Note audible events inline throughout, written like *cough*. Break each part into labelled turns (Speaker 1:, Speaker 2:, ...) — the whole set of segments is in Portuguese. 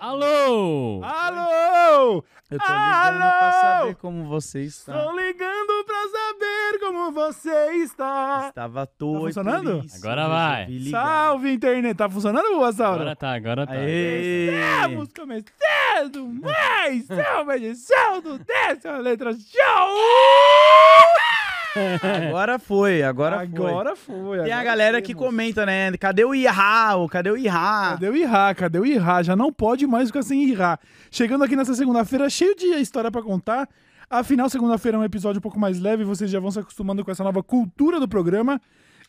Speaker 1: Alô!
Speaker 2: Ah,
Speaker 3: Alô!
Speaker 2: Eu tô
Speaker 3: Ah,
Speaker 2: ligando pra saber como você está.
Speaker 3: Estou ligando pra saber como você está.
Speaker 2: Estava à toa.
Speaker 3: Tá
Speaker 2: e por
Speaker 3: funcionando?
Speaker 2: isso
Speaker 1: Agora
Speaker 2: resolvi
Speaker 1: vai.
Speaker 2: ligar.
Speaker 3: Salve, internet! Tá funcionando,
Speaker 1: Agora
Speaker 3: Basaura?
Speaker 1: tá, agora tá.
Speaker 2: Aê!
Speaker 3: Estamos começando
Speaker 2: *laughs*
Speaker 3: mais uma edição do Dessa Letra Show!
Speaker 2: Agora foi, agora, foi.
Speaker 3: Agora foi.
Speaker 2: Tem a
Speaker 3: agora
Speaker 2: galera que
Speaker 3: temos.
Speaker 2: comenta, né? Cadê o Ihá? O- Cadê o Ihá?
Speaker 3: Cadê o Irá? Cadê o Irá? Já não pode mais ficar sem Irá. Chegando aqui nessa segunda-feira, cheio de história pra contar. Afinal, segunda-feira é um episódio um pouco mais leve, vocês já vão se acostumando com essa nova cultura do programa.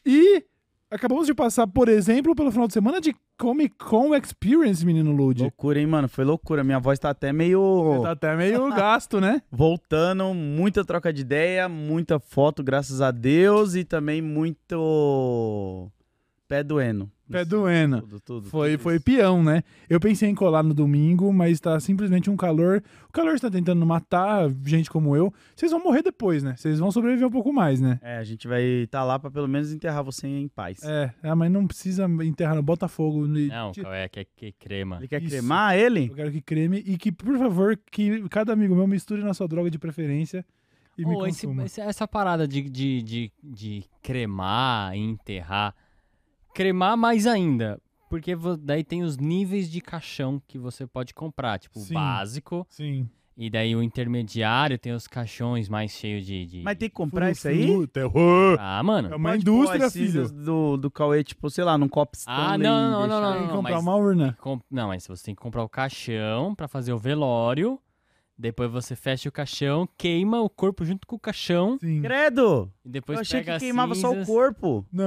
Speaker 3: E acabamos de passar, por exemplo, pelo final de semana de Comic Con Experience, menino Lude.
Speaker 2: Loucura, hein, mano? Foi loucura. Minha voz tá até meio.
Speaker 3: Tá até meio gasto, né?
Speaker 2: Voltando, muita troca de ideia, muita foto, graças a Deus, e também muito. Pé doendo.
Speaker 3: Pé
Speaker 2: Isso,
Speaker 3: doendo.
Speaker 2: Tudo, tudo.
Speaker 3: Foi,
Speaker 2: tudo
Speaker 3: foi
Speaker 2: isso.
Speaker 3: peão, né? Eu pensei em colar no domingo, mas tá simplesmente um calor. O calor está tentando matar gente como eu. Vocês vão morrer depois, né? Vocês vão sobreviver um pouco mais, né?
Speaker 2: É, a gente vai estar lá pra pelo menos enterrar você em paz.
Speaker 3: É, ah, mas não precisa enterrar no Botafogo. no-
Speaker 1: Não, é que é que crema.
Speaker 2: Ele quer
Speaker 3: Isso.
Speaker 2: cremar ele?
Speaker 3: Eu quero que creme e que, por favor, que cada amigo meu misture na sua droga de preferência e me
Speaker 1: Ô, esse-
Speaker 3: consuma.
Speaker 1: esse- essa parada de, de, de, de cremar e enterrar. Cremar mais ainda. Porque vo- daí tem os níveis de caixão que você pode comprar. Tipo, o
Speaker 3: Sim.
Speaker 1: básico.
Speaker 3: Sim.
Speaker 1: E daí o intermediário tem os caixões mais cheios de. de-
Speaker 2: Mas tem que comprar
Speaker 3: Flu,
Speaker 2: isso aí?
Speaker 3: flu, terror.
Speaker 1: Ah,
Speaker 3: É
Speaker 1: mano.
Speaker 3: uma
Speaker 2: Pode pôr
Speaker 3: indústria,
Speaker 2: as
Speaker 3: filho.
Speaker 2: cinzas Do, do Cauê, tipo, sei lá, num copo Stanley.
Speaker 1: Ah, não, não,
Speaker 2: e
Speaker 1: não,
Speaker 2: deixar-
Speaker 1: não,
Speaker 3: Tem
Speaker 1: não.
Speaker 3: que comprar
Speaker 1: mas-
Speaker 3: uma
Speaker 2: né?
Speaker 3: urna.
Speaker 1: Com- Não, mas você tem que comprar o caixão pra fazer o velório. Depois você fecha o caixão, queima o corpo junto com o caixão.
Speaker 3: Sim.
Speaker 2: Credo!
Speaker 1: E depois
Speaker 2: eu achei
Speaker 1: pega
Speaker 2: que
Speaker 1: as
Speaker 2: queimava só o
Speaker 1: cinzas.
Speaker 2: corpo.
Speaker 3: Não,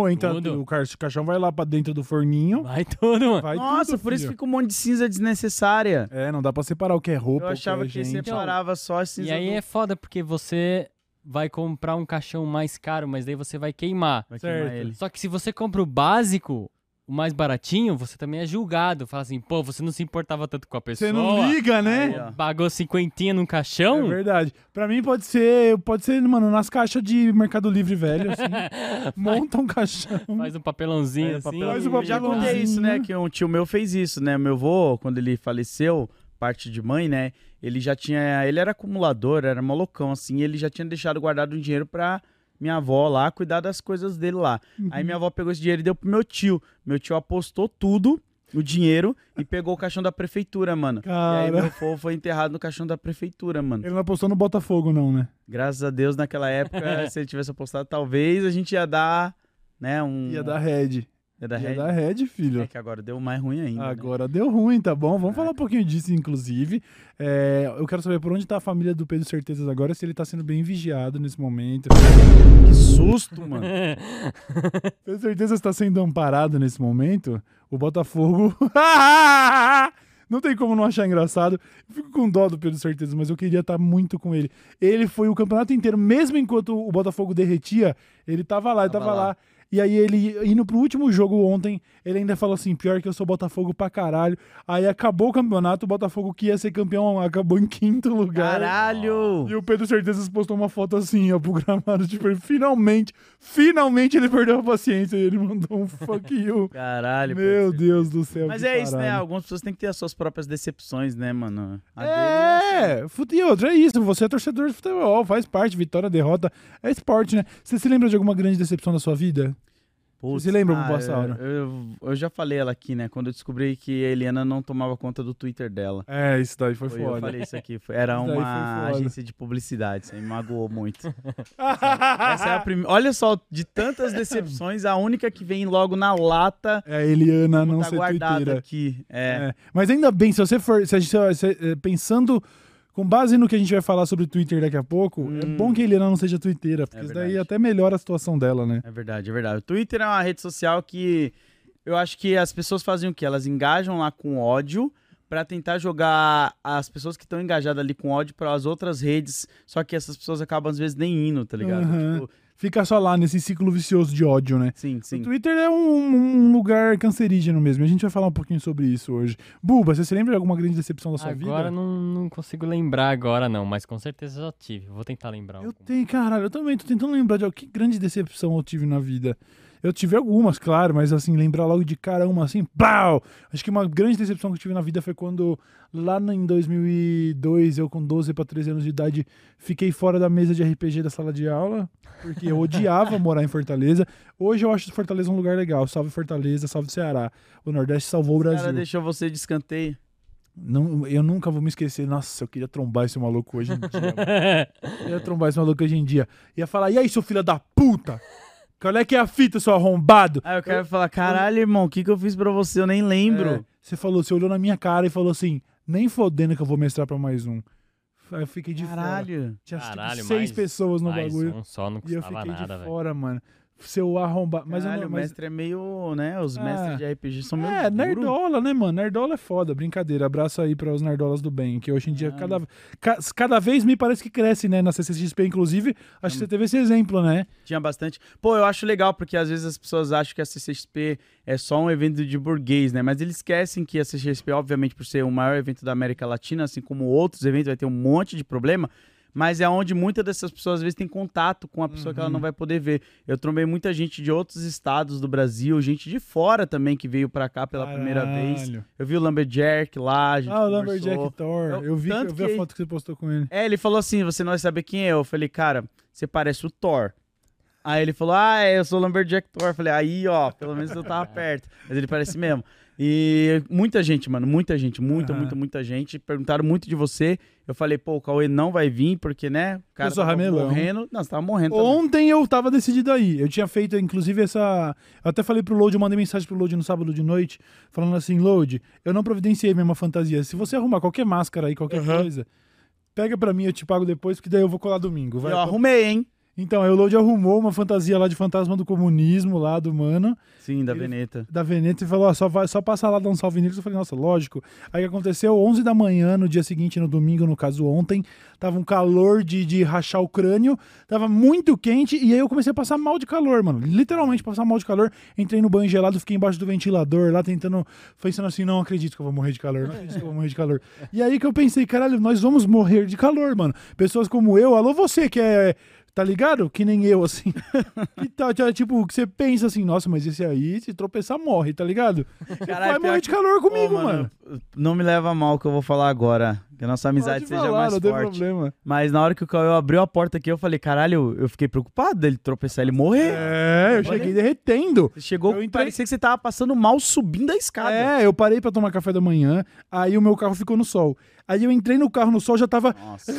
Speaker 1: Não, é
Speaker 3: entra
Speaker 1: tudo.
Speaker 3: o ca- o caixão vai lá pra dentro do forninho.
Speaker 1: Vai tudo, mano.
Speaker 3: Vai
Speaker 2: Nossa,
Speaker 3: tudo,
Speaker 2: por isso
Speaker 3: filho.
Speaker 2: fica um monte de cinza desnecessária.
Speaker 3: É, não dá pra separar o que é roupa.
Speaker 2: eu achava
Speaker 3: o que é
Speaker 2: que
Speaker 3: gente.
Speaker 2: separava só as cinzas.
Speaker 1: E aí é foda porque você vai comprar um caixão mais caro, mas daí você vai queimar.
Speaker 2: Vai
Speaker 3: Certo.
Speaker 2: queimar ele.
Speaker 1: Só que se você compra o básico, o mais baratinho, você também é julgado. Fala assim, pô, você não se importava tanto com a pessoa.
Speaker 3: Você não liga,
Speaker 2: Aí,
Speaker 3: né?
Speaker 2: ó.
Speaker 1: Pagou cinquentinha num
Speaker 3: É
Speaker 1: caixão?
Speaker 3: verdade. Pra mim pode ser, pode ser, mano, nas caixas de Mercado Livre velho,
Speaker 1: *laughs*
Speaker 3: assim. monta um caixão.
Speaker 1: Faz um papelãozinho
Speaker 2: Aí o
Speaker 1: assim.
Speaker 2: papelão-
Speaker 3: Faz o
Speaker 2: Eu já
Speaker 3: É, papelãozinho.
Speaker 2: contei isso, né? Que um tio meu fez isso, né? Meu avô, quando ele faleceu, parte de mãe, né? Ele já tinha. Ele era acumulador, era malucão, assim. Ele já tinha deixado guardado um dinheiro pra minha avó lá cuidar das coisas dele lá. Aí
Speaker 3: Uhum.
Speaker 2: minha avó pegou esse dinheiro e deu pro meu tio. Meu tio apostou tudo, o dinheiro, e pegou o caixão da prefeitura, mano. E
Speaker 3: Cara,
Speaker 2: aí meu avô foi enterrado no caixão da prefeitura, mano.
Speaker 3: *laughs* ele não apostou no Botafogo, não, né?
Speaker 2: Graças a Deus, naquela
Speaker 3: *laughs*
Speaker 2: época, se ele tivesse apostado, talvez a gente ia dar, né, um...
Speaker 3: Ia dar head.
Speaker 2: Ia dar
Speaker 3: Ia
Speaker 2: head.
Speaker 3: dar head, filho.
Speaker 2: É que agora deu mais ruim ainda, né?
Speaker 3: Agora deu ruim, tá bom? Vamos falar um
Speaker 2: Caraca.
Speaker 3: pouquinho disso, inclusive. É, eu quero saber por onde tá a família do Pedro Certezas agora, se ele tá sendo bem vigiado nesse momento.
Speaker 2: Que
Speaker 3: *laughs*
Speaker 2: susto, mano.
Speaker 3: Pedro Certezas tá sendo amparado nesse momento. O Botafogo. *laughs* não tem como não achar engraçado. Eu Fico com dó do Pedro Certezas, mas eu queria estar muito com ele. Ele foi o campeonato inteiro, mesmo enquanto o Botafogo derretia, ele tava lá, ele tava,
Speaker 2: Tava
Speaker 3: lá.
Speaker 2: lá.
Speaker 3: E aí ele, indo pro último jogo ontem, ele ainda falou assim, pior que eu sou Botafogo pra caralho. Aí acabou o campeonato, o Botafogo que ia ser campeão acabou em quinto lugar.
Speaker 2: Caralho!
Speaker 3: E o Pedro Certezas postou uma foto assim, ó, pro gramado, tipo, ele finalmente, finalmente ele perdeu a paciência e ele mandou um fuck
Speaker 2: *laughs*
Speaker 3: you.
Speaker 2: Caralho,
Speaker 3: Meu
Speaker 2: pode ser.
Speaker 3: Deus do céu.
Speaker 2: Mas
Speaker 3: que
Speaker 2: é isso, né?
Speaker 3: caralho.
Speaker 2: Algumas pessoas têm que ter as suas próprias decepções, né, mano? A dele
Speaker 3: É, fute- e outra, é isso. Você é torcedor de futebol, faz parte, vitória, derrota. É esporte, né? Você se lembra de alguma grande decepção da sua vida?
Speaker 2: Putz,
Speaker 3: Você lembra,
Speaker 2: ah,
Speaker 3: Bulbasauro?
Speaker 2: Eu, eu, eu já falei ela aqui, né? Quando eu descobri que a Eliana não tomava conta do Twitter dela.
Speaker 3: É, isso daí foi,
Speaker 2: Foi, eu
Speaker 3: foda.
Speaker 2: falei isso aqui. foi- era
Speaker 3: Isso daí
Speaker 2: uma
Speaker 3: foi foda.
Speaker 2: agência de publicidade. Isso aí me magoou
Speaker 3: *laughs*
Speaker 2: muito. Essa é a prime... Olha só, de tantas decepções, a única que vem logo na lata
Speaker 3: É, Eliana, não
Speaker 2: tá
Speaker 3: ser
Speaker 2: guardada
Speaker 3: tuiteira.
Speaker 2: aqui. É.
Speaker 3: É, Mas ainda bem, se você for. Se, a gente- se- se- eh, pensando. Com base no que a gente vai falar sobre o Twitter daqui a pouco, é
Speaker 2: Hum.
Speaker 3: bom que a Eliana não seja twitteira, porque
Speaker 2: É
Speaker 3: isso daí
Speaker 2: verdade.
Speaker 3: até melhora a situação dela, né?
Speaker 2: É verdade, é verdade. O Twitter é uma rede social que eu acho que as pessoas fazem o quê? Elas engajam lá com ódio pra tentar jogar as pessoas que estão engajadas ali com ódio para as outras redes, só que essas pessoas acabam às vezes nem indo, tá ligado?
Speaker 3: Aham.
Speaker 2: Tipo,
Speaker 3: fica só lá nesse ciclo vicioso de ódio, né?
Speaker 2: Sim, sim.
Speaker 3: O Twitter é um, um lugar cancerígeno mesmo. A gente vai falar um pouquinho sobre isso hoje. Buba, você se lembra de alguma grande decepção da sua
Speaker 1: Agora
Speaker 3: vida?
Speaker 1: não, não consigo lembrar agora não, mas com certeza já tive. Vou tentar lembrar.
Speaker 3: Eu
Speaker 1: alguma.
Speaker 3: tenho, caralho, eu também tô tentando lembrar de al- que grande decepção eu tive na vida. Eu tive algumas, claro, mas assim, lembrar logo de cara uma assim, pau! Acho que uma grande decepção que eu tive na vida foi quando, lá na- em 2002, eu com 12 para 13 anos de idade, fiquei fora da mesa de RPG da sala de aula, porque eu odiava *laughs* morar em Fortaleza. Hoje eu acho Fortaleza um lugar legal. Salve Fortaleza, salve Ceará. O Nordeste salvou o
Speaker 2: O
Speaker 3: Brasil.
Speaker 2: cara deixou você de escanteio.
Speaker 3: Não, eu nunca vou me esquecer. Nossa, eu queria trombar esse maluco hoje em dia. mano.
Speaker 1: *laughs*
Speaker 3: Eu ia trombar esse maluco hoje em dia. Ia falar, e aí, seu filho da puta? Qual é que é a fita, seu arrombado?
Speaker 2: Aí o cara vai Ah, falar, caralho, irmão, o que, que eu fiz pra você? Eu nem lembro.
Speaker 3: É, você falou, você olhou na minha cara e falou assim, nem fodendo que eu vou mestrar pra mais um. Aí eu fiquei de fora.
Speaker 2: Caralho.
Speaker 3: Tinha acho que,
Speaker 1: Caralho,
Speaker 3: seis
Speaker 1: mais-
Speaker 3: pessoas no
Speaker 1: Mais
Speaker 3: bagulho.
Speaker 1: um só não
Speaker 3: E eu
Speaker 1: custava
Speaker 3: fiquei
Speaker 1: nada,
Speaker 3: de
Speaker 1: velho.
Speaker 3: fora, mano. Seu arrombado. Mas eu
Speaker 2: Caralho,
Speaker 3: não,
Speaker 2: o
Speaker 3: mas-
Speaker 2: mestre é meio, né? Os
Speaker 3: Ah.
Speaker 2: mestres de RPG são meio.
Speaker 3: É,
Speaker 2: duro.
Speaker 3: nerdola, né, mano? Nerdola é foda, brincadeira. Abraço aí para os nerdolas do bem, que hoje em dia
Speaker 2: Ah.
Speaker 3: cada, ca- cada vez me parece que cresce, né? Na CCXP, inclusive, acho que você teve esse exemplo, né?
Speaker 2: Tinha bastante. Pô, eu acho legal, porque às vezes as pessoas acham que a CCXP é só um evento de burguês, né? Mas eles esquecem que a CCXP, obviamente, por ser o maior evento da América Latina, assim como outros eventos, vai ter um monte de problema. Mas é onde muitas dessas pessoas, às vezes, têm contato com a pessoa que ela
Speaker 3: Uhum.
Speaker 2: não vai poder ver. Eu trombei muita gente de outros estados do Brasil, gente de fora também que veio pra cá pela primeira vez.
Speaker 3: Caralho.
Speaker 2: Eu vi o Lumberjack lá, a gente
Speaker 3: Ah, o
Speaker 2: conversou.
Speaker 3: Lumberjack Thor.
Speaker 2: Eu-
Speaker 3: Eu, vi,
Speaker 2: tanto
Speaker 3: eu vi a
Speaker 2: que-
Speaker 3: foto que você postou com ele.
Speaker 2: É, ele falou assim: você não vai saber quem é. Eu falei, cara, você parece o Thor. Aí ele falou, ah, é, eu sou o Lumberjack Thor. Eu falei, aí, ó, pelo menos eu tava perto. Mas ele parece mesmo. E muita gente, mano, muita gente, muita,
Speaker 3: Aham.
Speaker 2: muita, muita gente. Perguntaram muito de você. Eu falei, pô, o Cauê não vai vir, porque, né? O cara
Speaker 3: Eu sou
Speaker 2: tava
Speaker 3: ramelão.
Speaker 2: morrendo. Não, você tava morrendo. também.
Speaker 3: Ontem eu tava decidido aí. Eu tinha feito, inclusive, essa. Eu até falei pro Load, eu mandei mensagem pro Load no sábado de noite, falando assim: Load, eu não providenciei mesmo a fantasia. Se você arrumar qualquer máscara aí, qualquer coisa, pega pra mim, eu te pago depois, porque daí eu vou colar domingo. Vai,
Speaker 2: Eu arrumei, hein?
Speaker 3: Então, aí o Load arrumou uma fantasia lá de fantasma do comunismo, lá do mano,
Speaker 2: Sim, da
Speaker 3: Ele-
Speaker 2: Veneta.
Speaker 3: da Veneta, e falou: ó, só, vai, só passa lá, dá um salve neles. Eu falei: nossa, lógico. Aí o que aconteceu, 11 da manhã, no dia seguinte, no domingo, no caso ontem, tava um calor de, de rachar o crânio, tava muito quente, e aí eu comecei a passar mal de calor, mano. Literalmente passar mal de calor. Entrei no banho gelado, fiquei embaixo do ventilador lá, tentando, pensando assim: não acredito que eu vou morrer de calor, não acredito que eu vou morrer de calor. E aí que eu pensei: caralho, nós vamos morrer de calor, mano. Pessoas como eu, alô, você que é. Tá ligado? Que nem eu, assim. *laughs* E tá, tá, tipo, que você pensa assim, nossa, mas esse aí, se tropeçar, morre, tá ligado?
Speaker 2: Caralho,
Speaker 3: Vai
Speaker 2: pior
Speaker 3: morrer
Speaker 2: que-
Speaker 3: de calor comigo,
Speaker 2: Ô,
Speaker 3: mano.
Speaker 2: Não me leva a mal o que eu vou falar agora. Que a nossa amizade
Speaker 3: Pode
Speaker 2: seja
Speaker 3: falar,
Speaker 2: mais
Speaker 3: não tem
Speaker 2: forte.
Speaker 3: problema.
Speaker 2: Mas na hora que o Cauê abriu a porta aqui, eu falei, caralho, eu fiquei preocupado dele tropeçar, ele morrer.
Speaker 3: É, eu cheguei derretendo.
Speaker 2: Você Chegou,
Speaker 3: Eu entrei-
Speaker 2: parecia que você tava passando mal subindo a escada.
Speaker 3: É, eu parei pra tomar café da manhã, aí o meu carro ficou no sol. Aí eu entrei no carro no sol, já tava.
Speaker 2: Nossa.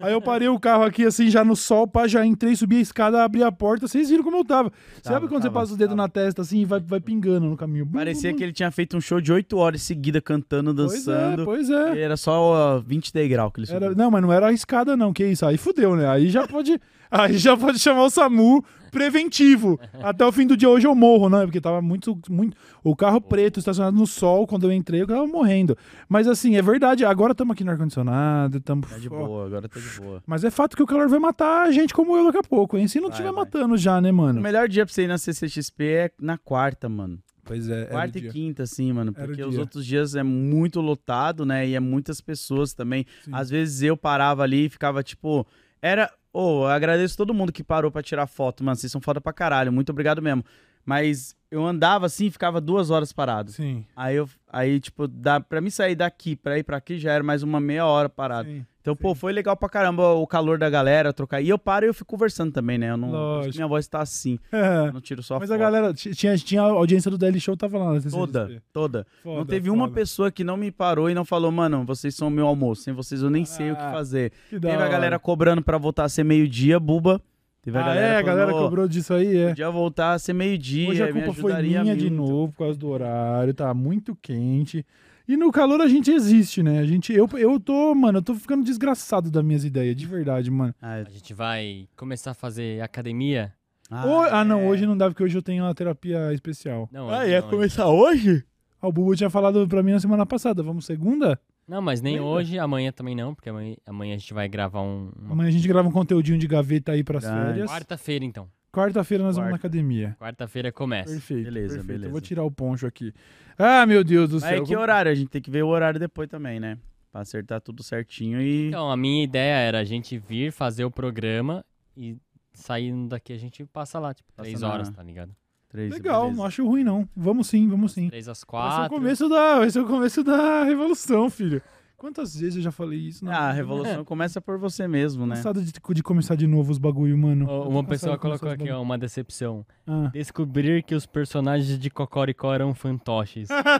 Speaker 3: Aí eu parei o carro aqui, assim, já no sol, pá, já entrei, subi a escada, abri a porta, vocês viram como eu tava. Sabe quando você
Speaker 2: tava,
Speaker 3: passa o dedo
Speaker 2: tava.
Speaker 3: na testa, assim, e vai, vai pingando no caminho? Bum,
Speaker 2: Parecia
Speaker 3: bum,
Speaker 2: que ele tinha feito um show de 8 horas seguida, cantando,
Speaker 3: bum. Pois é,
Speaker 2: dançando.
Speaker 3: pois é.
Speaker 2: E era só ó, 20 degrau que ele subiu.
Speaker 3: Era- não, mas não era a escada, não. Que isso? Aí fudeu, né? Aí já pode. *laughs* Aí já pode chamar o SAMU preventivo. Até o fim do dia hoje eu morro, né? Porque tava muito. muito o carro preto estacionado no sol, quando eu entrei, eu tava morrendo. Mas assim, é verdade. Agora estamos aqui no ar-condicionado, estamos.
Speaker 2: Tá de boa, agora tá de boa.
Speaker 3: Mas é fato que o calor vai matar a gente como eu daqui a pouco, hein? Se não
Speaker 2: Vai,
Speaker 3: estiver
Speaker 2: vai.
Speaker 3: matando já, né,
Speaker 2: O
Speaker 3: mano?
Speaker 2: melhor dia pra você ir na CCXP é na quarta, mano.
Speaker 3: Pois é. era o
Speaker 2: Quarta e
Speaker 3: dia.
Speaker 2: quinta, assim, mano.
Speaker 3: Era o
Speaker 2: Porque os
Speaker 3: dia.
Speaker 2: outros dias é muito lotado, né? E é muitas pessoas também.
Speaker 3: Sim.
Speaker 2: Às vezes eu parava ali e ficava, tipo, era. Ô, eu agradeço todo mundo que parou pra tirar foto, mano. Vocês são foda pra caralho. Muito obrigado mesmo. Mas eu andava assim e ficava duas horas parado.
Speaker 3: Sim.
Speaker 2: Aí eu. Aí, tipo, dá, pra mim sair daqui pra ir pra aqui já era mais uma meia hora parado.
Speaker 3: sim.
Speaker 2: Então, pô, foi legal pra caramba o calor da galera trocar. E eu paro e eu fico conversando também, né? Eu não.
Speaker 3: Lógico.
Speaker 2: Minha voz tá assim.
Speaker 3: É.
Speaker 2: *laughs* Eu não tiro
Speaker 3: *laughs*
Speaker 2: só
Speaker 3: Mas a
Speaker 2: foto.
Speaker 3: galera. t- Tinha, tinha a audiência do Daily Show, tava lá na CCXP.
Speaker 2: Toda, toda. não
Speaker 3: Foda,
Speaker 2: teve uma
Speaker 3: foda.
Speaker 2: pessoa que não me parou e não falou, mano, vocês são meu almoço. Sem vocês eu nem sei o que
Speaker 3: Ah,
Speaker 2: fazer.
Speaker 3: Que da
Speaker 2: Teve a
Speaker 3: hora.
Speaker 2: galera cobrando pra voltar a ser meio-dia, buba. Teve a
Speaker 3: Ah,
Speaker 2: galera
Speaker 3: é, a
Speaker 2: falando,
Speaker 3: galera
Speaker 2: "Ô, um
Speaker 3: cobrou disso aí, é.
Speaker 2: Podia voltar a ser meio-dia,
Speaker 3: Hoje a
Speaker 2: me
Speaker 3: culpa foi
Speaker 2: ajudaria
Speaker 3: minha de
Speaker 2: muito."
Speaker 3: novo por causa do horário, tá muito quente. E no calor a gente existe, né? A gente, eu, eu tô, mano, eu tô ficando desgraçado das minhas ideias, de verdade, mano.
Speaker 2: Ah,
Speaker 1: A gente vai começar a fazer academia?
Speaker 2: ah,
Speaker 3: Ho- Ah, não,
Speaker 2: é.
Speaker 3: hoje não dá, porque hoje eu tenho uma terapia especial.
Speaker 1: Não,
Speaker 2: Ah,
Speaker 1: hoje
Speaker 2: ia
Speaker 1: não,
Speaker 2: hoje?
Speaker 3: Ah, o Bubu tinha falado pra mim na semana passada, vamos segunda?
Speaker 1: Não, mas nem
Speaker 2: Lembra?
Speaker 1: hoje, amanhã também não, porque amanhã, amanhã a gente vai gravar um. uma-
Speaker 3: Amanhã a gente grava um conteúdinho de gaveta aí pras
Speaker 2: Verdade.
Speaker 3: férias.
Speaker 1: Quarta-feira, então.
Speaker 3: Quarta-feira nós vamos na
Speaker 2: Quarta.
Speaker 3: academia.
Speaker 1: Quarta-feira começa.
Speaker 3: Perfeito.
Speaker 2: Beleza,
Speaker 3: perfeito. Eu
Speaker 2: beleza.
Speaker 3: vou tirar o poncho aqui. Ah, meu Deus do
Speaker 2: Mas
Speaker 3: céu.
Speaker 2: é que horário? A gente tem que ver o horário depois também, né? Pra acertar tudo certinho e.
Speaker 1: Então, a minha ideia era a gente vir fazer o programa e saindo daqui a gente passa lá, tipo,
Speaker 2: Passa
Speaker 1: três
Speaker 2: na-
Speaker 1: horas, tá ligado?
Speaker 2: Três,
Speaker 3: é Legal,
Speaker 2: é beleza.
Speaker 3: não acho ruim não. Vamos sim, vamos sim.
Speaker 1: Três às
Speaker 3: Vai ser, é o
Speaker 1: quatro.
Speaker 3: começo da, vai ser o começo da revolução, filho. Quantas vezes eu já falei isso? né?
Speaker 2: Ah, a revolução começa por você mesmo, né?
Speaker 3: Cansado de, de começar de novo os bagulho, mano.
Speaker 1: Ó,
Speaker 3: Eu
Speaker 1: Uma
Speaker 3: tô cansado
Speaker 1: pessoa
Speaker 3: de começar
Speaker 1: colocou
Speaker 3: os
Speaker 1: aqui, ó, uma decepção.
Speaker 3: bagulho. Ah.
Speaker 1: Descobrir que os personagens de Cocoricó eram
Speaker 3: *laughs*
Speaker 1: fantoches. Mas é o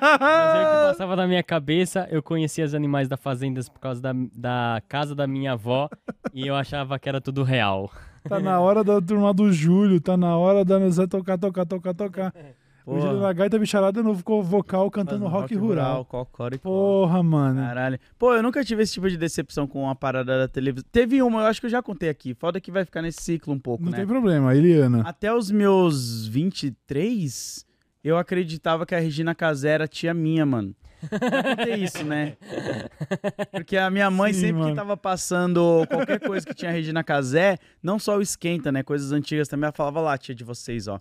Speaker 1: que passava na minha cabeça, eu conhecia os animais da fazenda por causa da, da casa da minha
Speaker 3: *laughs*
Speaker 1: avó e eu achava que era tudo real.
Speaker 3: Tá na hora da turma do Júlio, tá na hora da Zé tocar, tocar, tocar, tocar. O Júlio tá
Speaker 2: Porra, um
Speaker 3: na gaita bicharada no vo- vocal cantando
Speaker 2: mano,
Speaker 3: rock, rural.
Speaker 2: Cocoricó.
Speaker 3: Porra, mano.
Speaker 2: Caralho. Pô, eu nunca tive esse tipo de decepção com uma parada da televisão. Teve uma, eu acho que eu já contei aqui. Foda que vai ficar nesse ciclo um pouco,
Speaker 3: Não
Speaker 2: né? Ah,
Speaker 3: tem problema, Eliana.
Speaker 2: Até os meus 23, eu acreditava que a Regina Casé era tia minha, mano. Eu contei isso, né? Porque a minha mãe,
Speaker 3: Sim,
Speaker 2: sempre
Speaker 3: mano.
Speaker 2: que tava passando qualquer coisa que tinha a Regina Casé, não só o esquenta, né? Coisas antigas também, ela falava lá, tia de vocês, ó.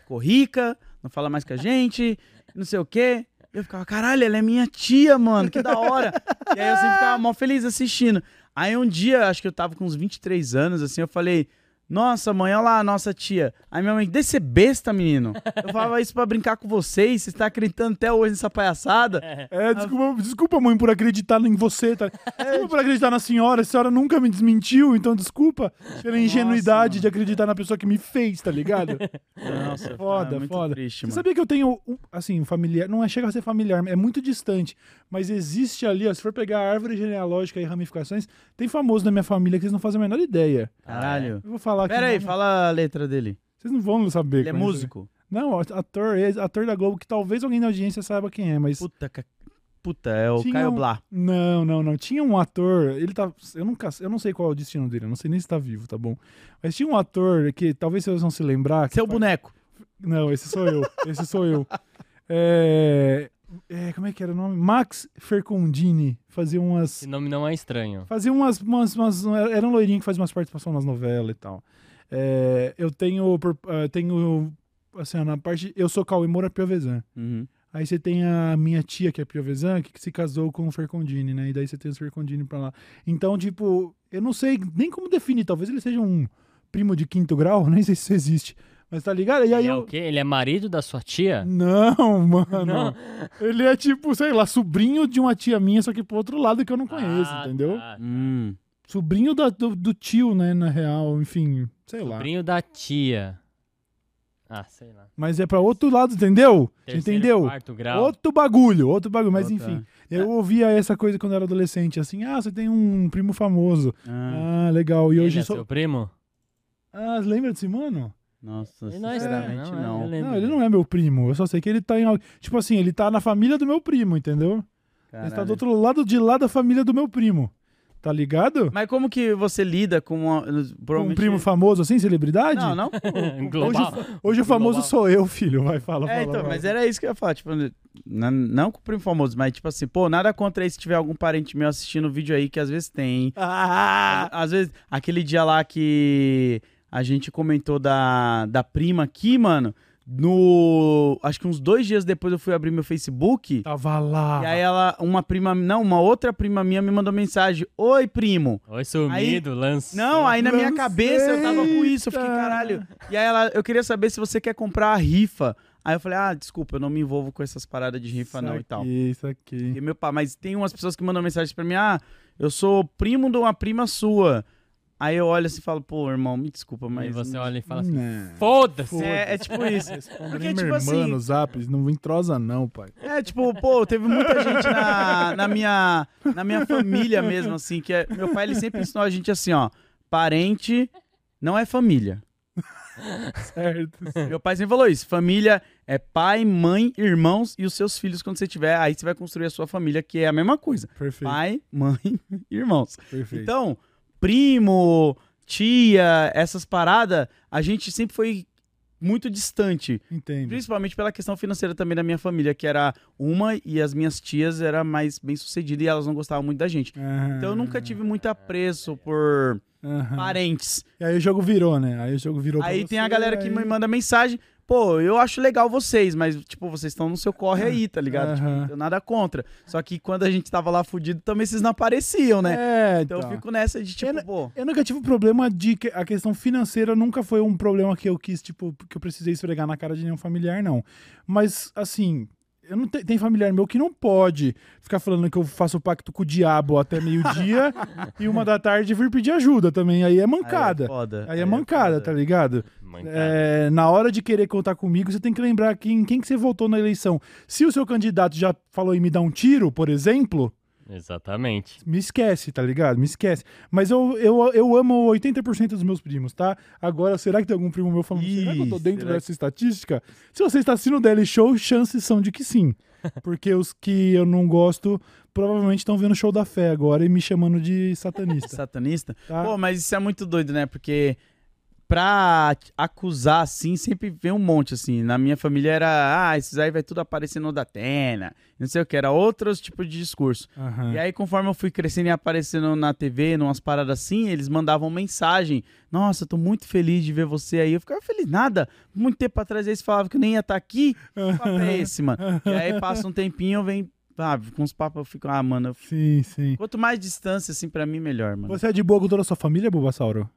Speaker 2: Ficou rica, não fala mais com a gente, não sei o quê. Eu ficava, caralho, ela é minha tia, mano, que da hora. e aí eu sempre ficava mó feliz assistindo. Aí um dia, acho que eu tava com uns 23 anos, assim, eu falei, nossa, mãe, olha lá a nossa tia. Aí minha mãe, deixa ser besta, menino. Eu falava isso pra brincar com vocês, vocês estão acreditando até hoje nessa palhaçada.
Speaker 3: É, desculpa, desculpa, mãe, por acreditar em você. Tá?
Speaker 2: É,
Speaker 3: Desculpa por acreditar na senhora. A senhora nunca me desmentiu, então desculpa pela ingenuidade
Speaker 2: mano.
Speaker 3: de acreditar na pessoa que me fez, tá ligado?
Speaker 2: Nossa, eu ficava
Speaker 3: Foda,
Speaker 2: muito
Speaker 3: foda.
Speaker 2: triste,
Speaker 3: Você
Speaker 2: mano.
Speaker 3: sabia que eu tenho, um, assim, um familiar, não é, chega a ser familiar, é muito distante, mas existe ali, ó, se for pegar a árvore genealógica e ramificações, tem famoso na minha família que vocês não fazem a menor ideia.
Speaker 2: Caralho.
Speaker 3: Eu vou falar aqui.
Speaker 2: Pera aí,
Speaker 3: não-
Speaker 2: fala a letra dele.
Speaker 3: Vocês não vão saber.
Speaker 2: Ele é
Speaker 3: quando isso- né?
Speaker 2: músico?
Speaker 3: Não, ó, ator, ex- ator da Globo, que talvez alguém na audiência saiba quem é, mas...
Speaker 2: Puta, ca- puta é o
Speaker 3: Tinha
Speaker 2: Caio
Speaker 3: um-
Speaker 2: Blá.
Speaker 3: Não, não, não. Tinha um ator, ele tá. Eu nunca. Eu não sei qual é o destino dele, eu não sei nem se tá vivo, tá bom? Mas tinha um ator que talvez vocês vão se lembrar. que
Speaker 2: Seu
Speaker 3: fa-
Speaker 2: boneco.
Speaker 3: Não, esse sou eu. Esse sou eu. É, é, Como é que era o nome? Max Fercondini. Fazia umas.
Speaker 1: Esse nome não é estranho.
Speaker 3: Fazia umas. umas, umas- era um loirinho que fazia umas participações nas novelas e tal. É, eu tenho. por- eh, tenho. Assim, ó, na parte. Eu sou Cauê Moura Piovesan.
Speaker 2: Uhum.
Speaker 3: Aí você tem a minha tia, que é piovesan, que se casou com o Fercondini, né? E daí você tem o Fercondini pra lá. Então, tipo, eu não sei nem como definir. Talvez ele seja um primo de quinto grau, *laughs* nem sei se isso existe. Mas tá ligado? E aí
Speaker 1: Ele é o
Speaker 3: eu...
Speaker 1: quê? Ele é marido da sua tia? *laughs*
Speaker 3: Não, mano.
Speaker 1: É. Não?
Speaker 3: Ele é tipo, sei lá, sobrinho de uma tia minha, só que pro outro lado que eu não conheço,
Speaker 1: Ah,
Speaker 3: entendeu?
Speaker 1: tá.
Speaker 2: Hum.
Speaker 3: Sobrinho da- do, do tio, né, na real, enfim, sei lá.
Speaker 1: Sobrinho da tia. Ah, sei lá.
Speaker 3: Mas é pra outro lado, entendeu? Você
Speaker 1: Terceiro,
Speaker 3: entendeu?
Speaker 1: Quarto grau.
Speaker 3: Outro bagulho, outro bagulho, mas
Speaker 2: Outra.
Speaker 3: enfim.
Speaker 1: É.
Speaker 3: Eu ouvia essa coisa quando era adolescente, assim, ah, você tem um primo famoso.
Speaker 2: Ah,
Speaker 3: Ah, legal. E
Speaker 1: Ele
Speaker 3: hoje
Speaker 1: é
Speaker 3: sou.
Speaker 1: seu primo?
Speaker 3: Ah, lembra desse mano?
Speaker 2: Nossa,
Speaker 1: Ele não é
Speaker 2: sinceramente
Speaker 1: estranho,
Speaker 2: não.
Speaker 1: eu lembro.
Speaker 3: Não, ele não é meu primo. Eu só sei que ele tá em. al- Tipo assim, ele tá na família do meu primo, entendeu? Ele tá
Speaker 2: Caralho.
Speaker 3: do outro lado de lá da família do meu primo. Tá ligado?
Speaker 2: Mas como que você lida com uma...
Speaker 3: Com Um
Speaker 2: provavelmente-
Speaker 3: primo famoso, assim, celebridade?
Speaker 2: Não, não. com-
Speaker 1: Global.
Speaker 3: Hoje o famoso
Speaker 1: Global.
Speaker 3: sou eu, filho. Vai, fala, fala.
Speaker 2: É, então,
Speaker 3: vai.
Speaker 2: mas era isso que eu ia falar, tipo, na- não com o primo famoso, mas tipo assim, pô, nada contra aí se tiver algum parente meu assistindo o vídeo aí, que às vezes tem, hein?
Speaker 3: Ah!
Speaker 2: Às vezes, aquele dia lá que a gente comentou da, da prima aqui, mano, no... acho que uns dois dias depois eu fui abrir meu Facebook,
Speaker 3: Tava lá.
Speaker 2: e aí ela, uma prima, não, uma outra prima minha me mandou mensagem, oi, primo.
Speaker 1: Oi, sumido, lançou.
Speaker 2: Não, aí na minha
Speaker 3: Lanceita.
Speaker 2: cabeça eu tava com isso, eu fiquei, caralho. E aí ela, eu queria saber se você quer comprar a rifa. Aí eu falei, ah, desculpa, eu não me envolvo com essas paradas de rifa não e tal.
Speaker 3: Isso
Speaker 2: E
Speaker 3: aqui.
Speaker 2: meu pai, mas tem umas pessoas que mandam mensagem pra mim, ah, eu sou primo de uma prima sua. Aí eu olho assim e falo, pô, irmão, me desculpa,
Speaker 1: Aí
Speaker 2: mas...
Speaker 1: você
Speaker 2: não-
Speaker 1: olha assim, e fala
Speaker 3: Hum.
Speaker 1: assim,
Speaker 3: Não.
Speaker 1: foda-se.
Speaker 2: É, é tipo
Speaker 1: *laughs*
Speaker 2: isso.
Speaker 3: Responda
Speaker 2: Porque,
Speaker 3: nem
Speaker 2: tipo
Speaker 3: minha irmã
Speaker 2: assim-
Speaker 3: no zap, não entrosa não, pai.
Speaker 2: *laughs* É, tipo, pô, teve muita gente na, na, minha, na minha família mesmo, assim, que é- meu pai, ele sempre ensinou a gente assim, ó, parente não é família.
Speaker 3: Certo.
Speaker 2: Meu pai sempre falou isso. Família é pai, mãe, irmãos e os seus filhos quando você tiver. Aí você vai construir a sua família, que é a mesma coisa.
Speaker 3: Perfeito,
Speaker 2: Pai, mãe, *laughs* irmãos.
Speaker 3: perfeito.
Speaker 2: Então, primo, tia, essas paradas, a gente sempre foi muito distante.
Speaker 3: Entendo.
Speaker 2: Principalmente pela questão financeira também da minha família, que era uma e as minhas tias era mais bem sucedida e elas não gostavam muito da gente. Então eu
Speaker 3: Ah,
Speaker 2: nunca tive muito
Speaker 3: é.
Speaker 2: apreço por
Speaker 3: Aham.
Speaker 2: parentes.
Speaker 3: E aí o jogo virou, né? Aí o jogo virou pra
Speaker 2: Aí tem a
Speaker 3: você,
Speaker 2: galera que
Speaker 3: aí-
Speaker 2: me manda mensagem, pô, eu acho legal vocês, mas tipo, vocês estão no seu corre aí, tá ligado? Tipo,
Speaker 3: Aham.
Speaker 2: não tenho nada contra. Só que quando a gente tava lá fudido, também vocês não apareciam, né?
Speaker 3: É,
Speaker 2: Então
Speaker 3: então. né?
Speaker 2: eu fico nessa de tipo,
Speaker 3: Eu-
Speaker 2: pô,
Speaker 3: Eu nunca tive problema de que a questão financeira nunca foi um problema que eu quis, tipo, que eu precisei esfregar na cara de nenhum familiar, não. Mas, assim, eu não te- tem familiar meu que não pode ficar falando que eu faço pacto com o diabo até *laughs* meio-dia e uma da tarde vir pedir ajuda também. Aí é
Speaker 2: Aí
Speaker 3: mancada.
Speaker 2: é foda.
Speaker 3: Aí é mancada, tá ligado? É, na hora de querer contar comigo, você tem que lembrar quem, quem que você votou na eleição. Se o seu candidato já falou em me dar um tiro, por exemplo,
Speaker 1: Exatamente.
Speaker 3: me esquece, tá ligado? Me esquece. Mas eu, eu, eu amo 80% dos meus primos, tá? Agora, será que tem algum primo meu falando? será que eu tô
Speaker 2: Ih,
Speaker 3: dentro
Speaker 2: será
Speaker 3: dessa estatística? Se você está assistindo o Daily Show, chances são de que sim.
Speaker 2: *laughs*
Speaker 3: Porque os que eu não gosto provavelmente estão vendo o show da fé agora e me chamando de satanista.
Speaker 2: Satanista.
Speaker 3: Tá?
Speaker 2: Pô, mas isso é muito doido, né? Porque pra te acusar, assim, sempre vem um monte, assim. Na minha família era, ah, esses aí vai tudo aparecendo da Atena, não sei o que, era outros tipos de discurso.
Speaker 3: Aham.
Speaker 2: E aí, conforme eu fui crescendo e aparecendo na TV, numas paradas assim, eles mandavam mensagem. Nossa, eu tô muito feliz de ver você aí. Eu ficava feliz, nada. Muito tempo atrás eles falavam que eu nem ia estar aqui. Que Papo é esse, mano.
Speaker 3: *laughs*
Speaker 2: E aí passa um tempinho, vem, ah, com os papos, eu fico, ah, mano. eu-
Speaker 3: Sim, sim.
Speaker 2: Quanto mais distância, assim, pra mim, melhor, mano.
Speaker 3: Você é de boa com toda a sua família, Bulbasauro?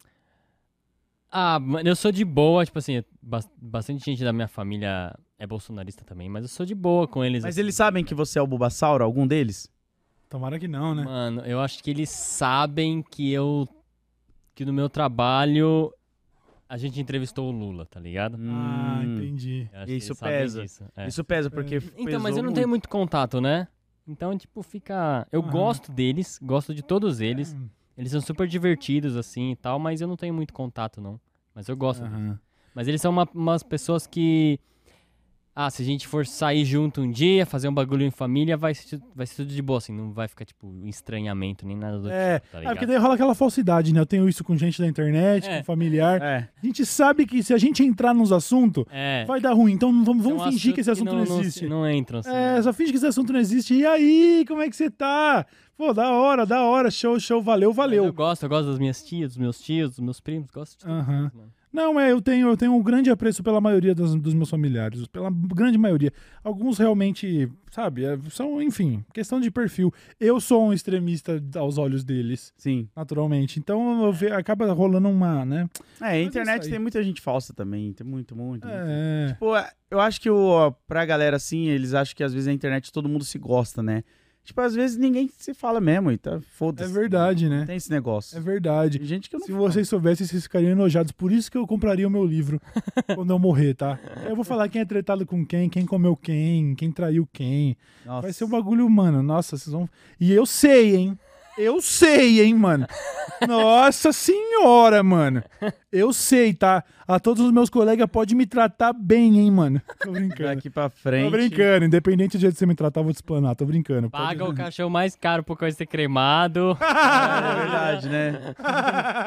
Speaker 1: Ah, mano, eu sou de boa, tipo assim, bas- bastante gente da minha família é bolsonarista também, mas eu sou de boa com eles.
Speaker 2: Mas
Speaker 1: assim.
Speaker 2: eles sabem que você é o Bulbasauro, algum deles?
Speaker 3: Tomara que não, né?
Speaker 1: Mano, eu acho que eles sabem que eu. que no meu trabalho a gente entrevistou o Lula, tá ligado?
Speaker 3: Ah,
Speaker 2: Hum,
Speaker 3: entendi.
Speaker 1: Eu acho que
Speaker 2: Isso
Speaker 1: eles sabem
Speaker 2: pesa.
Speaker 1: disso, é.
Speaker 2: Hum, Isso pesa, porque.
Speaker 1: Então, mas
Speaker 2: pesou
Speaker 1: eu não tenho muito contato, né? Então, tipo, fica. Eu
Speaker 3: Aham.
Speaker 1: gosto deles, gosto de todos eles.
Speaker 2: É.
Speaker 1: Eles são super divertidos, assim e tal, mas eu não tenho muito contato, não. Mas eu gosto. deles.
Speaker 3: Aham.
Speaker 1: Mas eles são uma- umas pessoas que. Ah, se a gente for sair junto um dia, fazer um bagulho em família, vai ser, vai ser tudo de boa, assim. Não vai ficar, tipo, estranhamento nem nada do
Speaker 3: É,
Speaker 1: tipo, tá
Speaker 3: ah, porque
Speaker 1: ligado?
Speaker 3: daí rola aquela falsidade, né? Eu tenho isso com gente da internet,
Speaker 1: É.
Speaker 3: com familiar.
Speaker 2: É.
Speaker 3: A gente sabe que se a gente entrar nos assuntos,
Speaker 1: É.
Speaker 3: vai dar ruim. Então não vamos,
Speaker 1: é um
Speaker 3: vamos fingir que esse assunto não,
Speaker 1: não, se-
Speaker 3: existe.
Speaker 1: Não, entram, assim.
Speaker 3: é, só finge que esse assunto não existe. E aí, como é que você tá? Pô, da hora, da hora. Show, show, valeu,
Speaker 1: Mas
Speaker 3: valeu.
Speaker 1: Eu gosto, eu gosto das minhas tias, dos meus tios, dos meus primos, gosto de tudo.
Speaker 3: Aham.
Speaker 1: mano.
Speaker 3: Não, é, eu tenho, eu tenho um grande apreço pela maioria dos, dos meus familiares, pela grande maioria. Alguns realmente, sabe, é, são, enfim, questão de perfil. Eu sou um extremista aos olhos deles,
Speaker 2: Sim.
Speaker 3: naturalmente. Então
Speaker 1: É.
Speaker 3: eu ve- acaba rolando uma, né?
Speaker 2: É,
Speaker 3: isso
Speaker 2: internet
Speaker 3: aí.
Speaker 2: tem muita gente falsa também. Tem muito, muito. muito.
Speaker 3: É.
Speaker 2: Pô, eu acho que o, pra galera assim, eles acham que às vezes na internet todo mundo se gosta, né? Tipo, às vezes ninguém se fala mesmo e tá
Speaker 3: É
Speaker 2: foda-se.
Speaker 3: verdade, né?
Speaker 2: Tem esse negócio.
Speaker 3: É verdade.
Speaker 2: Tem gente que eu não
Speaker 3: Se vocês soubessem, vocês ficariam enojados. Por isso que eu compraria o meu
Speaker 2: *laughs*
Speaker 3: livro quando eu morrer, tá? Eu vou falar quem é tretado com quem, quem comeu quem, quem traiu quem.
Speaker 2: Nossa.
Speaker 3: Vai ser um bagulho, mano. Nossa, vocês vão. E eu sei, hein? Eu sei, hein, mano. Nossa senhora, mano. Eu sei, tá? A todos os meus colegas pode me tratar bem, hein, mano. Tô brincando.
Speaker 2: Daqui pra
Speaker 3: Tô
Speaker 2: frente.
Speaker 3: brincando. Independente do jeito que você me tratar, eu vou te explanar. Tô brincando. Pode-
Speaker 1: Paga o caixão mais caro por causa de ser cremado.
Speaker 2: É verdade, né?
Speaker 3: *laughs*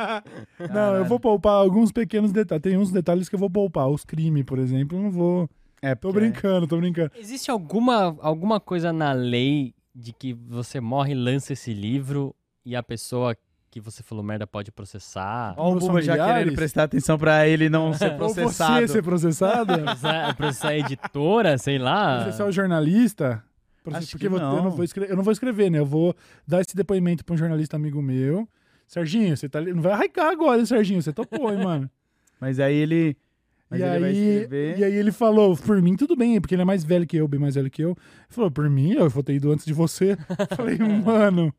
Speaker 3: Não, eu vou poupar alguns pequenos detalhes. Tem uns detalhes que eu vou poupar. Os crimes, por exemplo, eu não vou.
Speaker 2: É,
Speaker 3: Tô
Speaker 2: porque-
Speaker 3: brincando, tô brincando.
Speaker 1: *laughs* Existe alguma, alguma coisa na lei de que você morre e lança esse livro e a pessoa que você falou merda pode processar?
Speaker 2: Ó, o
Speaker 3: Meus
Speaker 2: Buba já
Speaker 3: familiares. É.
Speaker 2: querendo prestar atenção pra ele não ser
Speaker 3: Ou
Speaker 2: processado.
Speaker 3: você ser processado?
Speaker 2: *laughs*
Speaker 1: Processar, processar a editora, sei
Speaker 2: Ah.
Speaker 1: lá.
Speaker 3: processar o jornalista?
Speaker 2: Acho que
Speaker 3: Porque eu vou- Eu,
Speaker 2: não.
Speaker 3: não vou escrever, eu não vou escrever, né? Eu vou dar esse depoimento pra um jornalista amigo meu. Serginho, você tá ali. Não vai arrancar agora, hein, Serginho? Você topou, hein, mano?
Speaker 2: Mas aí ele. Mas
Speaker 3: e,
Speaker 2: ele
Speaker 3: aí,
Speaker 2: vai escrever.
Speaker 3: e aí ele falou, por mim tudo bem, porque ele é mais velho que eu, bem mais velho que eu. Ele falou, por mim, eu vou ter ido antes de você. Eu
Speaker 2: *laughs*
Speaker 3: Falei, mano,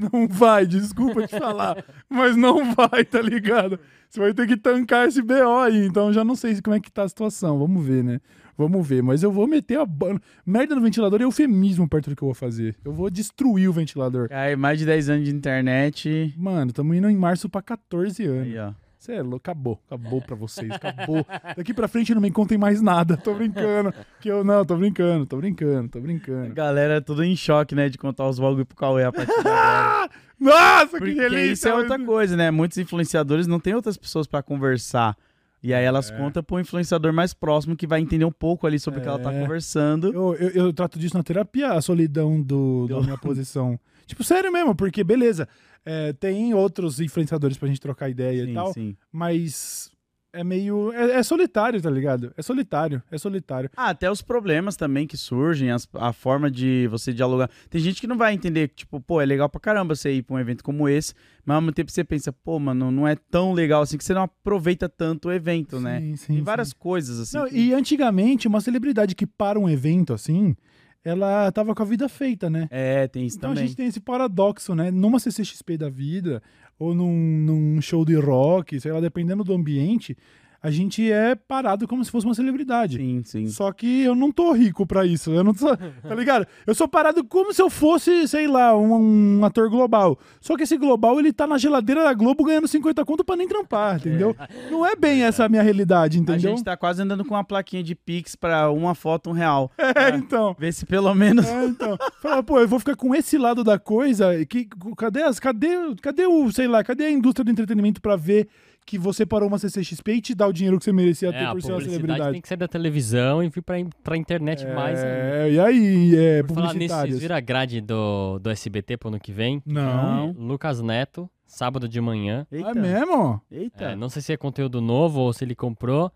Speaker 3: não vai, desculpa te falar, mas não vai, tá ligado? Você vai ter que tancar esse BO aí, então já não sei como é que tá a situação, vamos ver, né? Vamos ver, mas eu vou meter a ban... merda no ventilador é eufemismo perto do que eu vou fazer. Eu vou destruir o ventilador.
Speaker 2: Aí, mais de 10 anos de internet.
Speaker 3: Mano, tamo indo em março pra 14 anos.
Speaker 2: Aí, ó.
Speaker 3: Você é louco, acabou, acabou pra vocês, acabou. Daqui pra frente não me contem mais nada, tô brincando. Que eu não, tô brincando, tô brincando, tô
Speaker 2: A
Speaker 3: brincando.
Speaker 2: galera tudo em choque, né? De contar os bagulho pro Cauê a partir de agora.
Speaker 3: Nossa, que
Speaker 2: Porque é
Speaker 3: delícia!
Speaker 2: isso é outra coisa, né? Muitos influenciadores não têm outras pessoas pra conversar. E aí elas
Speaker 3: É.
Speaker 2: contam pro influenciador mais próximo que vai entender um pouco ali sobre o que ela tá
Speaker 3: É.
Speaker 2: conversando.
Speaker 3: Eu, eu, eu trato disso na terapia, a solidão do, da minha
Speaker 2: *laughs*
Speaker 3: posição. Tipo, sério mesmo, porque beleza, é, tem outros influenciadores pra gente trocar ideia e
Speaker 2: sim,
Speaker 3: tal,
Speaker 2: sim.
Speaker 3: mas é meio. É, é solitário, tá ligado? É solitário, é solitário.
Speaker 2: Ah, até os problemas também que surgem, as- a forma de você dialogar. Tem gente que não vai entender, tipo, pô, é legal pra caramba você ir pra um evento como esse, mas ao mesmo tempo você pensa, pô, mano, não é tão legal assim que você não aproveita tanto o evento, né?
Speaker 3: Sim, sim,
Speaker 2: Tem
Speaker 3: sim.
Speaker 2: várias coisas assim.
Speaker 3: Não,
Speaker 2: que-
Speaker 3: e antigamente, uma celebridade que para um evento assim, ela tava com a vida feita, né?
Speaker 2: É, tem isso
Speaker 3: Então a
Speaker 2: também.
Speaker 3: gente tem esse paradoxo, né? Numa CCXP da vida, ou num, num show de rock, sei lá, dependendo do ambiente, a gente é parado como se fosse uma celebridade.
Speaker 2: Sim, sim.
Speaker 3: Só que eu não tô rico pra isso. Eu não
Speaker 2: *laughs*
Speaker 3: sou. Tá ligado? Eu sou parado como se eu fosse, sei lá, um, um ator global. Só que esse global, ele tá na geladeira da Globo ganhando 50 conto pra nem trampar, entendeu? Não é bem essa a minha realidade, entendeu?
Speaker 2: A gente tá quase andando com uma plaquinha de Pix pra uma foto, um real.
Speaker 3: *laughs* É, então.
Speaker 2: Vê se pelo menos.
Speaker 3: É, então. Fala, pô, eu vou ficar com esse lado da coisa. Que, cadê as. Cadê, cadê o, sei lá, cadê a indústria do entretenimento pra ver que você parou uma CCXP e te dá o dinheiro que você merecia
Speaker 1: É,
Speaker 3: ter
Speaker 1: a
Speaker 3: por ser uma
Speaker 1: publicidade
Speaker 3: celebridade?
Speaker 1: tem que sair da televisão e vir pra, in- pra internet mais. ainda.
Speaker 3: É, e aí, é,
Speaker 1: Por falar nisso, vocês
Speaker 3: publicitários.
Speaker 1: viram a grade do, do SBT pro ano que vem?
Speaker 3: Não.
Speaker 2: Não.
Speaker 1: Lucas Neto, sábado de manhã.
Speaker 2: Eita.
Speaker 3: *laughs* É mesmo?
Speaker 2: Eita.
Speaker 1: É, não sei se é conteúdo novo ou se ele comprou.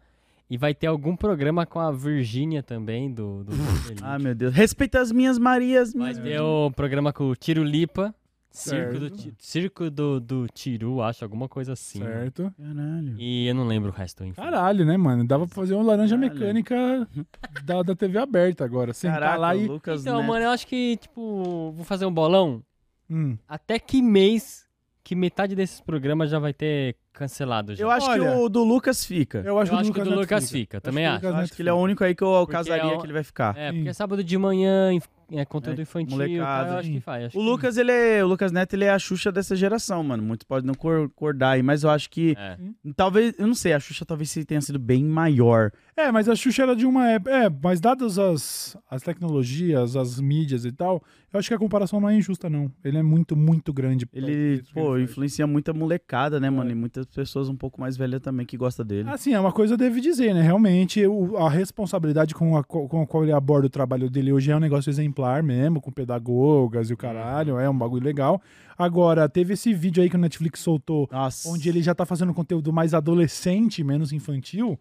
Speaker 1: E vai ter algum programa com a Virgínia também, do... do Elite.
Speaker 2: Ah, meu Deus. Respeita as minhas Marias,
Speaker 1: Vai
Speaker 2: minhas.
Speaker 1: ter o programa com o Tiro Lipa, Circo, do,
Speaker 3: Certo.
Speaker 1: Ti- Circo do, do Tiru, acho, alguma coisa assim.
Speaker 3: Certo.
Speaker 2: Caralho.
Speaker 1: E eu não lembro o resto, enfim.
Speaker 3: Caralho, né, mano? Dava pra fazer uma laranja
Speaker 2: Caralho.
Speaker 3: mecânica
Speaker 1: Uhum.
Speaker 3: da, da TV aberta agora. Sentar
Speaker 2: Caraca,
Speaker 3: Tá lá e.
Speaker 2: Lucas
Speaker 1: Então,
Speaker 2: Neto.
Speaker 1: mano, eu acho que, tipo, vou fazer um bolão.
Speaker 3: Hum.
Speaker 1: Até que mês que metade desses programas já vai ter cancelado já?
Speaker 2: Eu acho
Speaker 3: Olha.
Speaker 2: que o do Lucas fica.
Speaker 3: Eu acho,
Speaker 1: Eu acho que o do
Speaker 3: Neto
Speaker 1: Lucas fica, também
Speaker 3: que o
Speaker 1: acho.
Speaker 3: Lucas
Speaker 2: Eu acho
Speaker 3: Neto
Speaker 2: que ele é o único aí que eu
Speaker 1: Porque
Speaker 2: casaria
Speaker 1: é o-
Speaker 2: que ele vai ficar.
Speaker 1: É,
Speaker 3: Sim.
Speaker 1: porque é sábado de manhã, inf- é conteúdo
Speaker 2: É,
Speaker 1: infantil,
Speaker 2: molecada,
Speaker 1: tá, eu acho
Speaker 3: sim.
Speaker 1: que vai. acho
Speaker 2: O
Speaker 1: que-
Speaker 2: Lucas, ele é, o Lucas Neto, ele é a Xuxa dessa geração, mano. Muitos podem não cor- concordar aí, mas eu acho que
Speaker 1: É.
Speaker 2: talvez, eu não sei, a Xuxa talvez se tenha sido bem maior.
Speaker 3: É, mas a Xuxa era de uma época. É, mas dadas as, as tecnologias, as mídias e tal, eu acho que a comparação não é injusta, não. Ele é muito, muito grande. pra
Speaker 2: Ele,
Speaker 3: É isso que É.
Speaker 2: pô,
Speaker 3: ele faz.
Speaker 2: influencia muita molecada, né, mano? E muitas pessoas um pouco mais velhas também que gostam dele.
Speaker 3: Assim, é uma coisa eu devo dizer, né? Realmente, o- a responsabilidade com a, co- com a qual ele aborda o trabalho dele hoje é um negócio exemplar mesmo, com pedagogas e o caralho, é um bagulho legal. Agora, teve esse vídeo aí que o Netflix soltou,
Speaker 2: Nossa.
Speaker 3: onde ele já tá fazendo conteúdo mais adolescente, menos infantil.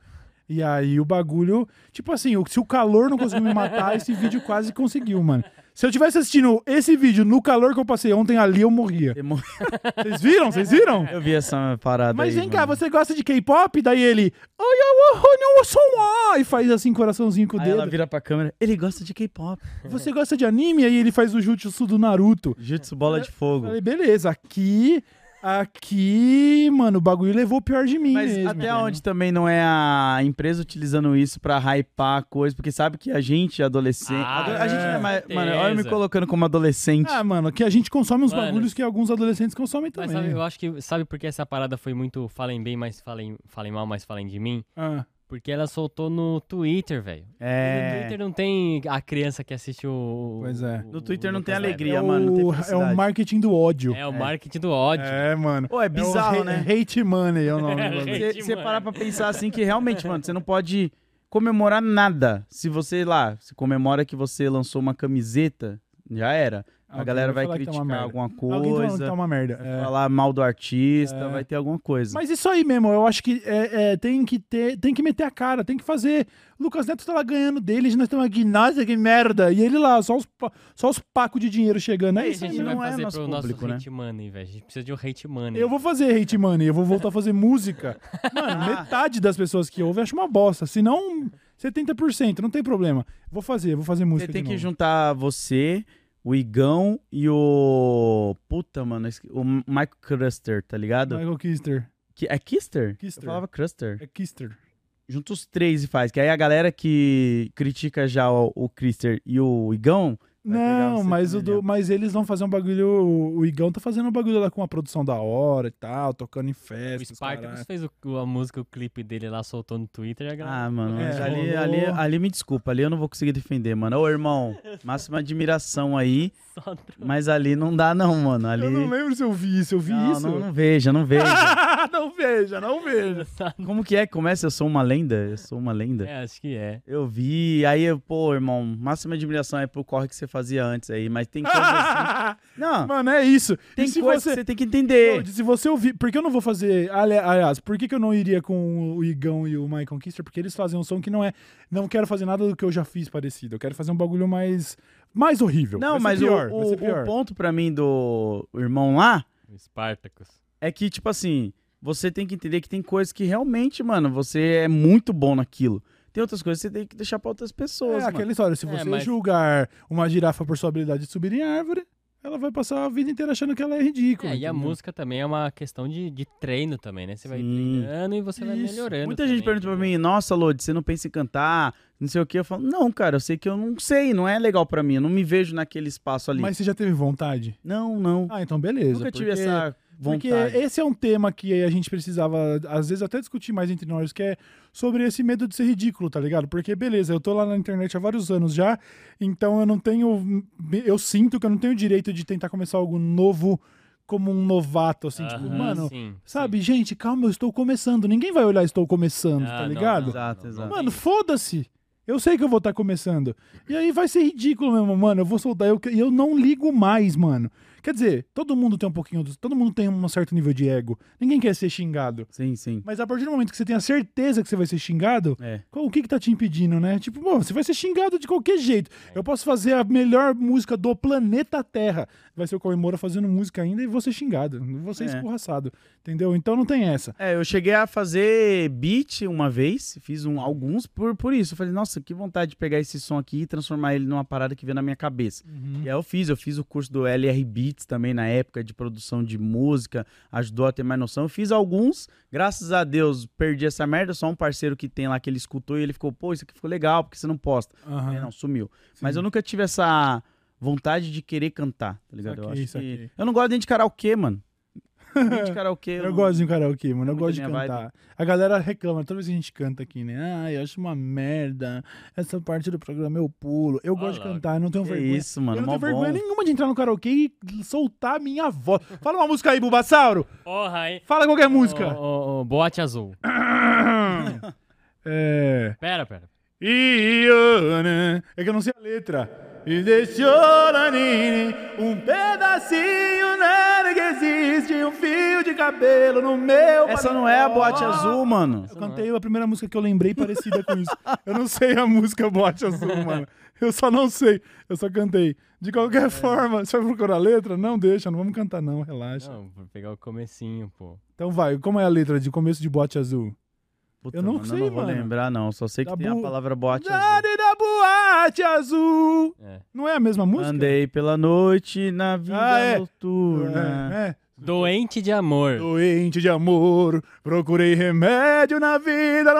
Speaker 3: E aí o bagulho. Tipo assim, o- se o calor não conseguiu me matar, esse vídeo quase conseguiu, mano. Se eu tivesse assistindo esse vídeo no calor que eu passei ontem ali, eu morria.
Speaker 2: Ele mo-
Speaker 3: Vocês viram? Vocês viram?
Speaker 2: *laughs* Eu vi essa parada
Speaker 3: Mas
Speaker 2: aí,
Speaker 3: vem cá,
Speaker 2: mano.
Speaker 3: você gosta de K-pop? Daí ele. Ai, eu eu não sou um ah", E faz assim, coraçãozinho com o
Speaker 2: Aí ela
Speaker 3: dedo.
Speaker 2: vira pra câmera, ele gosta de K-pop.
Speaker 3: Você gosta de anime? Aí ele faz o jutsu do Naruto.
Speaker 2: Jutsu bola de
Speaker 3: Eu
Speaker 2: fogo.
Speaker 3: Falei, beleza, aqui. Aqui, mano, o bagulho levou o pior de mim.
Speaker 2: Mas
Speaker 3: mesmo,
Speaker 2: até
Speaker 3: velho.
Speaker 2: onde também não é a empresa utilizando isso pra hypar a coisa, porque sabe que a gente, adolescente.
Speaker 1: Ah,
Speaker 2: ado- a gente não é
Speaker 3: é,
Speaker 2: mais.
Speaker 1: certeza.
Speaker 2: Mano, olha eu me colocando como adolescente.
Speaker 3: Ah, mano, que a gente consome uns
Speaker 1: Mano.
Speaker 3: bagulhos que alguns adolescentes consomem
Speaker 1: Mas
Speaker 3: também.
Speaker 1: sabe, eu acho que, sabe por que essa parada foi muito falem bem, mas falem, falem mal, mas falem de mim?
Speaker 3: Ah,
Speaker 1: Porque ela soltou no Twitter, velho. No
Speaker 2: é.
Speaker 1: Twitter não tem a criança que assiste o.
Speaker 3: Pois é.
Speaker 1: o-
Speaker 2: No Twitter
Speaker 1: o
Speaker 2: não tem
Speaker 1: Lucas
Speaker 2: alegria.
Speaker 3: é, o,
Speaker 2: mano, não tem
Speaker 3: é o
Speaker 2: felicidade.
Speaker 3: marketing do ódio.
Speaker 1: Neto. É o marketing do ódio.
Speaker 3: É, mano.
Speaker 2: Pô, é
Speaker 3: É o
Speaker 2: bizarro,
Speaker 3: ha-
Speaker 2: né?
Speaker 3: Hate money é o nome do bagulho.
Speaker 1: Gente,
Speaker 2: Você
Speaker 1: mano.
Speaker 2: parar pra pensar assim que realmente, mano, você não pode comemorar nada. Se você lá, se comemora que você lançou uma camiseta, já era. A
Speaker 3: Alguém
Speaker 2: galera
Speaker 3: vai
Speaker 2: vai
Speaker 3: falar que tá uma
Speaker 2: criticar
Speaker 3: merda. *laughs* Alguém
Speaker 2: alguma
Speaker 3: tá falando
Speaker 2: coisa,
Speaker 3: que tá uma merda. É.
Speaker 2: falar mal do artista,
Speaker 3: É.
Speaker 2: vai ter alguma coisa.
Speaker 3: Mas isso aí mesmo, eu acho que é, é, tem que ter, tem que meter a cara, tem que fazer. O Lucas Neto tá lá ganhando deles, nós estamos aqui, nossa, que merda. E ele lá, só os, pa- só os pacos de dinheiro chegando. É
Speaker 1: Aí a
Speaker 3: isso aí,
Speaker 1: gente
Speaker 2: não
Speaker 1: vai
Speaker 3: não
Speaker 2: é
Speaker 1: fazer
Speaker 2: nosso
Speaker 1: pro nosso
Speaker 2: público, né?
Speaker 1: hate money, velho. A gente precisa de um hate money.
Speaker 3: Eu vou fazer hate money, eu vou voltar a fazer
Speaker 2: *laughs*
Speaker 3: música. Mano, metade das pessoas que ouvem acha uma bosta. Se não, 70%, não tem problema. Vou fazer, vou fazer
Speaker 2: Você
Speaker 3: música.
Speaker 2: tem
Speaker 3: de
Speaker 2: que
Speaker 3: novo.
Speaker 2: juntar você, o Igão e o. Puta, mano, esque- o Michael Cruster, tá ligado?
Speaker 3: Michael Kister.
Speaker 2: Que, é Kister?
Speaker 3: Kister.
Speaker 2: Eu falava Cruster.
Speaker 3: É Kister.
Speaker 2: junta os três e faz. Que aí a galera que critica já o, o Christer e o Igão. vai pegar um
Speaker 3: Não,
Speaker 2: você
Speaker 3: mas, o
Speaker 2: também,
Speaker 3: do, mas eles vão fazer um bagulho. O o Igão tá fazendo um bagulho lá com uma produção da hora e tal, tocando em
Speaker 1: O
Speaker 3: festas.
Speaker 2: tá
Speaker 3: caralho.
Speaker 2: né?
Speaker 1: Spartacus fez o- o- a música, o clipe dele lá, soltou no Twitter e a galera.
Speaker 2: Ah, mano,
Speaker 3: É,
Speaker 2: mas ali,
Speaker 3: rolou.
Speaker 2: ali, ali me desculpa, ali eu não vou conseguir defender, mano. Ô, irmão, máxima admiração aí,
Speaker 1: *laughs* só-
Speaker 2: mas ali não dá não, mano. Ali...
Speaker 3: Eu não lembro se eu vi isso, eu vi
Speaker 2: não,
Speaker 3: isso.
Speaker 2: não, não veja, não veja.
Speaker 3: *laughs* não veja, não veja.
Speaker 2: Como que é que começa? Eu sou uma lenda? Eu sou uma lenda.
Speaker 1: É, acho que é.
Speaker 2: Eu vi, aí, eu, pô, irmão, máxima admiração aí pro corre que você fazia antes aí,
Speaker 3: *laughs*
Speaker 2: mas tem coisa assim. Não,
Speaker 3: Mano, é isso.
Speaker 2: tem
Speaker 3: E se
Speaker 2: coisa
Speaker 3: você-
Speaker 2: que você tem que entender.
Speaker 3: Se você ouvir. Por que eu não vou fazer. ali- Aliás, por que, que eu não iria com o Igão e o Mike Conquister? Porque eles fazem um som que não é. Não quero fazer nada do que eu já fiz parecido. Eu quero fazer um bagulho mais. Mais horrível.
Speaker 2: Não,
Speaker 3: Vai ser
Speaker 2: mas o-
Speaker 3: pior,
Speaker 2: o,
Speaker 3: vai ser
Speaker 2: o
Speaker 3: pior.
Speaker 2: ponto pra mim do irmão lá
Speaker 1: Spartacus.
Speaker 2: é que, tipo assim, você tem que entender que tem coisas que realmente, mano, você é muito bom naquilo. Tem outras coisas que você tem que deixar pra outras
Speaker 3: É
Speaker 2: pessoas, assim, mano.
Speaker 3: aquela história. Se
Speaker 1: É,
Speaker 3: você
Speaker 1: mas-
Speaker 3: julgar uma girafa por sua habilidade de subir em árvore, ela vai passar a vida inteira achando que ela é ridícula.
Speaker 1: É, e a
Speaker 3: entendeu?
Speaker 1: música também é uma questão de, de treino também, né? Você vai
Speaker 2: Sim.
Speaker 1: treinando e você vai
Speaker 3: Isso.
Speaker 1: melhorando.
Speaker 2: Muita gente
Speaker 1: também,
Speaker 2: pergunta pra
Speaker 1: tipo,
Speaker 2: mim, nossa, Lodi, você não pensa em cantar, não sei o quê. Eu falo, não, cara, eu sei que eu não sei, não é legal pra mim, eu não me vejo naquele espaço ali.
Speaker 3: Mas você já teve vontade?
Speaker 2: Não, não.
Speaker 3: Ah, então beleza.
Speaker 2: Nunca tive
Speaker 3: porque-
Speaker 2: essa
Speaker 3: Porque
Speaker 2: vontade.
Speaker 3: esse é um tema que a gente precisava, às vezes, até discutir mais entre nós, que é sobre esse medo de ser ridículo, tá ligado? Porque, beleza, eu tô lá na internet há vários anos já, então eu não tenho. Eu sinto que eu não tenho o direito de tentar começar algo novo como um novato, assim, tipo,
Speaker 1: aham,
Speaker 3: mano.
Speaker 1: sim,
Speaker 3: Sabe, gente, calma, eu estou começando. Ninguém vai olhar, estou começando,
Speaker 1: sim. Ah,
Speaker 3: tá
Speaker 1: não,
Speaker 3: ligado?
Speaker 1: não, não,
Speaker 2: Exato,
Speaker 1: não,
Speaker 2: exato.
Speaker 1: não
Speaker 3: Mano,
Speaker 1: tem.
Speaker 3: foda-se. Eu sei que eu vou estar começando. E aí vai ser ridículo mesmo, mano. Eu vou soltar. Eu, e eu não ligo mais, mano. Quer dizer, todo mundo tem um pouquinho. do- Todo mundo tem um certo nível de ego. Ninguém quer ser xingado.
Speaker 2: Sim, sim.
Speaker 3: Mas a partir do momento que você tem a certeza que você vai ser xingado,
Speaker 2: É.
Speaker 3: qual- o que que tá te impedindo, né? Tipo, pô, você vai ser xingado de qualquer jeito. Eu posso fazer a melhor música do planeta Terra. Vai ser o Cauê Moura fazendo música ainda e vou ser xingado. Vou ser
Speaker 2: É.
Speaker 3: escorraçado. Entendeu? Então não tem essa.
Speaker 2: É, eu cheguei a fazer beat uma vez, fiz um, alguns por, por isso. Eu falei, nossa, que vontade de pegar esse som aqui e transformar ele numa parada que veio na minha cabeça. E aí eu fiz, eu fiz o curso do LR Beats também na época de produção de música, ajudou a ter mais noção. Eu fiz alguns, graças a Deus, perdi essa merda. Só um parceiro que tem lá que ele escutou e ele ficou, pô, isso aqui ficou legal, porque você não posta. Eu falei,
Speaker 3: Aham.
Speaker 2: não, sumiu. Mas eu nunca tive essa vontade de querer cantar, tá ligado?
Speaker 3: Saquei,
Speaker 2: eu acho que...
Speaker 3: saquei.
Speaker 2: Eu não gosto nem de karaokê, mano.
Speaker 3: *laughs*
Speaker 2: Nem de karaokê.
Speaker 3: Eu,
Speaker 2: não-
Speaker 3: gosto de um karaokê, mano. Eu
Speaker 2: muito
Speaker 3: gosto de
Speaker 2: minha vibe.
Speaker 3: cantar. A galera reclama toda vez que a gente canta aqui, né? Ah, eu acho uma merda. Essa parte do programa eu pulo. Eu gosto de
Speaker 1: Olha lá.
Speaker 3: cantar, eu não tenho
Speaker 2: Que
Speaker 3: vergonha.
Speaker 2: isso, mano.
Speaker 3: eu não
Speaker 2: mó
Speaker 3: tenho vergonha
Speaker 2: bom.
Speaker 3: nenhuma de entrar no karaokê e soltar a minha voz. Fala uma música aí, Bulbasauro.
Speaker 1: Porra, hein?
Speaker 3: Fala qualquer música.
Speaker 1: Ô, ô, ô, boate azul.
Speaker 3: *laughs* É.
Speaker 1: Pera, pera.
Speaker 3: Iana. É que eu não sei a letra. E deixou na Nini um pedacinho nada que existe, um fio de cabelo no meu
Speaker 2: Essa não é a boate
Speaker 3: paletó.
Speaker 2: azul, mano.
Speaker 3: Eu cantei a primeira música que eu lembrei parecida com isso. Eu não sei a música Boate
Speaker 2: *laughs*
Speaker 3: Azul, mano. Eu só não sei. Eu só cantei. De qualquer
Speaker 2: É.
Speaker 3: forma, você vai procurar a letra? Não deixa, não vamos cantar não, relaxa.
Speaker 1: Não, vou pegar o comecinho, pô.
Speaker 3: Então vai, como é a letra de começo de Boate Azul?
Speaker 2: Puta,
Speaker 3: Eu não
Speaker 2: mano,
Speaker 3: sei,
Speaker 2: eu não vou
Speaker 3: mano.
Speaker 2: lembrar, não. Só sei que
Speaker 3: Da
Speaker 2: tem
Speaker 3: bu- Ah,
Speaker 2: a palavra boate azul.
Speaker 3: Dare da Boate Azul.
Speaker 1: É.
Speaker 3: Não é a mesma música?
Speaker 2: Andei pela noite na vida
Speaker 3: Ah, é.
Speaker 2: noturna.
Speaker 3: É, é.
Speaker 1: Doente de amor.
Speaker 3: Doente de amor, procurei remédio na vida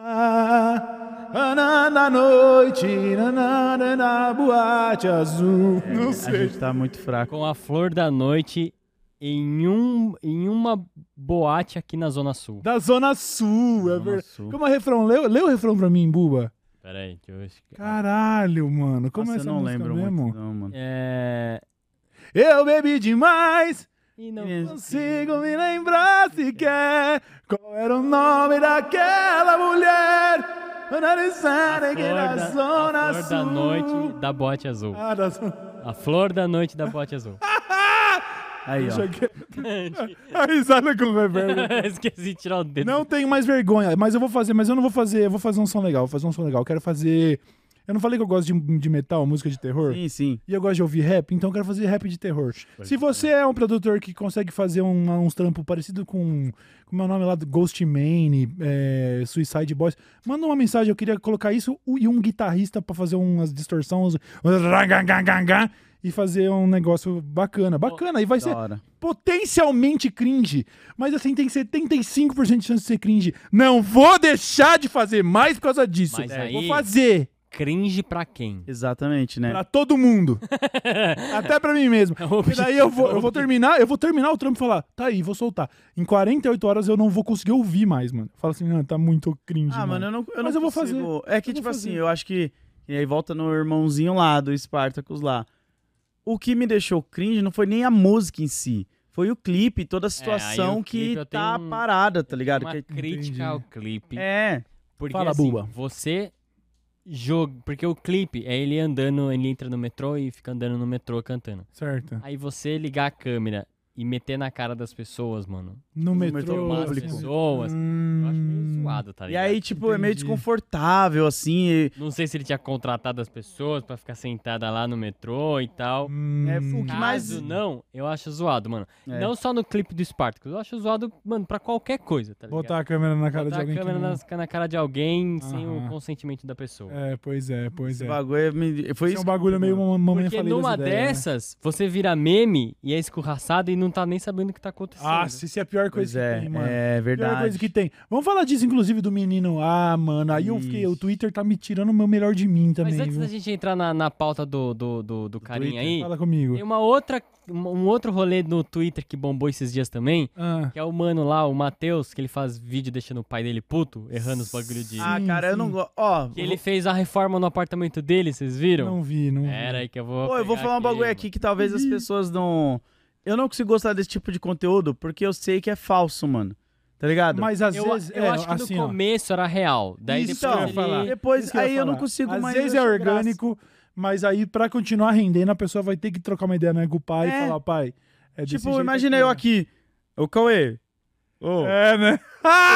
Speaker 3: noturna. Anã na noite, naná na, na boate azul. Não
Speaker 2: A
Speaker 3: sei.
Speaker 2: gente tá muito fraco.
Speaker 1: Com a flor da noite em, um, em uma boate aqui na Zona Sul.
Speaker 3: Da Zona Sul, é
Speaker 2: Zona
Speaker 3: verdade.
Speaker 2: Sul. Ah.
Speaker 3: Como é o refrão? Lê, lê o refrão pra mim, Buba.
Speaker 1: Pera aí, que eu acho que...
Speaker 3: Caralho, mano. Como é
Speaker 2: Nossa,
Speaker 3: essa
Speaker 2: eu não
Speaker 3: música
Speaker 2: lembro
Speaker 3: mesmo?
Speaker 2: muito, não, mano.
Speaker 1: É...
Speaker 3: Eu bebi demais,
Speaker 1: E não
Speaker 2: Menino.
Speaker 3: consigo me lembrar sequer qual era o nome daquela mulher.
Speaker 1: A
Speaker 3: Analisarem que
Speaker 1: flor
Speaker 3: na
Speaker 1: da-
Speaker 3: Zona
Speaker 1: a flor
Speaker 3: Sul.
Speaker 1: da noite da boate azul.
Speaker 3: Ah, da Zona
Speaker 1: A flor da noite da boate
Speaker 3: *laughs*
Speaker 1: azul. *laughs*
Speaker 2: Aí, ó.
Speaker 3: Cheguei- *laughs* A risada com o
Speaker 2: *laughs*
Speaker 3: reverb.
Speaker 1: Esqueci de tirar o dedo.
Speaker 3: Não tenho mais vergonha, mas eu vou fazer, mas eu não vou fazer, eu vou fazer um som legal, vou fazer um som legal. Eu quero fazer. Eu não falei que eu gosto de, de metal, música de terror?
Speaker 2: Sim, sim.
Speaker 3: E eu gosto de ouvir rap, então eu quero fazer rap de terror. Se você é um produtor que consegue fazer um- uns trampos parecido com. Como é o nome lá? do Ghost Mane, é, Suicide Boys. Manda uma mensagem, eu queria colocar isso e um guitarrista pra fazer umas distorções. uns ragagagagá, E fazer um negócio bacana. Bacana, e vai ser
Speaker 2: Da hora.
Speaker 3: potencialmente cringe, mas assim tem 75% de chance de ser cringe. Não vou deixar de fazer mais por causa disso.
Speaker 1: Mas aí-
Speaker 3: Vou fazer
Speaker 1: Cringe pra quem? *laughs*
Speaker 2: Exatamente, né?
Speaker 3: pra todo mundo. Até pra mim mesmo.
Speaker 1: o
Speaker 3: E
Speaker 2: *laughs*
Speaker 3: daí eu vou, eu vou terminar, eu vou terminar o trampo e falar, tá aí, vou soltar. Em 48 horas eu não vou conseguir ouvir mais, mano. Fala assim, não, tá muito cringe.
Speaker 2: Ah, mano, eu não, eu
Speaker 3: Mas
Speaker 2: não
Speaker 3: eu vou
Speaker 2: consigo- É que,
Speaker 3: Eu vou
Speaker 2: tipo assim,
Speaker 3: fazer.
Speaker 2: eu acho que. E aí volta no irmãozinho lá, do Spartacus lá. O que me deixou cringe não foi nem a música em si. Foi o clipe, toda a situação
Speaker 1: É, o
Speaker 2: que
Speaker 1: clipe eu
Speaker 2: tá
Speaker 1: tenho um-
Speaker 2: parada, tá ligado?
Speaker 1: Uma
Speaker 2: Que-
Speaker 1: crítica
Speaker 3: Entendi.
Speaker 1: ao clipe.
Speaker 2: É,
Speaker 1: Porque
Speaker 3: Fala,
Speaker 1: assim,
Speaker 3: Buba.
Speaker 1: você joga. Porque o clipe é ele andando, ele entra no metrô e fica andando no metrô cantando.
Speaker 3: Certo.
Speaker 1: Aí você ligar a câmera e meter na cara das pessoas, mano.
Speaker 3: No, metrô,
Speaker 2: metrô
Speaker 1: Filmar as
Speaker 2: público.
Speaker 1: pessoas.
Speaker 3: Hum.
Speaker 1: Eu acho meio zoado, tá
Speaker 2: e
Speaker 1: ligado?
Speaker 2: aí, tipo, é meio
Speaker 3: Entendi.
Speaker 2: desconfortável, assim. e-
Speaker 1: Não sei se ele tinha contratado as pessoas pra ficar sentada lá no metrô e tal.
Speaker 3: Hum.
Speaker 2: É, o que
Speaker 1: Caso
Speaker 2: mais-
Speaker 1: não, eu acho zoado, mano.
Speaker 2: É.
Speaker 1: Não só no clipe do Spartacus, eu acho zoado, mano, pra qualquer coisa, tá ligado?
Speaker 3: Botar a câmera na cara
Speaker 1: Botar
Speaker 3: de alguém
Speaker 1: a câmera
Speaker 3: que não...
Speaker 1: nas- na cara de alguém sem o
Speaker 3: Aham.
Speaker 1: consentimento da pessoa.
Speaker 3: É, pois é, pois
Speaker 2: Esse
Speaker 3: é.
Speaker 2: bagulho me- foi
Speaker 3: Isso é um bagulho meio uma mamãe
Speaker 1: Porque
Speaker 3: falei das
Speaker 1: numa
Speaker 3: ideias, né?
Speaker 1: dessas, você vira meme e é escorraçado e não tá nem sabendo o que tá acontecendo.
Speaker 3: Ah, se isso é a pior coisa
Speaker 2: Pois
Speaker 3: que
Speaker 2: é,
Speaker 3: tem, mano.
Speaker 2: é
Speaker 3: Pior coisa
Speaker 2: verdade.
Speaker 3: que tem. Vamos falar disso, inclusive, do menino. Ah, mano, aí eu fiquei. O
Speaker 2: Isso.
Speaker 3: Twitter tá me tirando o meu melhor de mim também.
Speaker 1: Mas antes
Speaker 3: viu?
Speaker 1: da gente entrar na, na pauta do, do, do, do carinha aí,
Speaker 3: Fala comigo.
Speaker 1: tem uma outra, um um outro rolê no Twitter que bombou esses dias também,
Speaker 3: Ah,
Speaker 1: que é o mano lá, o Matheus, que ele faz vídeo deixando o pai dele puto, errando os bagulho de...
Speaker 2: Ah,
Speaker 3: Sim,
Speaker 2: cara, eu não
Speaker 3: sim.
Speaker 2: gosto. Ó,
Speaker 1: Que ele fez a reforma no apartamento dele, vocês viram?
Speaker 3: não vi, não vi.
Speaker 1: Pera aí que eu vou...
Speaker 2: Pô, eu vou
Speaker 1: pegar
Speaker 2: falar um bagulho aqui que talvez
Speaker 1: Uhum.
Speaker 2: as pessoas não. Eu não consigo gostar desse tipo de conteúdo porque eu sei que é falso, mano. Tá ligado?
Speaker 3: Mas às
Speaker 1: mano. Eu,
Speaker 3: vezes.
Speaker 1: eu
Speaker 3: é,
Speaker 1: acho que
Speaker 3: assim,
Speaker 1: no
Speaker 3: ó.
Speaker 1: começo era real. Daí
Speaker 2: Isso
Speaker 1: depois
Speaker 2: que eu ia
Speaker 1: ele...
Speaker 3: falar.
Speaker 2: Depois,
Speaker 3: Isso que eu ia
Speaker 2: aí eu não
Speaker 3: falar.
Speaker 2: consigo
Speaker 3: Às
Speaker 2: mais.
Speaker 3: vezes é
Speaker 2: achar
Speaker 3: orgânico, mas aí pra continuar rendendo, a pessoa vai ter que trocar uma ideia né, com o pai
Speaker 2: É.
Speaker 3: e falar, pai. É
Speaker 2: graça.
Speaker 3: desse
Speaker 2: Tipo,
Speaker 3: jeito
Speaker 2: imagina
Speaker 3: aqui,
Speaker 2: eu
Speaker 3: ó.
Speaker 2: aqui. Ô, Cauê. Ô.
Speaker 3: É, né?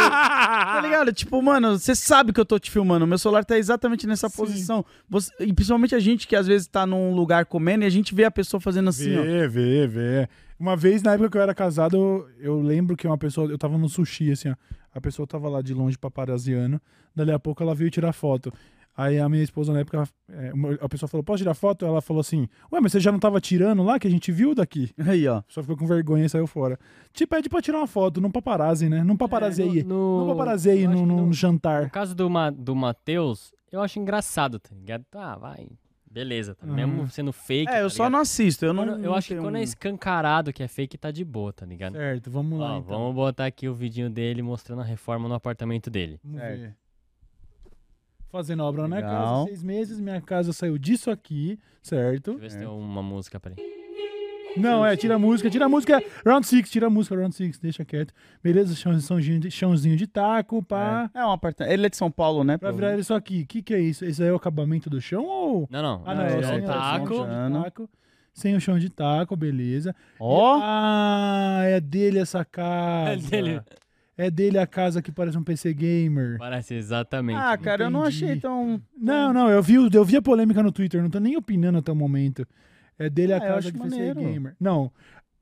Speaker 2: Tá ligado? Tipo, mano, você sabe que eu tô te filmando. Meu celular tá exatamente nessa
Speaker 3: Sim.
Speaker 2: posição. Você- e principalmente a gente que às vezes tá num lugar comendo e a gente vê a pessoa fazendo assim, ó.
Speaker 3: Vê, vê, vê. Uma vez, na época que eu era casado, eu, eu lembro que uma pessoa. Eu tava no sushi, assim, ó. A pessoa tava lá de longe paparazziano. Dali a pouco ela veio tirar foto. Aí a minha esposa, na época, é, uma- a pessoa falou: Posso tirar foto? Ela falou assim: Ué, mas você já não tava tirando lá que a gente viu daqui?
Speaker 2: Aí, ó.
Speaker 3: Só ficou com vergonha e saiu fora. Te pede pra tirar uma foto, não paparazzi, né? Não paparazzi aí.
Speaker 1: No,
Speaker 3: Não paparazzi aí
Speaker 1: eu acho
Speaker 3: num
Speaker 1: que
Speaker 3: num
Speaker 1: no- No
Speaker 3: jantar.
Speaker 1: caso do, Ma, do Matheus, eu acho engraçado, tá ligado? Ah, vai. Beleza, tá?
Speaker 3: Uhum.
Speaker 1: mesmo sendo fake.
Speaker 2: É, eu
Speaker 1: tá
Speaker 2: só
Speaker 1: ligado?
Speaker 2: não assisto. Eu não.
Speaker 1: Quando- eu
Speaker 2: não
Speaker 1: acho que
Speaker 2: tenho
Speaker 1: quando é
Speaker 2: um-
Speaker 1: escancarado que é fake, tá de boa, tá ligado?
Speaker 3: Certo, vamos lá.
Speaker 1: Ó,
Speaker 3: então.
Speaker 1: Vamos botar aqui o vidinho dele mostrando a reforma no apartamento dele.
Speaker 3: Vamos
Speaker 2: Certo.
Speaker 3: ver. Fazendo obra na minha
Speaker 2: Legal.
Speaker 3: casa seis meses, minha casa saiu disso aqui, certo?
Speaker 1: Deixa eu ver se tem
Speaker 3: É.
Speaker 1: uma música pra ele.
Speaker 3: Não, é, tira a música, tira a música, round six, tira a música, round six, deixa quieto. Beleza, chão- chãozinho de, chãozinho de taco, pá.
Speaker 2: É, é um apartamento. Ele é de São Paulo, né?
Speaker 3: Pra
Speaker 2: pô?
Speaker 3: virar isso aqui, o que que é isso? Esse aí é o acabamento do chão ou...
Speaker 1: Não, não.
Speaker 3: Ah,
Speaker 1: não,
Speaker 3: não,
Speaker 1: é
Speaker 3: é,
Speaker 1: o taco.
Speaker 3: sem- sem o chão de
Speaker 2: Bacana.
Speaker 3: taco. Sem o chão de taco, beleza.
Speaker 2: Ó!
Speaker 3: é- Ah, é dele essa casa.
Speaker 1: É dele.
Speaker 3: É dele a casa que parece um PC Gamer.
Speaker 1: Parece exatamente.
Speaker 2: Ah, cara, eu não
Speaker 3: Entendi.
Speaker 2: achei tão.
Speaker 3: Não, não, eu vi, o- eu vi a polêmica no Twitter, não tô nem opinando até o momento. É dele a
Speaker 2: Ah, eu
Speaker 3: casa
Speaker 2: acho
Speaker 3: que fez ser
Speaker 2: maneiro.
Speaker 3: gamer. Não,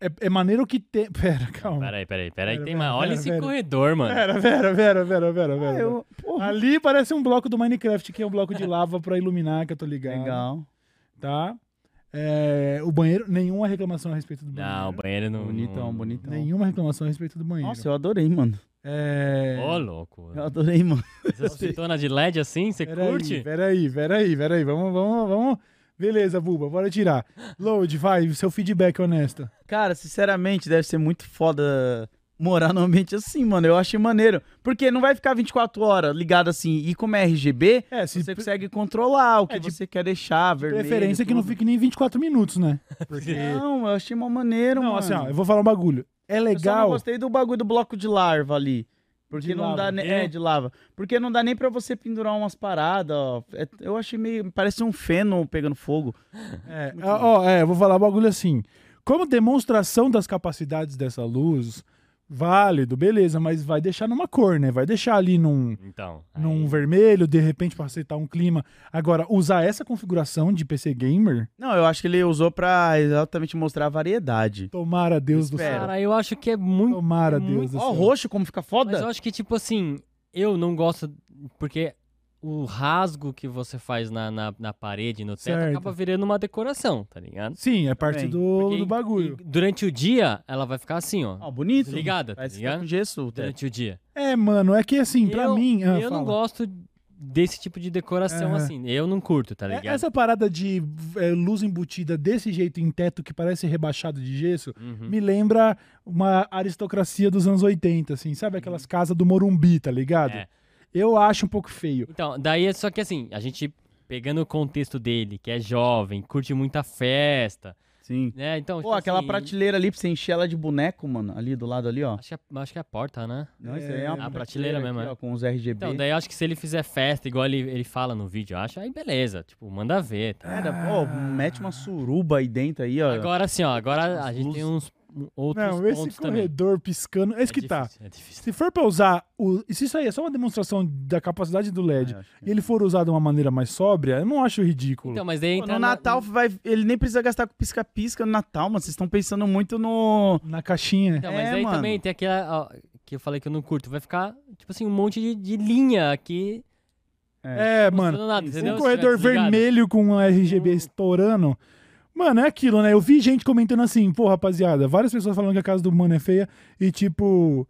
Speaker 3: é, é maneiro que tem. *laughs* Pera, calma.
Speaker 1: Peraí, peraí, peraí.
Speaker 3: Pera,
Speaker 1: Tem
Speaker 3: pera,
Speaker 1: mais. Olha
Speaker 3: pera,
Speaker 1: esse
Speaker 3: pera.
Speaker 1: corredor, mano.
Speaker 3: Pera, pera, pera, pera, pera,
Speaker 2: Ah,
Speaker 3: pera.
Speaker 2: eu. Porra.
Speaker 3: Ali parece um bloco do Minecraft, que é um bloco de lava pra iluminar, que eu tô ligado.
Speaker 2: Legal.
Speaker 3: Tá? É, o banheiro, nenhuma reclamação a respeito do banheiro.
Speaker 1: Não, o banheiro não.
Speaker 2: Bonitão,
Speaker 1: não...
Speaker 2: bonitão.
Speaker 3: Nenhuma reclamação a respeito do banheiro.
Speaker 2: Nossa, eu adorei, mano.
Speaker 3: É...
Speaker 1: Ô, louco.
Speaker 2: Eu adorei, mano.
Speaker 1: Essas pitonas de LED assim, você
Speaker 3: Peraí,
Speaker 1: curte?
Speaker 3: Peraí, peraí, peraí. Vamos, vamos, vamos. Beleza, Buba, bora tirar. Load, vai, seu feedback honesto.
Speaker 2: Cara, sinceramente, deve ser muito foda morar num ambiente assim, mano. Eu achei maneiro. Porque não vai ficar 24 horas ligado assim. E como é RGB,
Speaker 3: É, se
Speaker 2: você consegue controlar o que
Speaker 3: É, de-
Speaker 2: você quer deixar, vermelho.
Speaker 3: preferência que não
Speaker 2: tudo.
Speaker 3: fique nem 24 minutos, né?
Speaker 2: Não, eu achei mó maneiro,
Speaker 3: Não,
Speaker 2: mano.
Speaker 3: assim, ó, eu vou falar um bagulho. É
Speaker 2: Eu só não
Speaker 3: legal.
Speaker 2: gostei do bagulho do bloco de larva ali. Porque
Speaker 3: De
Speaker 2: não
Speaker 3: lava.
Speaker 2: dá nem. É, de lava. Porque não dá nem pra você pendurar umas paradas, ó. É- eu achei meio. Parece um feno pegando fogo.
Speaker 3: É, ó, ó, é, eu vou falar um bagulho assim. Como demonstração das capacidades dessa luz, válido, beleza, mas vai deixar numa cor, né? Vai deixar ali num,
Speaker 1: Então.
Speaker 3: num
Speaker 1: aí-
Speaker 3: vermelho, de repente, pra aceitar um clima. Agora, usar essa configuração de PC Gamer,
Speaker 2: Não, eu acho que ele usou pra exatamente mostrar a variedade.
Speaker 3: tomara Deus do
Speaker 2: Espera.
Speaker 3: céu.
Speaker 1: Cara, eu acho que é muito.
Speaker 3: Tomara
Speaker 1: É muito-
Speaker 3: Deus do
Speaker 2: Ó, o
Speaker 3: céu.
Speaker 2: roxo, como fica
Speaker 1: Mas eu
Speaker 2: foda.
Speaker 1: acho que, tipo assim, eu não gosto. Porque o rasgo que você faz na, na, na parede, no teto,
Speaker 3: Certo.
Speaker 1: acaba virando uma decoração, tá ligado?
Speaker 3: Sim, é parte
Speaker 2: Também.
Speaker 3: do,
Speaker 1: Porque
Speaker 3: do bagulho.
Speaker 1: E durante o dia, ela vai ficar assim, ó.
Speaker 2: Ó, bonito.
Speaker 1: desligada, tá
Speaker 2: Parece que tá
Speaker 1: ligado?
Speaker 2: com gesso. o teto.
Speaker 1: Durante o dia.
Speaker 3: Ah, É, mano, é que assim, pra
Speaker 1: eu,
Speaker 3: mim. ah,
Speaker 1: eu não
Speaker 3: fala.
Speaker 1: gosto desse tipo de decoração
Speaker 3: Aham.
Speaker 1: assim. Eu não curto, tá
Speaker 3: É,
Speaker 1: ligado?
Speaker 3: Essa parada de é, luz embutida desse jeito em teto que parece rebaixado de gesso
Speaker 1: Uhum.
Speaker 3: me lembra uma aristocracia dos anos 80, assim, sabe? Aquelas casas do Morumbi, tá ligado?
Speaker 1: Uhum. É.
Speaker 3: Eu acho um pouco feio.
Speaker 1: Então, daí é só que assim, a gente pegando o contexto dele, que é jovem, curte muita festa,
Speaker 2: Sim.
Speaker 1: É, então,
Speaker 2: Pô,
Speaker 1: tipo
Speaker 2: aquela
Speaker 1: assim,
Speaker 2: prateleira ali pra você encher ela de boneco, mano. Ali do lado ali, ó.
Speaker 1: Acho que, é, acho que é a porta, né?
Speaker 2: Não, isso aí é uma
Speaker 1: a prateleira mesmo,
Speaker 2: aqui,
Speaker 1: é.
Speaker 2: ó, com os RGB.
Speaker 1: Então, daí eu acho que se ele fizer festa, igual ele, ele fala no vídeo, eu acho, aí beleza, tipo, manda ver. Tá?
Speaker 2: Cara, pô, mete uma suruba aí dentro aí,
Speaker 3: É.
Speaker 2: ó.
Speaker 1: Agora sim, ó, agora a
Speaker 2: As
Speaker 1: gente tem uns um- outros
Speaker 3: Tipo, Não, esse
Speaker 1: pontos também.
Speaker 3: corredor piscando. É isso que tá.
Speaker 1: difícil, É difícil.
Speaker 3: Se for pra usar. O... e Se isso aí é só uma demonstração da capacidade do LED
Speaker 2: É, acho que-
Speaker 3: e ele for usado de uma maneira mais sóbria, eu não acho ridículo.
Speaker 1: Então, mas daí
Speaker 2: Pô,
Speaker 1: entra
Speaker 2: né, no
Speaker 1: na-
Speaker 2: Natal, vai, ele nem precisa gastar com pisca-pisca no Natal, mano. Vocês estão pensando muito no.
Speaker 3: Na caixinha.
Speaker 1: Então, mas
Speaker 2: É,
Speaker 1: aí
Speaker 2: mano.
Speaker 1: também tem aquela ó, que eu falei que eu não curto. Vai ficar, tipo assim, um monte de, de linha aqui.
Speaker 3: É, mano.
Speaker 1: mostrando nada, entendeu?
Speaker 3: Um
Speaker 1: Se
Speaker 3: corredor
Speaker 1: tiver desligado. Uhum.
Speaker 3: vermelho com um RGB estourando. Mano, é aquilo, né? Eu vi gente comentando assim, pô, rapaziada, várias pessoas falando que a casa do mano é feia e tipo.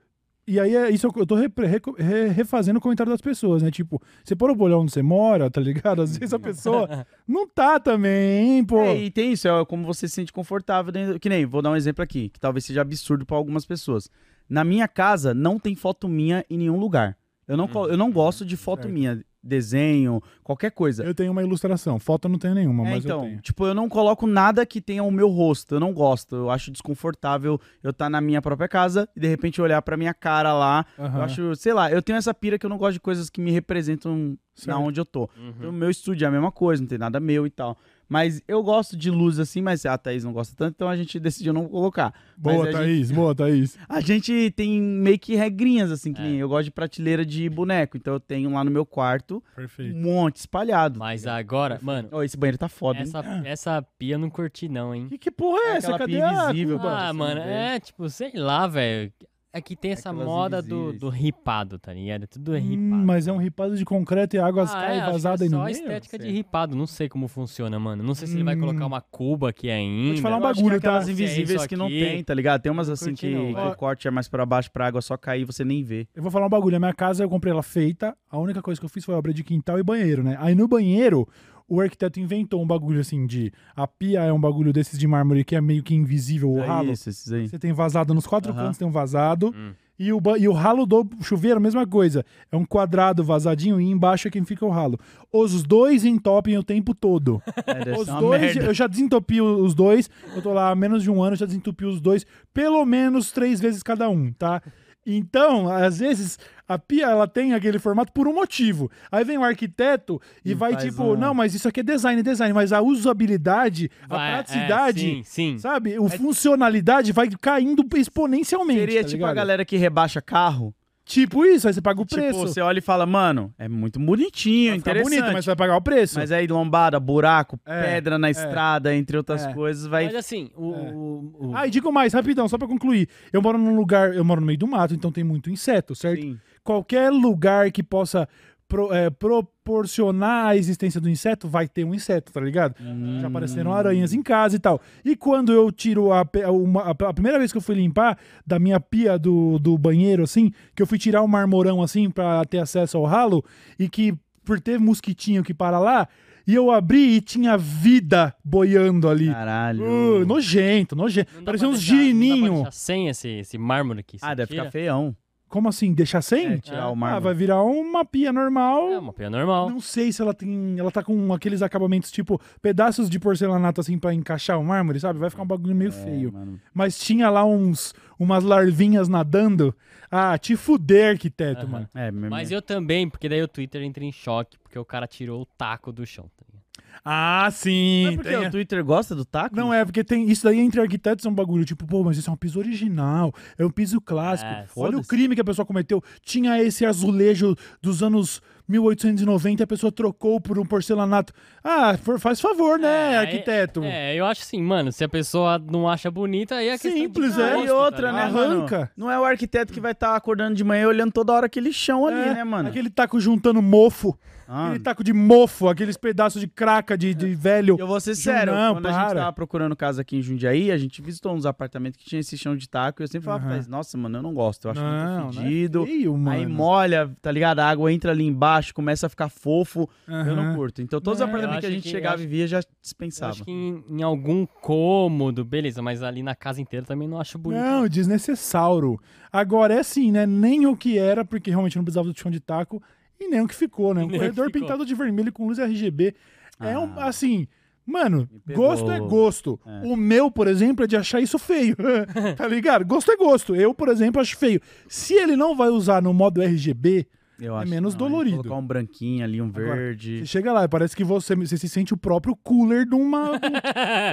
Speaker 3: E aí, é isso eu tô repre- reco- re- refazendo o comentário das pessoas, né? Tipo, você pôr o bolhão onde você mora, tá ligado? Às
Speaker 1: Uhum.
Speaker 3: vezes a
Speaker 1: *laughs*
Speaker 3: pessoa não tá também, hein, pô.
Speaker 2: É, e tem isso, é como você se sente confortável dentro. Que nem, vou dar um exemplo aqui, que talvez seja absurdo pra algumas pessoas. Na minha casa, não tem foto minha em nenhum lugar. Eu não, co- eu não gosto de foto
Speaker 3: Certo.
Speaker 2: minha, desenho, qualquer coisa.
Speaker 3: Eu tenho uma ilustração. Foto eu não tenho nenhuma,
Speaker 2: É,
Speaker 3: mas eu
Speaker 2: então,
Speaker 3: tenho.
Speaker 2: tipo, eu não coloco nada que tenha o meu rosto. Eu não gosto. Eu acho desconfortável eu estar na minha própria casa e de repente olhar pra minha cara lá. Eu
Speaker 3: Aham.
Speaker 2: acho, sei lá, eu tenho essa pira que eu não gosto de coisas que me representam na
Speaker 3: Certo.
Speaker 2: onde eu tô.
Speaker 1: Uhum.
Speaker 2: No meu estúdio é a mesma coisa, não tem nada meu e tal. Mas eu gosto de luz assim, mas a Thaís não gosta tanto, então a gente decidiu não colocar.
Speaker 3: Boa,
Speaker 2: mas a
Speaker 3: Thaís, boa, Thaís.
Speaker 2: A gente tem meio que regrinhas, assim, que
Speaker 1: É.
Speaker 2: nem eu gosto de prateleira de boneco, então eu tenho lá no meu quarto
Speaker 3: Perfeito.
Speaker 2: um monte espalhado.
Speaker 1: Mas agora, mano,
Speaker 2: Ó, esse banheiro tá foda, hein?
Speaker 1: essa, essa pia eu não curti, não, hein?
Speaker 3: Que, que porra é,
Speaker 2: É
Speaker 3: essa?
Speaker 2: aquela
Speaker 3: Cadê
Speaker 2: pia
Speaker 3: a...
Speaker 2: invisível,
Speaker 3: Cuba?
Speaker 1: Ah,
Speaker 2: Você
Speaker 1: mano,
Speaker 2: não vê.
Speaker 1: é tipo, sei lá, velho. É que tem essa
Speaker 2: Aquelas
Speaker 1: moda do,
Speaker 2: invisíveis.
Speaker 1: do ripado, tá ligado? Tudo é
Speaker 3: Hum,
Speaker 1: ripado.
Speaker 3: mas é um ripado de concreto e a água
Speaker 1: Ah,
Speaker 3: cai
Speaker 1: é, acho que
Speaker 3: vazada
Speaker 1: é
Speaker 3: aí
Speaker 1: só
Speaker 3: no
Speaker 1: a
Speaker 3: meio?
Speaker 1: estética de
Speaker 2: Sei.
Speaker 1: ripado, não sei como funciona, mano. Não sei se ele vai
Speaker 3: Hum.
Speaker 1: colocar uma cuba aqui ainda.
Speaker 3: Vou te falar um
Speaker 2: Eu acho que é
Speaker 3: bagulho, tá?
Speaker 2: aquelas
Speaker 1: Se é
Speaker 2: invisíveis
Speaker 1: isso
Speaker 2: que não
Speaker 1: aqui,
Speaker 2: tem, tá ligado? Tem umas assim
Speaker 1: curti
Speaker 2: que,
Speaker 1: não,
Speaker 2: que
Speaker 1: velho.
Speaker 2: o corte é mais pra baixo pra água só cair e você nem vê.
Speaker 3: Eu vou falar um bagulho. A minha casa eu comprei ela feita. A única coisa que eu fiz foi obra de quintal e banheiro, né? Aí no banheiro, o arquiteto inventou um bagulho assim de. A pia é um bagulho desses de mármore que é meio que invisível o
Speaker 2: É
Speaker 3: ralo.
Speaker 2: isso, esses
Speaker 3: *laughs*
Speaker 2: aí.
Speaker 3: Você tem vazado nos quatro
Speaker 2: Aham.
Speaker 3: cantos, tem um vazado.
Speaker 1: Hum.
Speaker 3: E, o, ba- e o ralo do chuveiro, mesma coisa. É um quadrado vazadinho e embaixo é quem fica o ralo. Os dois entopem o tempo todo.
Speaker 2: É, deve
Speaker 3: Os
Speaker 2: ser uma
Speaker 3: dois,
Speaker 2: merda.
Speaker 3: eu já desentupi o- os dois. Eu tô lá há menos de um ano, já desentupi os dois, pelo menos três vezes cada um, tá? Então, às vezes, a pia ela tem aquele formato por um motivo. Aí vem o arquiteto e,
Speaker 2: E
Speaker 3: vai
Speaker 2: faz
Speaker 3: tipo,
Speaker 2: um-
Speaker 3: não, mas isso aqui é design, design, mas a usabilidade,
Speaker 1: Vai,
Speaker 3: a
Speaker 1: é,
Speaker 3: praticidade,
Speaker 1: sim, sim.
Speaker 3: sabe? O funcionalidade vai caindo exponencialmente.
Speaker 2: Seria
Speaker 3: tá
Speaker 2: tipo
Speaker 3: ligado?
Speaker 2: a galera que rebaixa carro.
Speaker 3: Tipo isso, aí você paga o
Speaker 2: Tipo,
Speaker 3: preço.
Speaker 2: você olha e fala, mano, é muito bonitinho,
Speaker 3: vai ficar
Speaker 2: interessante.
Speaker 3: bonito, mas
Speaker 2: mas...
Speaker 3: você vai pagar o preço.
Speaker 2: aí lombada, buraco,
Speaker 3: É,
Speaker 2: pedra na estrada, entre outras
Speaker 3: É.
Speaker 2: coisas, vai...
Speaker 1: Mas assim, o. o- o-
Speaker 3: Ah, e digo mais, rapidão, só pra concluir. Eu moro num lugar, eu moro no meio do mato, então tem muito inseto, certo?
Speaker 2: Sim.
Speaker 3: Qualquer lugar que possa pro- é, proporcionar a existência do inseto, vai ter um inseto, tá ligado? Já apareceram aranhas em casa e tal. E quando eu tiro a, pe- uma- a- a primeira vez que eu fui limpar da minha pia do, do banheiro, assim, que eu fui tirar o marmorão assim pra ter acesso ao ralo, e que por ter mosquitinho que para lá, e eu abri e tinha vida boiando ali.
Speaker 2: Caralho.
Speaker 3: Uh, nojento, nojento.
Speaker 1: não dá
Speaker 3: Parecia
Speaker 1: pra
Speaker 3: uns
Speaker 1: deixar- não dá pra
Speaker 3: girininho.
Speaker 1: deixar Sem esse, esse mármore aqui.
Speaker 2: um Ah,
Speaker 1: você
Speaker 2: deve
Speaker 1: tira.
Speaker 2: ficar feião.
Speaker 3: Como assim? Deixar sem?
Speaker 2: É, tirar
Speaker 1: Ah,
Speaker 2: o
Speaker 3: ah,
Speaker 2: mármore.
Speaker 3: vai virar uma pia normal.
Speaker 1: É uma pia normal.
Speaker 3: Não sei se ela tem. Ela tá com aqueles acabamentos tipo pedaços de porcelanato assim pra encaixar o mármore, sabe? Vai ficar um bagulho
Speaker 1: É,
Speaker 3: meio feio.
Speaker 2: É, mano.
Speaker 3: Mas tinha lá uns umas larvinhas nadando. Ah, te fuder, arquiteto,
Speaker 1: Aham.
Speaker 3: mano.
Speaker 2: É, mesmo.
Speaker 1: Mas eu também, porque daí o Twitter entra em choque, porque o cara tirou o taco do chão. tá ligado?
Speaker 3: Ah, sim.
Speaker 2: Mas porque
Speaker 3: tem-
Speaker 2: o Twitter gosta do taco?
Speaker 3: Não é, porque tem isso daí entre arquitetos é um bagulho, tipo, pô, mas isso é um piso original, é um piso clássico.
Speaker 1: É,
Speaker 3: Olha o
Speaker 2: foda-se.
Speaker 3: crime que a pessoa cometeu. Tinha esse azulejo dos anos 1890 e a pessoa trocou por um porcelanato. Ah, for- faz favor, né,
Speaker 1: É,
Speaker 3: arquiteto?
Speaker 1: É, eu acho assim, mano, se a pessoa não acha bonita, aí é questão de
Speaker 3: Simples,
Speaker 1: gosto,
Speaker 3: é.
Speaker 1: tá
Speaker 2: e outra,
Speaker 1: ligado?
Speaker 2: né,
Speaker 3: Arranca.
Speaker 2: mano? Não é o arquiteto que vai estar acordando de manhã olhando toda hora aquele chão ali,
Speaker 3: É,
Speaker 2: né, mano?
Speaker 3: Aquele taco juntando mofo,
Speaker 2: Ah,
Speaker 3: aquele taco de mofo, aqueles pedaços de craca de, de velho.
Speaker 2: É. Eu vou ser sério,
Speaker 3: Não,
Speaker 2: quando a gente
Speaker 3: para.
Speaker 2: tava procurando casa aqui em Jundiaí, a gente visitou uns apartamentos que tinha esse chão de taco e eu sempre falava,
Speaker 3: Aham.
Speaker 2: pra eles, nossa, mano, eu não gosto, eu acho
Speaker 3: Não,
Speaker 2: muito
Speaker 3: não é
Speaker 2: fedido.
Speaker 3: Feio, mano.
Speaker 2: Aí molha, tá ligado? A água entra ali embaixo, começa a ficar fofo. Eu
Speaker 3: Aham.
Speaker 2: não curto. Então todos
Speaker 3: Não,
Speaker 2: os
Speaker 3: eu
Speaker 2: apartamentos que a
Speaker 1: acho
Speaker 2: gente
Speaker 1: que-
Speaker 2: chegava
Speaker 1: É, eu
Speaker 2: e via já
Speaker 1: Eu
Speaker 2: dispensava.
Speaker 1: acho que em, em algum cômodo, beleza, mas ali na casa inteira também não acho bonito.
Speaker 3: Não, desnecessauro. Agora é assim, né? Nem o que era, porque realmente não precisava do chão de taco, e nem o que ficou, né?
Speaker 1: Nem
Speaker 3: Um
Speaker 1: o que
Speaker 3: corredor
Speaker 1: ficou.
Speaker 3: pintado de vermelho com luz RGB. É um,
Speaker 2: Ah.
Speaker 3: assim, Mano,
Speaker 2: Me pegou.
Speaker 3: gosto é gosto. O meu, por exemplo, é de achar isso feio. *laughs* tá ligado? Gosto é gosto. Eu, por exemplo, acho feio. Se ele não vai usar no modo RGB,
Speaker 2: Eu
Speaker 3: É
Speaker 2: acho
Speaker 3: menos
Speaker 2: que não, hein?
Speaker 3: dolorido.
Speaker 2: Colocar um branquinho ali, um
Speaker 3: Agora,
Speaker 2: verde.
Speaker 3: você chega lá e parece que você, você se sente o próprio cooler de uma. do-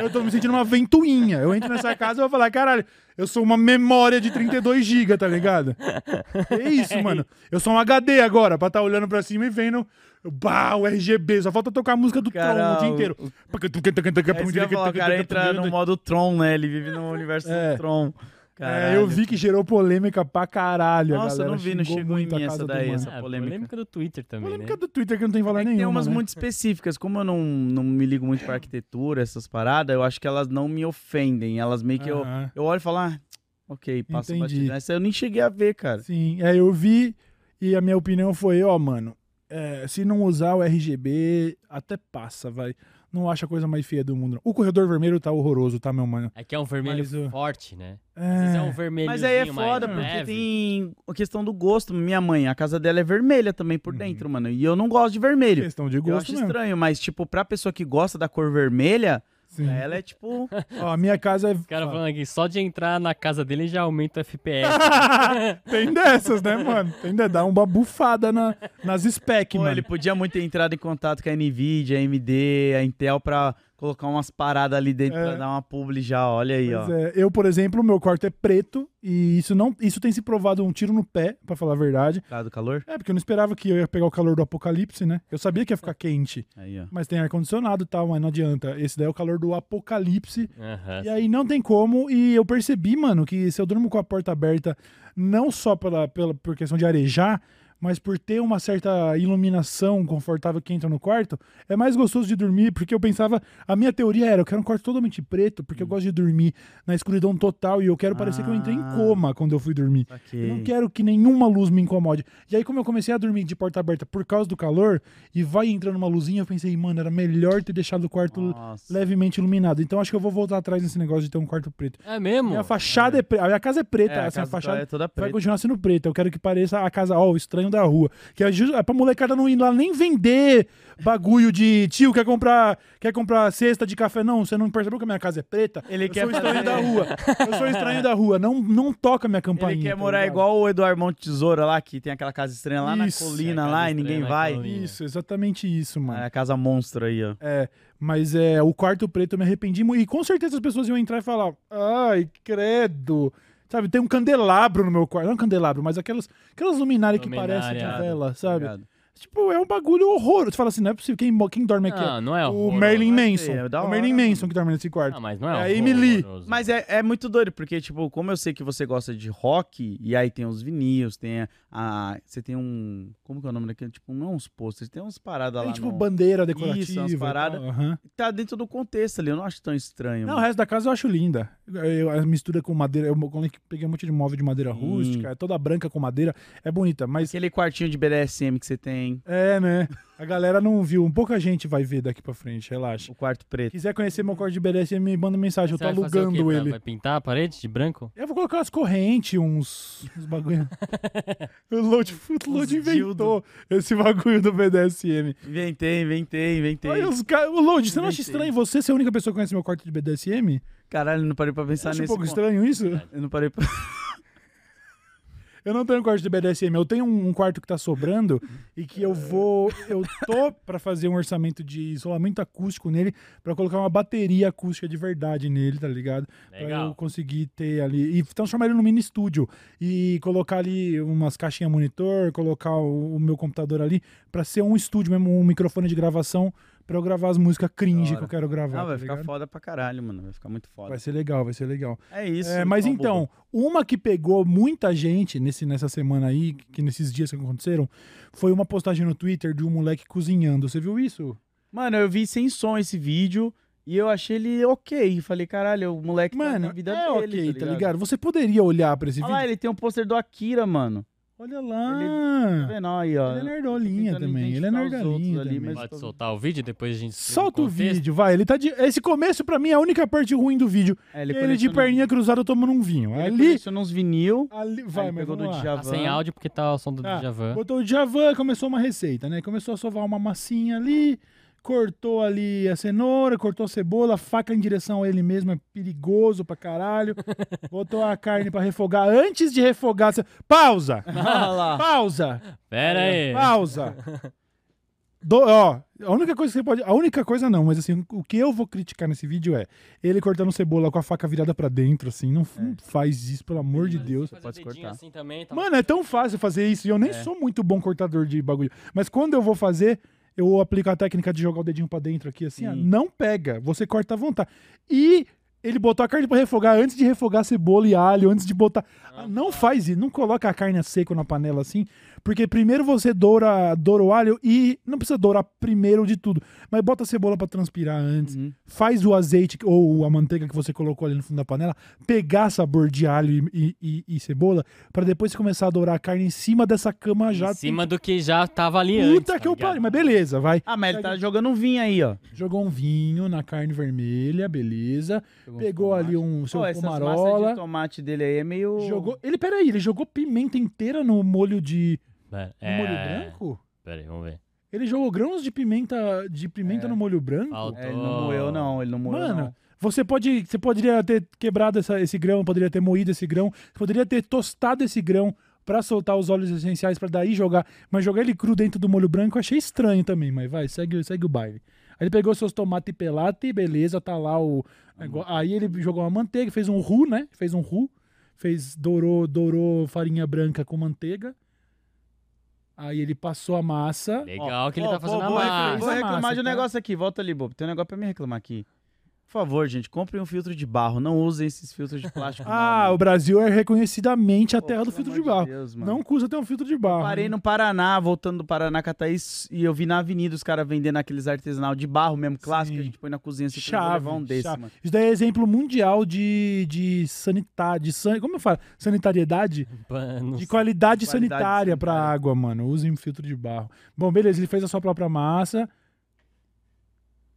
Speaker 3: eu tô me sentindo uma ventoinha. Eu entro nessa casa e vou falar, caralho, eu sou uma memória de 32 GB, tá ligado? É isso, mano. Eu sou um HD agora, pra estar tá olhando pra cima e vendo. Bah, o RGB, só falta tocar a música do Tron
Speaker 2: Cara,
Speaker 3: o dia
Speaker 2: o-
Speaker 3: inteiro.
Speaker 2: o- É isso que eu ia falar, o cara entra no
Speaker 3: É,
Speaker 2: modo Tron, né? Ele vive no universo
Speaker 3: É.
Speaker 2: do Tron. Caralho.
Speaker 3: eu vi que gerou polêmica pra caralho. a
Speaker 2: Nossa, eu
Speaker 3: galera
Speaker 2: não vi, não
Speaker 3: xingou
Speaker 2: chegou em
Speaker 3: muito a
Speaker 2: mim essa
Speaker 3: casa do
Speaker 2: daí,
Speaker 3: mano.
Speaker 2: essa
Speaker 1: Ah,
Speaker 2: polêmica.
Speaker 1: do Twitter também,
Speaker 3: Polêmica
Speaker 1: né?
Speaker 3: do Twitter que não tem valor
Speaker 2: É que
Speaker 3: nenhum.
Speaker 2: tem umas
Speaker 3: né?
Speaker 2: muito específicas. Como eu não, não me ligo muito pra arquitetura, essas paradas, eu acho que elas não me ofendem. Elas meio que eu,
Speaker 3: Aham.
Speaker 2: eu olho e falo, ah, ok, passa
Speaker 3: Entendi.
Speaker 2: batido. Essa eu nem cheguei a ver, cara.
Speaker 3: Sim, é, eu vi e a minha opinião foi, ó, mano, é, se não usar o RGB, até passa, vai. Não acho a coisa mais feia do mundo. não. O corredor vermelho tá horroroso, tá, meu mano?
Speaker 1: É que é um vermelho
Speaker 3: Mas o-
Speaker 1: forte, né? Às vezes é um
Speaker 3: É,
Speaker 1: vermelho
Speaker 2: Mas aí é foda, porque tem a questão do gosto. Minha mãe, a casa dela é vermelha também por dentro, mano. E eu não gosto de vermelho.
Speaker 3: é questão de
Speaker 2: Eu
Speaker 3: Uhum. gosto
Speaker 2: acho
Speaker 3: mesmo.
Speaker 2: estranho, mas, tipo, pra pessoa que gosta da cor vermelha,
Speaker 3: Sim.
Speaker 2: pra ela é tipo.
Speaker 3: Ó, a minha casa é...
Speaker 1: Os caras falando aqui, só de entrar na casa dele já aumenta o
Speaker 2: *laughs*
Speaker 1: FPS.
Speaker 3: Tem dessas, né, mano? Tem de dar uma bufada na, nas specs,
Speaker 2: Pô,
Speaker 3: mano.
Speaker 2: ele podia muito ter entrado em contato com a NVIDIA, a AMD, a Intel pra colocar umas paradas ali dentro
Speaker 3: É.
Speaker 2: pra dar uma publi já, olha aí,
Speaker 3: Pois
Speaker 2: ó.
Speaker 3: é, eu, por exemplo, meu quarto é preto e isso não, isso tem se provado um tiro no pé, pra falar a verdade.
Speaker 2: Por causa do calor?
Speaker 3: É, porque eu não esperava que eu ia pegar o calor do apocalipse, né? Eu sabia que ia ficar quente.
Speaker 2: Aí, ó.
Speaker 3: Mas tem ar-condicionado e tal, mas não adianta. Esse daí é o calor do apocalipse.
Speaker 1: Aham.
Speaker 3: E aí não tem como. E eu percebi, mano, que se eu durmo com a porta aberta, não só pela, pela, por questão de arejar, mas por ter uma certa iluminação confortável que entra no quarto, é mais gostoso de dormir, porque eu pensava. A minha teoria era: eu quero um quarto totalmente preto, porque eu gosto de dormir na escuridão total e eu quero parecer que eu entrei em
Speaker 2: Ah.
Speaker 3: coma quando eu fui dormir. Eu não
Speaker 2: Saquei.
Speaker 3: quero que nenhuma luz me incomode. E aí, como eu comecei a dormir de porta aberta por causa do calor, e vai entrando uma luzinha, eu pensei, mano, era melhor ter deixado o quarto
Speaker 2: Nossa.
Speaker 3: levemente iluminado. Então acho que eu vou voltar atrás nesse negócio de ter um quarto preto.
Speaker 1: É mesmo?
Speaker 3: Minha fachada é, preta. A minha casa é preta,
Speaker 2: É, a
Speaker 3: assim, a
Speaker 2: casa
Speaker 3: fachada
Speaker 2: é toda
Speaker 3: vai
Speaker 2: preta.
Speaker 3: continuar sendo preta. Eu quero que pareça a casa, ó, o estranho da rua. Que é, just, é pra molecada não ir lá nem vender bagulho de tio, quer comprar, quer comprar cesta de café. Não, você não percebeu que a minha casa é preta?
Speaker 2: Ele
Speaker 3: eu
Speaker 2: quer
Speaker 3: sou o estranho
Speaker 2: fazer-
Speaker 3: da rua. Eu sou o estranho da rua. Não, não toca minha campainha.
Speaker 2: Ele quer
Speaker 3: tá
Speaker 2: morar
Speaker 3: ligado?
Speaker 2: igual o Eduardo Monte Tesoura lá, que tem aquela casa estranha lá
Speaker 3: Isso.
Speaker 2: na
Speaker 1: É, a
Speaker 2: colina
Speaker 1: casa
Speaker 2: lá e
Speaker 1: estranha
Speaker 2: ninguém
Speaker 1: na
Speaker 2: vai.
Speaker 1: colina.
Speaker 3: Isso, exatamente isso, mano.
Speaker 2: É a casa monstro aí, ó.
Speaker 3: É, mas é, o quarto preto eu me arrependi muito. E com certeza as pessoas iam entrar e falar: ai, credo. Sabe, tem um candelabro no meu quarto. Não é um candelabro, mas aquelas, aquelas luminárias que
Speaker 1: Luminária,
Speaker 3: parecem de
Speaker 1: tá
Speaker 3: vela, sabe?
Speaker 2: Ligado?
Speaker 3: Tipo, é um bagulho horror. Você fala assim: não é possível. Quem, mo- quem dorme aqui? é
Speaker 1: Não, não é
Speaker 3: o
Speaker 1: horroroso.
Speaker 3: Merlin
Speaker 2: Vai
Speaker 3: Manson.
Speaker 2: ser, é da
Speaker 3: o
Speaker 2: hora,
Speaker 3: Merlin
Speaker 2: mano.
Speaker 3: Manson que dorme nesse quarto.
Speaker 1: Ah, mas não é
Speaker 3: É a
Speaker 1: horror-
Speaker 3: Emily.
Speaker 1: horroroso.
Speaker 2: Mas é, é muito doido, porque, tipo, como eu sei que você gosta de rock, e aí tem os vinis, tem a. a- você tem um. Como que é o nome daquele? Tipo, não uns posters, tem uns paradas lá.
Speaker 3: Tem tipo
Speaker 2: no-
Speaker 3: bandeira decorativa.
Speaker 2: Isso, umas
Speaker 3: e tal,
Speaker 2: paradas.
Speaker 3: aham.
Speaker 2: Tá dentro do contexto ali, eu não acho tão estranho.
Speaker 3: Não, é- o
Speaker 2: mano.
Speaker 3: resto da casa eu acho linda. Eu- a mistura com madeira. Eu peguei um monte de móvel de madeira
Speaker 2: Sim.
Speaker 3: rústica, é toda branca com madeira. É bonita, mas
Speaker 2: Aquele quartinho de BDSM que você tem,
Speaker 3: É, né? A galera não viu. Pouca gente vai ver daqui pra frente, relaxa.
Speaker 2: o quarto preto.
Speaker 3: Quiser conhecer meu corte de BDSM, me manda mensagem, eu
Speaker 1: Você
Speaker 3: tô
Speaker 1: vai fazer o quê?
Speaker 3: alugando
Speaker 1: Vai-
Speaker 3: ele.
Speaker 1: Vai pintar a parede de branco?
Speaker 3: Eu vou colocar umas correntes, uns,
Speaker 1: *laughs*
Speaker 3: uns bagulho. o Load, o Load
Speaker 2: Uns
Speaker 3: inventou esse bagulho do BDSM.
Speaker 2: Inventei, inventei, inventei.
Speaker 3: Olha os ca- Ô, Load, você não acha
Speaker 2: Inventei.
Speaker 3: estranho você ser a única pessoa que conhece meu corte de BDSM?
Speaker 2: Caralho, não parei pra
Speaker 3: Você
Speaker 2: pensar
Speaker 3: acha um
Speaker 2: nesse.
Speaker 3: pouco
Speaker 2: con-
Speaker 3: estranho isso?
Speaker 2: Eu não parei pra.
Speaker 3: Eu não tenho um quarto de BDSM, eu tenho um um quarto que tá sobrando e que eu vou. Eu tô pra fazer um orçamento de isolamento acústico nele, pra colocar uma bateria acústica de verdade nele, tá ligado? Pra eu
Speaker 1: Legal.
Speaker 3: conseguir ter ali. E transformar ele num mini estúdio. E colocar ali umas caixinhas monitor, colocar o, o meu computador ali, pra ser um estúdio mesmo, um microfone de gravação, pra eu gravar as músicas
Speaker 2: Da
Speaker 3: cringe
Speaker 2: hora.
Speaker 3: que eu quero gravar. tá
Speaker 2: Não, Ah, vai ficar
Speaker 3: ligado?
Speaker 2: foda pra caralho, mano. Vai ficar muito foda.
Speaker 3: Vai ser legal, vai ser legal.
Speaker 2: É isso.
Speaker 3: É, mas
Speaker 2: tá bom.
Speaker 3: então, uma que pegou muita gente nesse, nessa semana aí, que nesses dias que aconteceram, foi uma postagem no Twitter de um moleque cozinhando. Você viu isso?
Speaker 2: Mano, eu vi sem som esse vídeo e eu achei ele ok. Falei, caralho, o moleque tá
Speaker 3: Mano,
Speaker 2: na vida
Speaker 3: é
Speaker 2: dele,
Speaker 3: ok, tá ligado? Você poderia olhar pra esse
Speaker 2: Olha lá,
Speaker 3: vídeo.
Speaker 2: ele tem um pôster do Akira, mano.
Speaker 3: Olha
Speaker 2: Tá
Speaker 3: lá.
Speaker 2: vendo aí, ó.
Speaker 3: Ele é nerdolinha
Speaker 2: tentando
Speaker 3: também. Ele é
Speaker 2: identificar os outros
Speaker 3: nerdolinha
Speaker 2: ali,
Speaker 3: também.
Speaker 2: mas-
Speaker 1: Pode soltar o vídeo, depois a gente... escreve
Speaker 3: Solta
Speaker 2: um
Speaker 3: o
Speaker 1: contexto.
Speaker 3: vídeo, vai. Ele tá de... Esse começo, pra mim, é a única parte ruim do vídeo.
Speaker 2: É,
Speaker 3: Ele, de
Speaker 2: coleciona-
Speaker 3: perninha cruzada tomando um vinho.
Speaker 2: Ele
Speaker 3: ali,
Speaker 2: coleciona uns vinil.
Speaker 3: ali.
Speaker 2: Vai,
Speaker 3: Vai,
Speaker 2: ele
Speaker 3: mas
Speaker 2: pegou do
Speaker 3: vamos lá.
Speaker 1: Tá
Speaker 2: Djavan.
Speaker 1: sem áudio porque tá o som do
Speaker 3: Tá,
Speaker 1: Djavan.
Speaker 3: Botou o Djavan, começou uma receita, né? Começou a sovar uma massinha ali, cortou ali a cenoura, cortou a cebola, a faca em direção a ele mesmo é perigoso pra caralho. Botou a carne pra refogar. Antes de refogar, você... pausa!
Speaker 2: Ah lá.
Speaker 3: Pausa!
Speaker 1: Pera aí.
Speaker 3: Ah, Pausa. Do- ó, a única coisa que você pode. A única coisa não, mas assim, o que eu vou criticar nesse vídeo é ele cortando cebola com a faca virada pra dentro, assim. Não f- não faz isso, pelo amor de Deus.
Speaker 1: Fazer
Speaker 2: pode
Speaker 1: dedinho
Speaker 2: cortar.
Speaker 1: assim também, tá?
Speaker 3: Mano, é tão fácil fazer isso e eu nem sou muito bom cortador de bagulho. Mas quando eu vou fazer, eu aplico a técnica de jogar o dedinho pra dentro aqui, assim, ó,
Speaker 2: Sim.
Speaker 3: não pega. Você corta à vontade. E ele botou a carne pra refogar antes de refogar cebola e alho, antes de botar. Ah, Não faz isso, não coloca a carne a seco na panela assim, porque primeiro você doura, doura o alho e não precisa dourar primeiro de tudo, mas bota a cebola pra transpirar antes.
Speaker 2: Uhum.
Speaker 3: Faz o azeite ou a manteiga que você colocou ali no fundo da panela pegar sabor de alho e, e- e- e cebola pra depois você começar a dourar a carne em cima dessa cama já.
Speaker 1: Em cima do que já tava ali antes.
Speaker 3: Puta
Speaker 1: tá
Speaker 3: que eu
Speaker 1: ligado?
Speaker 3: pariu, mas beleza, vai.
Speaker 2: Ah, mas ele tá jogando um vinho aí, ó.
Speaker 3: Jogou um vinho na carne vermelha, beleza.
Speaker 2: Jogou um
Speaker 3: Pegou ali um seu
Speaker 2: Pô, essas massas de
Speaker 3: pomarola.
Speaker 2: tomate dele aí é meio...
Speaker 3: Jogou, ele, peraí, ele jogou pimenta inteira no molho de.
Speaker 1: Pera,
Speaker 3: No molho
Speaker 1: é,
Speaker 3: branco?
Speaker 1: Pera aí, vamos ver.
Speaker 3: Ele jogou grãos de pimenta de pimenta
Speaker 2: É.
Speaker 3: no molho branco?
Speaker 1: Faltou.
Speaker 2: É, ele não moeu, não. Ele não moeu,
Speaker 3: Mano,
Speaker 2: não.
Speaker 3: você pode, você poderia ter quebrado essa- esse grão, poderia ter moído esse grão, você poderia ter tostado esse grão pra soltar os óleos essenciais pra daí jogar, mas jogar ele cru dentro do molho branco eu achei estranho também, mas vai, segue, segue o baile. Aí ele pegou seus tomates pelate, beleza, tá lá o negócio. aí ele jogou uma manteiga, fez um roux, né? Fez um roux, fez dourou, dourou farinha branca com manteiga. Aí ele passou a massa.
Speaker 1: Legal que ele
Speaker 2: Ó,
Speaker 1: tá
Speaker 2: pô,
Speaker 1: fazendo a
Speaker 2: vou reclamar-
Speaker 1: massa.
Speaker 2: Vou reclamar
Speaker 3: Massa,
Speaker 2: de um
Speaker 3: tá?
Speaker 2: negócio aqui. Volta ali, Bobo. Tem um negócio pra me reclamar aqui. Por favor, gente, comprem um filtro de barro. Não usem esses filtros de
Speaker 3: *laughs*
Speaker 2: plástico.
Speaker 3: Ah, o Brasil é reconhecidamente a terra do filtro de barro.
Speaker 2: não
Speaker 3: Não custa ter um filtro de barro.
Speaker 2: Parei no Paraná, voltando do Paraná com a Thaís, e eu vi na avenida os caras vendendo aqueles artesanal de barro mesmo,
Speaker 3: Sim.
Speaker 2: clássico, que a gente põe na cozinha, assim, pra
Speaker 3: Chave,
Speaker 2: levar um desse,
Speaker 3: chave.
Speaker 2: mano.
Speaker 3: Isso daí é exemplo mundial de, de sanitário, de san, como eu falo? Sanitariedade?
Speaker 1: *laughs* Pano.
Speaker 3: de qualidade,
Speaker 2: Qualidade
Speaker 3: sanitária pra
Speaker 2: sanitária.
Speaker 3: água, mano. Usem um filtro de barro. Bom, beleza, ele fez a sua própria massa.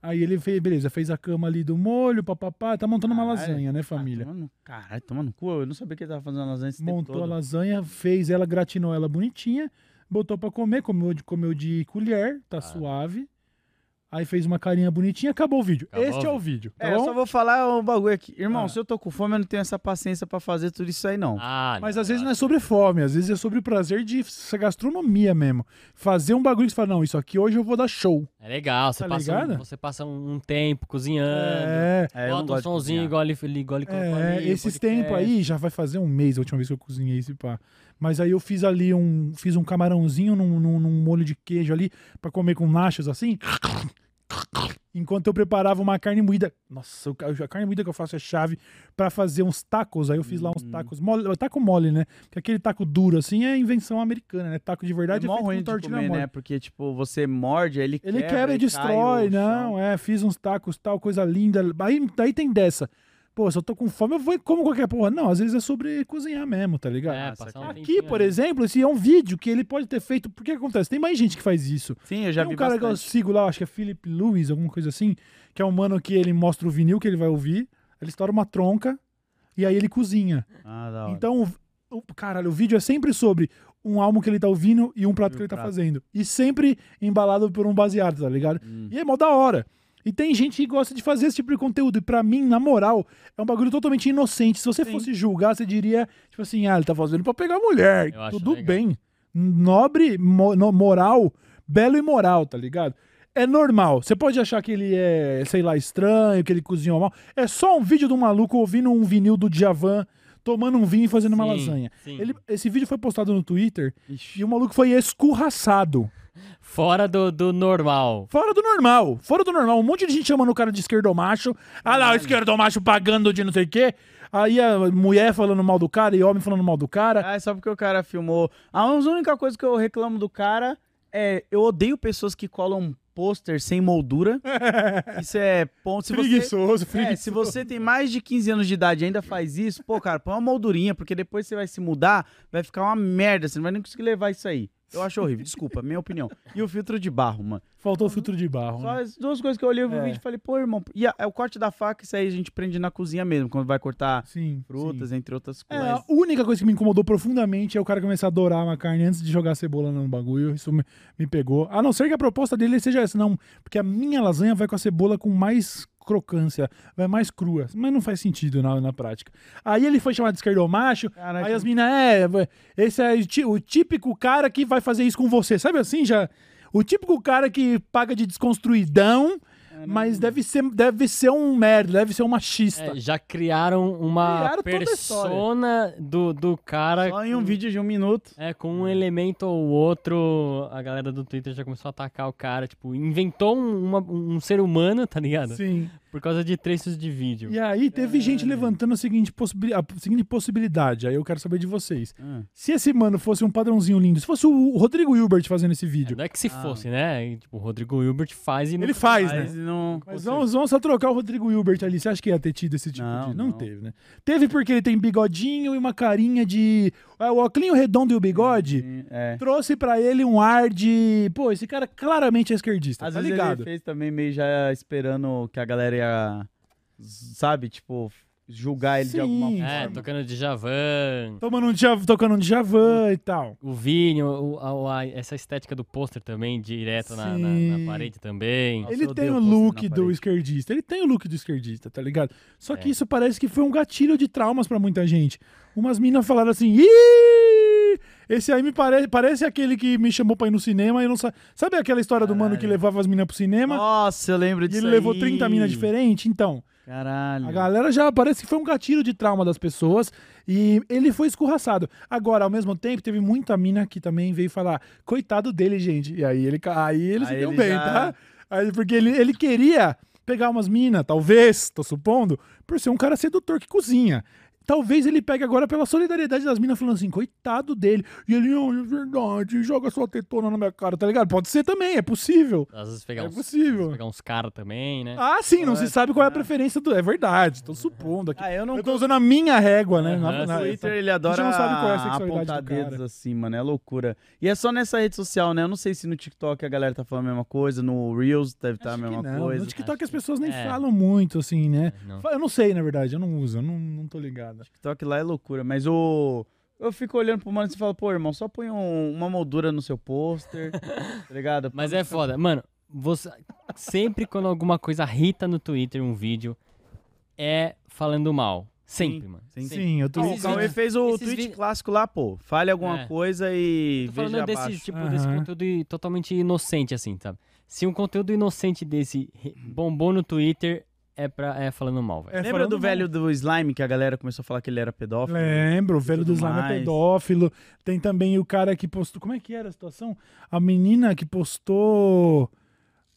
Speaker 3: Aí ele fez, beleza, fez a cama ali do molho, papapá. Tá montando uma
Speaker 2: Caralho.
Speaker 3: lasanha, né,
Speaker 2: Ah,
Speaker 3: família?
Speaker 2: toma no- Caralho, toma no cu, eu não sabia que ele tava fazendo lasanha esse
Speaker 3: Montou
Speaker 2: tempo
Speaker 3: a
Speaker 2: todo.
Speaker 3: lasanha, fez ela, gratinou ela bonitinha, botou pra comer, comeu de, comeu de colher,
Speaker 2: Ah.
Speaker 3: tá suave. Aí fez uma carinha bonitinha, acabou o vídeo.
Speaker 1: Acabou
Speaker 3: este
Speaker 1: o
Speaker 3: é o vídeo, tá
Speaker 2: É, eu
Speaker 3: bom?
Speaker 2: só vou falar um bagulho aqui. Irmão,
Speaker 3: Ah.
Speaker 2: se eu tô com fome, eu não tenho essa paciência pra fazer tudo isso aí, não.
Speaker 1: Ah,
Speaker 3: Mas
Speaker 1: não,
Speaker 3: às vezes não é sobre fome, às vezes é sobre o prazer de f- gastronomia mesmo. Fazer um bagulho que você fala, não, isso aqui hoje eu vou dar show.
Speaker 1: É legal, você,
Speaker 3: Tá
Speaker 1: passa um,
Speaker 3: ligado?
Speaker 1: você passa um um tempo cozinhando.
Speaker 3: É,
Speaker 2: É, eu não
Speaker 1: Bota um
Speaker 2: gosto de
Speaker 1: somzinho
Speaker 2: cozinhar.
Speaker 1: igual ele, igual ele colocou
Speaker 3: é,
Speaker 1: ali,
Speaker 3: esses
Speaker 1: podcast.
Speaker 3: tempos aí já vai fazer um mês a última vez que eu cozinhei esse pá. Mas aí eu fiz ali um, fiz um camarãozinho num, num- num molho de queijo ali pra comer com nachos assim. Enquanto eu preparava uma carne moída. Nossa, o ca- a carne moída que eu faço é chave pra fazer uns tacos. Aí eu fiz lá
Speaker 2: Hum.
Speaker 3: uns tacos mole, taco mole, né? Que aquele taco duro assim é invenção americana, né? Taco de verdade
Speaker 2: É
Speaker 3: é,
Speaker 2: mó
Speaker 3: feito
Speaker 2: ruim
Speaker 3: com
Speaker 2: de
Speaker 3: tortilha
Speaker 2: comer,
Speaker 3: mole.
Speaker 2: né? Porque, tipo, você morde, aí ele quebra.
Speaker 3: Ele quebra e
Speaker 2: aí cai
Speaker 3: destrói,
Speaker 2: o
Speaker 3: não,
Speaker 2: chão.
Speaker 3: é, fiz uns tacos, tal, coisa linda. Aí, daí tem dessa. Pô, se eu tô com fome, eu vou e como qualquer porra. Não, às vezes é sobre cozinhar mesmo, tá ligado?
Speaker 1: É,
Speaker 2: Nossa,
Speaker 1: passar um
Speaker 3: Aqui,
Speaker 1: tempinho
Speaker 3: por
Speaker 1: ali.
Speaker 3: exemplo, esse é um vídeo que ele pode ter feito. Porque acontece, tem mais gente que faz isso.
Speaker 2: Sim, eu já
Speaker 3: tem um
Speaker 2: vi
Speaker 3: cara que eu
Speaker 2: bastante.
Speaker 3: sigo lá, acho que é Philip Lewis, alguma coisa assim, que é um mano que ele mostra o vinil que ele vai ouvir, ele estoura uma tronca e aí ele cozinha.
Speaker 2: Ah, da hora.
Speaker 3: Então, o, o- caralho, o vídeo é sempre sobre um álbum que ele tá ouvindo e um prato
Speaker 2: E
Speaker 3: que
Speaker 2: um
Speaker 3: ele tá
Speaker 2: prato.
Speaker 3: fazendo. E sempre embalado por um baseado, tá ligado?
Speaker 2: Hum.
Speaker 3: E é mó da hora. E tem gente que gosta de fazer esse tipo de conteúdo. E pra mim, na moral, é um bagulho totalmente inocente. Se você
Speaker 2: Sim.
Speaker 3: fosse julgar, você diria, tipo assim, ah, ele tá fazendo pra pegar mulher.
Speaker 1: Eu acho
Speaker 3: Tudo
Speaker 1: legal.
Speaker 3: bem. Nobre, mo- no- moral, belo e moral, tá ligado? É normal. Você pode achar que ele é, sei lá, estranho, que ele cozinhou mal. É só um vídeo de um maluco ouvindo um vinil do Djavan, tomando um vinho e fazendo uma
Speaker 1: Sim,
Speaker 3: lasanha.
Speaker 1: sim.
Speaker 3: Ele- esse vídeo foi postado no Twitter
Speaker 2: Ixi.
Speaker 3: e o maluco foi escurraçado.
Speaker 1: Fora do, do normal.
Speaker 3: Fora do normal, fora do normal. Um monte de gente chamando o cara de esquerdomacho. Ah lá, o esquerdomacho pagando de não sei o quê. Aí a mulher falando mal do cara e homem falando mal do cara.
Speaker 2: Ah, é só porque o cara filmou. Ah, A única coisa que eu reclamo do cara é eu odeio pessoas que colam pôster
Speaker 3: *laughs*
Speaker 2: sem moldura. Isso é ponto. Se você, é, se
Speaker 3: tipo-
Speaker 2: você tem mais de 15 anos de idade e ainda faz isso, pô, cara, põe uma moldurinha, porque depois você vai se mudar, vai ficar uma merda. Você não vai nem conseguir levar isso aí. Eu acho horrível, desculpa, minha opinião. E o filtro de barro, mano.
Speaker 3: Faltou filtro de barro.
Speaker 2: Só
Speaker 3: né?
Speaker 2: as duas coisas que eu olhei no
Speaker 3: É.
Speaker 2: vídeo e falei, pô, irmão. E a- é o corte da faca, isso aí a gente prende na cozinha mesmo, quando vai cortar
Speaker 3: Sim.
Speaker 2: frutas,
Speaker 3: sim.
Speaker 2: entre outras
Speaker 3: É,
Speaker 2: coisas.
Speaker 3: a única coisa que me incomodou profundamente é o cara começar a dourar uma carne antes de jogar a cebola no bagulho. Isso me, me pegou. A não ser que a proposta dele seja essa, não. Porque a minha lasanha vai com a cebola com mais crocância, vai mais crua. Mas não faz sentido na, na prática. Aí ele foi chamado de esquerdomacho.
Speaker 2: Caraca.
Speaker 3: Aí as minas, é, esse é o ti- o típico cara que vai fazer isso com você. Sabe assim, já? O típico cara que paga de desconstruidão,
Speaker 1: É,
Speaker 3: mas deve ser, deve ser um merda, deve ser um machista.
Speaker 1: É, já criaram uma
Speaker 2: Criaram toda a história.
Speaker 1: persona do, do cara
Speaker 2: Só em um vídeo de um minuto.
Speaker 1: É, com um elemento ou outro, a galera do Twitter já começou a atacar o cara, tipo, inventou um, uma- um ser humano, tá ligado?
Speaker 3: Sim.
Speaker 1: Por causa de trechos de vídeo.
Speaker 3: E é aí teve gente
Speaker 2: É.
Speaker 3: levantando a seguinte, possibili- a seguinte possibilidade. Aí eu quero saber de vocês.
Speaker 2: Ah.
Speaker 3: Se esse mano fosse um padrãozinho lindo, se fosse o Rodrigo Hilbert fazendo esse vídeo.
Speaker 1: Não é que se
Speaker 2: Ah.
Speaker 1: fosse, né? E, Tipo, o Rodrigo Hilbert faz e não
Speaker 3: Ele faz, né?
Speaker 2: Mas não.
Speaker 3: Mas vamos, vamos só trocar o Rodrigo Hilbert ali. Você acha que ia ter tido esse tipo
Speaker 2: Não,
Speaker 3: de. Não,
Speaker 2: não.
Speaker 3: teve, né? Teve porque ele tem bigodinho e uma carinha de. Ah, O óculinho redondo e o bigode
Speaker 2: É.
Speaker 3: trouxe pra ele um ar de. Pô, esse cara claramente é esquerdista.
Speaker 2: Às
Speaker 3: tá
Speaker 2: vezes
Speaker 3: ligado?
Speaker 2: ele fez também meio já esperando que a galera ia, sabe, tipo, julgar ele de alguma
Speaker 3: Sim.
Speaker 2: forma.
Speaker 1: É, tocando de Javan,
Speaker 3: Tomando um Djav- tocando um Djavan e tal.
Speaker 1: o Vini, o- o- a- essa estética do pôster também, direto na, na-
Speaker 3: Sim. É
Speaker 1: na parede também.
Speaker 2: Nossa,
Speaker 3: Ele
Speaker 2: eu
Speaker 3: tem
Speaker 2: odeio
Speaker 3: o
Speaker 2: pôster
Speaker 3: look
Speaker 2: na
Speaker 3: do
Speaker 2: parede.
Speaker 3: esquerdista. Ele tem o look do esquerdista, tá ligado? Só que
Speaker 1: É.
Speaker 3: isso parece que foi um gatilho de traumas pra muita gente. Umas minas falaram assim: Ih! Esse aí me parece, parece aquele que me chamou pra ir no cinema e eu não sa Sabe aquela história do mano que
Speaker 2: Caralho.
Speaker 3: levava as minas pro cinema
Speaker 2: Nossa, eu lembro
Speaker 3: e
Speaker 2: disso.
Speaker 3: ele levou
Speaker 2: aí.
Speaker 3: 30 minas diferentes? Então,
Speaker 2: Caralho.
Speaker 3: a galera já parece que foi um gatilho de trauma das pessoas e ele foi escorraçado. Agora, ao mesmo tempo, teve muita mina que também veio falar: coitado dele, gente. E aí ele, ca- aí ele se
Speaker 2: Aí
Speaker 3: deu
Speaker 2: ele
Speaker 3: bem,
Speaker 2: já-
Speaker 3: tá? Aí, porque ele, ele queria pegar umas minas, talvez, tô supondo, por ser um cara sedutor que cozinha. Talvez ele pegue agora pela solidariedade das minas falando assim, coitado dele. E ele, oh, é verdade, joga sua tetona na minha cara, tá ligado? Pode ser também, é possível.
Speaker 1: Às vezes pegar
Speaker 3: É
Speaker 1: uns,
Speaker 3: possível.
Speaker 1: às vezes pegar uns caras também, né?
Speaker 3: Ah, sim, não
Speaker 2: Pode,
Speaker 3: se sabe qual é a
Speaker 2: né?
Speaker 3: preferência do. É verdade, tô supondo aqui.
Speaker 2: Ah, eu não
Speaker 3: Eu tô usando a minha régua, né?
Speaker 1: Aham,
Speaker 3: Na- na-
Speaker 2: O Twitter, ele adora
Speaker 3: não sabe qual é a sexualidade
Speaker 2: apontar
Speaker 3: do cara.
Speaker 2: dedos assim, mano. É loucura. E é só nessa rede social, né? Eu não sei se no TikTok a galera tá falando a mesma coisa, no Reels deve estar
Speaker 3: Acho
Speaker 2: a
Speaker 3: que
Speaker 2: mesma
Speaker 3: não.
Speaker 2: é coisa.
Speaker 3: No TikTok
Speaker 1: Acho
Speaker 3: as pessoas nem
Speaker 1: que- é.
Speaker 3: falam muito, assim, né?
Speaker 1: Não.
Speaker 3: Fa- Eu não sei, na verdade, eu não uso, eu não, não tô ligado.
Speaker 2: TikTok lá é loucura, mas o. Eu fico olhando pro mano e falo, pô, irmão, só põe um- uma moldura no
Speaker 3: *laughs*
Speaker 2: seu pôster, tá ligado?
Speaker 1: Mas é foda. Mano, você sempre quando alguma coisa irrita no Twitter, um vídeo, é falando mal. Sempre, mano.
Speaker 2: sim.
Speaker 3: Sim, eu tô.
Speaker 1: Não,
Speaker 2: Pô, o
Speaker 1: Esses
Speaker 2: Cauê
Speaker 1: vídeos-
Speaker 2: fez o
Speaker 1: esses
Speaker 2: tweet
Speaker 1: vídeos-
Speaker 2: clássico lá, pô. Fale alguma
Speaker 1: É.
Speaker 2: coisa e
Speaker 1: Tô
Speaker 2: veja
Speaker 1: falando desse
Speaker 2: abaixo.
Speaker 3: né?
Speaker 1: tipo desse
Speaker 3: Aham.
Speaker 1: conteúdo i- totalmente inocente, assim, sabe? Se um conteúdo inocente desse re- bombou no Twitter, é, pra, é falando mal, velho.
Speaker 3: É,
Speaker 2: Lembra
Speaker 3: falando
Speaker 2: do
Speaker 3: mal.
Speaker 2: velho do slime que a galera começou a falar que ele era pedófilo?
Speaker 3: Lembro, o velho do
Speaker 2: tudo
Speaker 3: slime é
Speaker 2: mais.
Speaker 3: pedófilo. Tem também o cara que postou. Como é que era a situação? A menina que postou.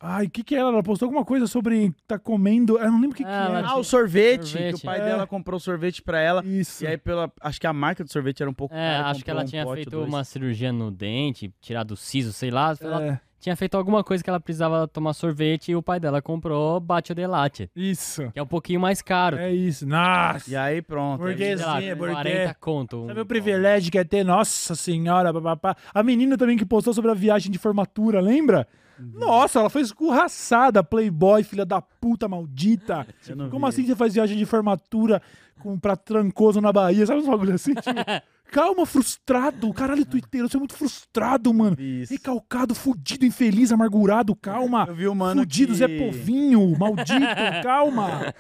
Speaker 3: Ai, o que que era? Ela postou alguma coisa sobre tá comendo. Eu não lembro o que, que
Speaker 1: Ah,
Speaker 3: era.
Speaker 1: ela-
Speaker 2: Ah, o sorvete,
Speaker 1: Sorvete.
Speaker 2: que o pai
Speaker 3: É.
Speaker 2: dela comprou sorvete pra ela.
Speaker 3: Isso.
Speaker 2: E aí, pela, acho que a marca do sorvete era um pouco.
Speaker 1: É,
Speaker 2: cara,
Speaker 1: acho que
Speaker 2: comprou
Speaker 1: ela
Speaker 2: um
Speaker 1: tinha
Speaker 2: pote ou
Speaker 1: feito
Speaker 2: dois.
Speaker 1: uma cirurgia no dente, tirado o siso, sei lá. Ela
Speaker 3: É,
Speaker 1: tinha feito alguma coisa que ela precisava tomar sorvete e o pai dela comprou bate o delate,
Speaker 3: isso.
Speaker 1: que é um pouquinho mais caro.
Speaker 3: É isso. Nossa.
Speaker 2: E aí, pronto.
Speaker 3: Porque-
Speaker 1: sei lá,
Speaker 3: burguesinha, burguê.
Speaker 1: 40 conto. um-
Speaker 2: Então.
Speaker 3: Sabe o privilégio que é ter? Nossa senhora, papapá. A menina também que postou sobre a viagem de formatura, lembra?
Speaker 2: Uhum.
Speaker 3: Nossa, ela foi escorraçada, playboy, filha da puta maldita.
Speaker 2: *laughs* Eu não
Speaker 3: Como
Speaker 2: vi.
Speaker 3: assim você faz viagem de formatura com, pra Trancoso na Bahia? Sabe uns bagulho assim?
Speaker 2: *laughs*
Speaker 3: Tipo, calma, frustrado. Caralho, tuiteiro, você é muito frustrado, *laughs* mano.
Speaker 2: Vi isso.
Speaker 3: Recalcado, fudido, infeliz, amargurado, calma.
Speaker 2: Eu vi o mano
Speaker 3: Fudido,
Speaker 2: que-
Speaker 3: Zé é Povinho, maldito, calma.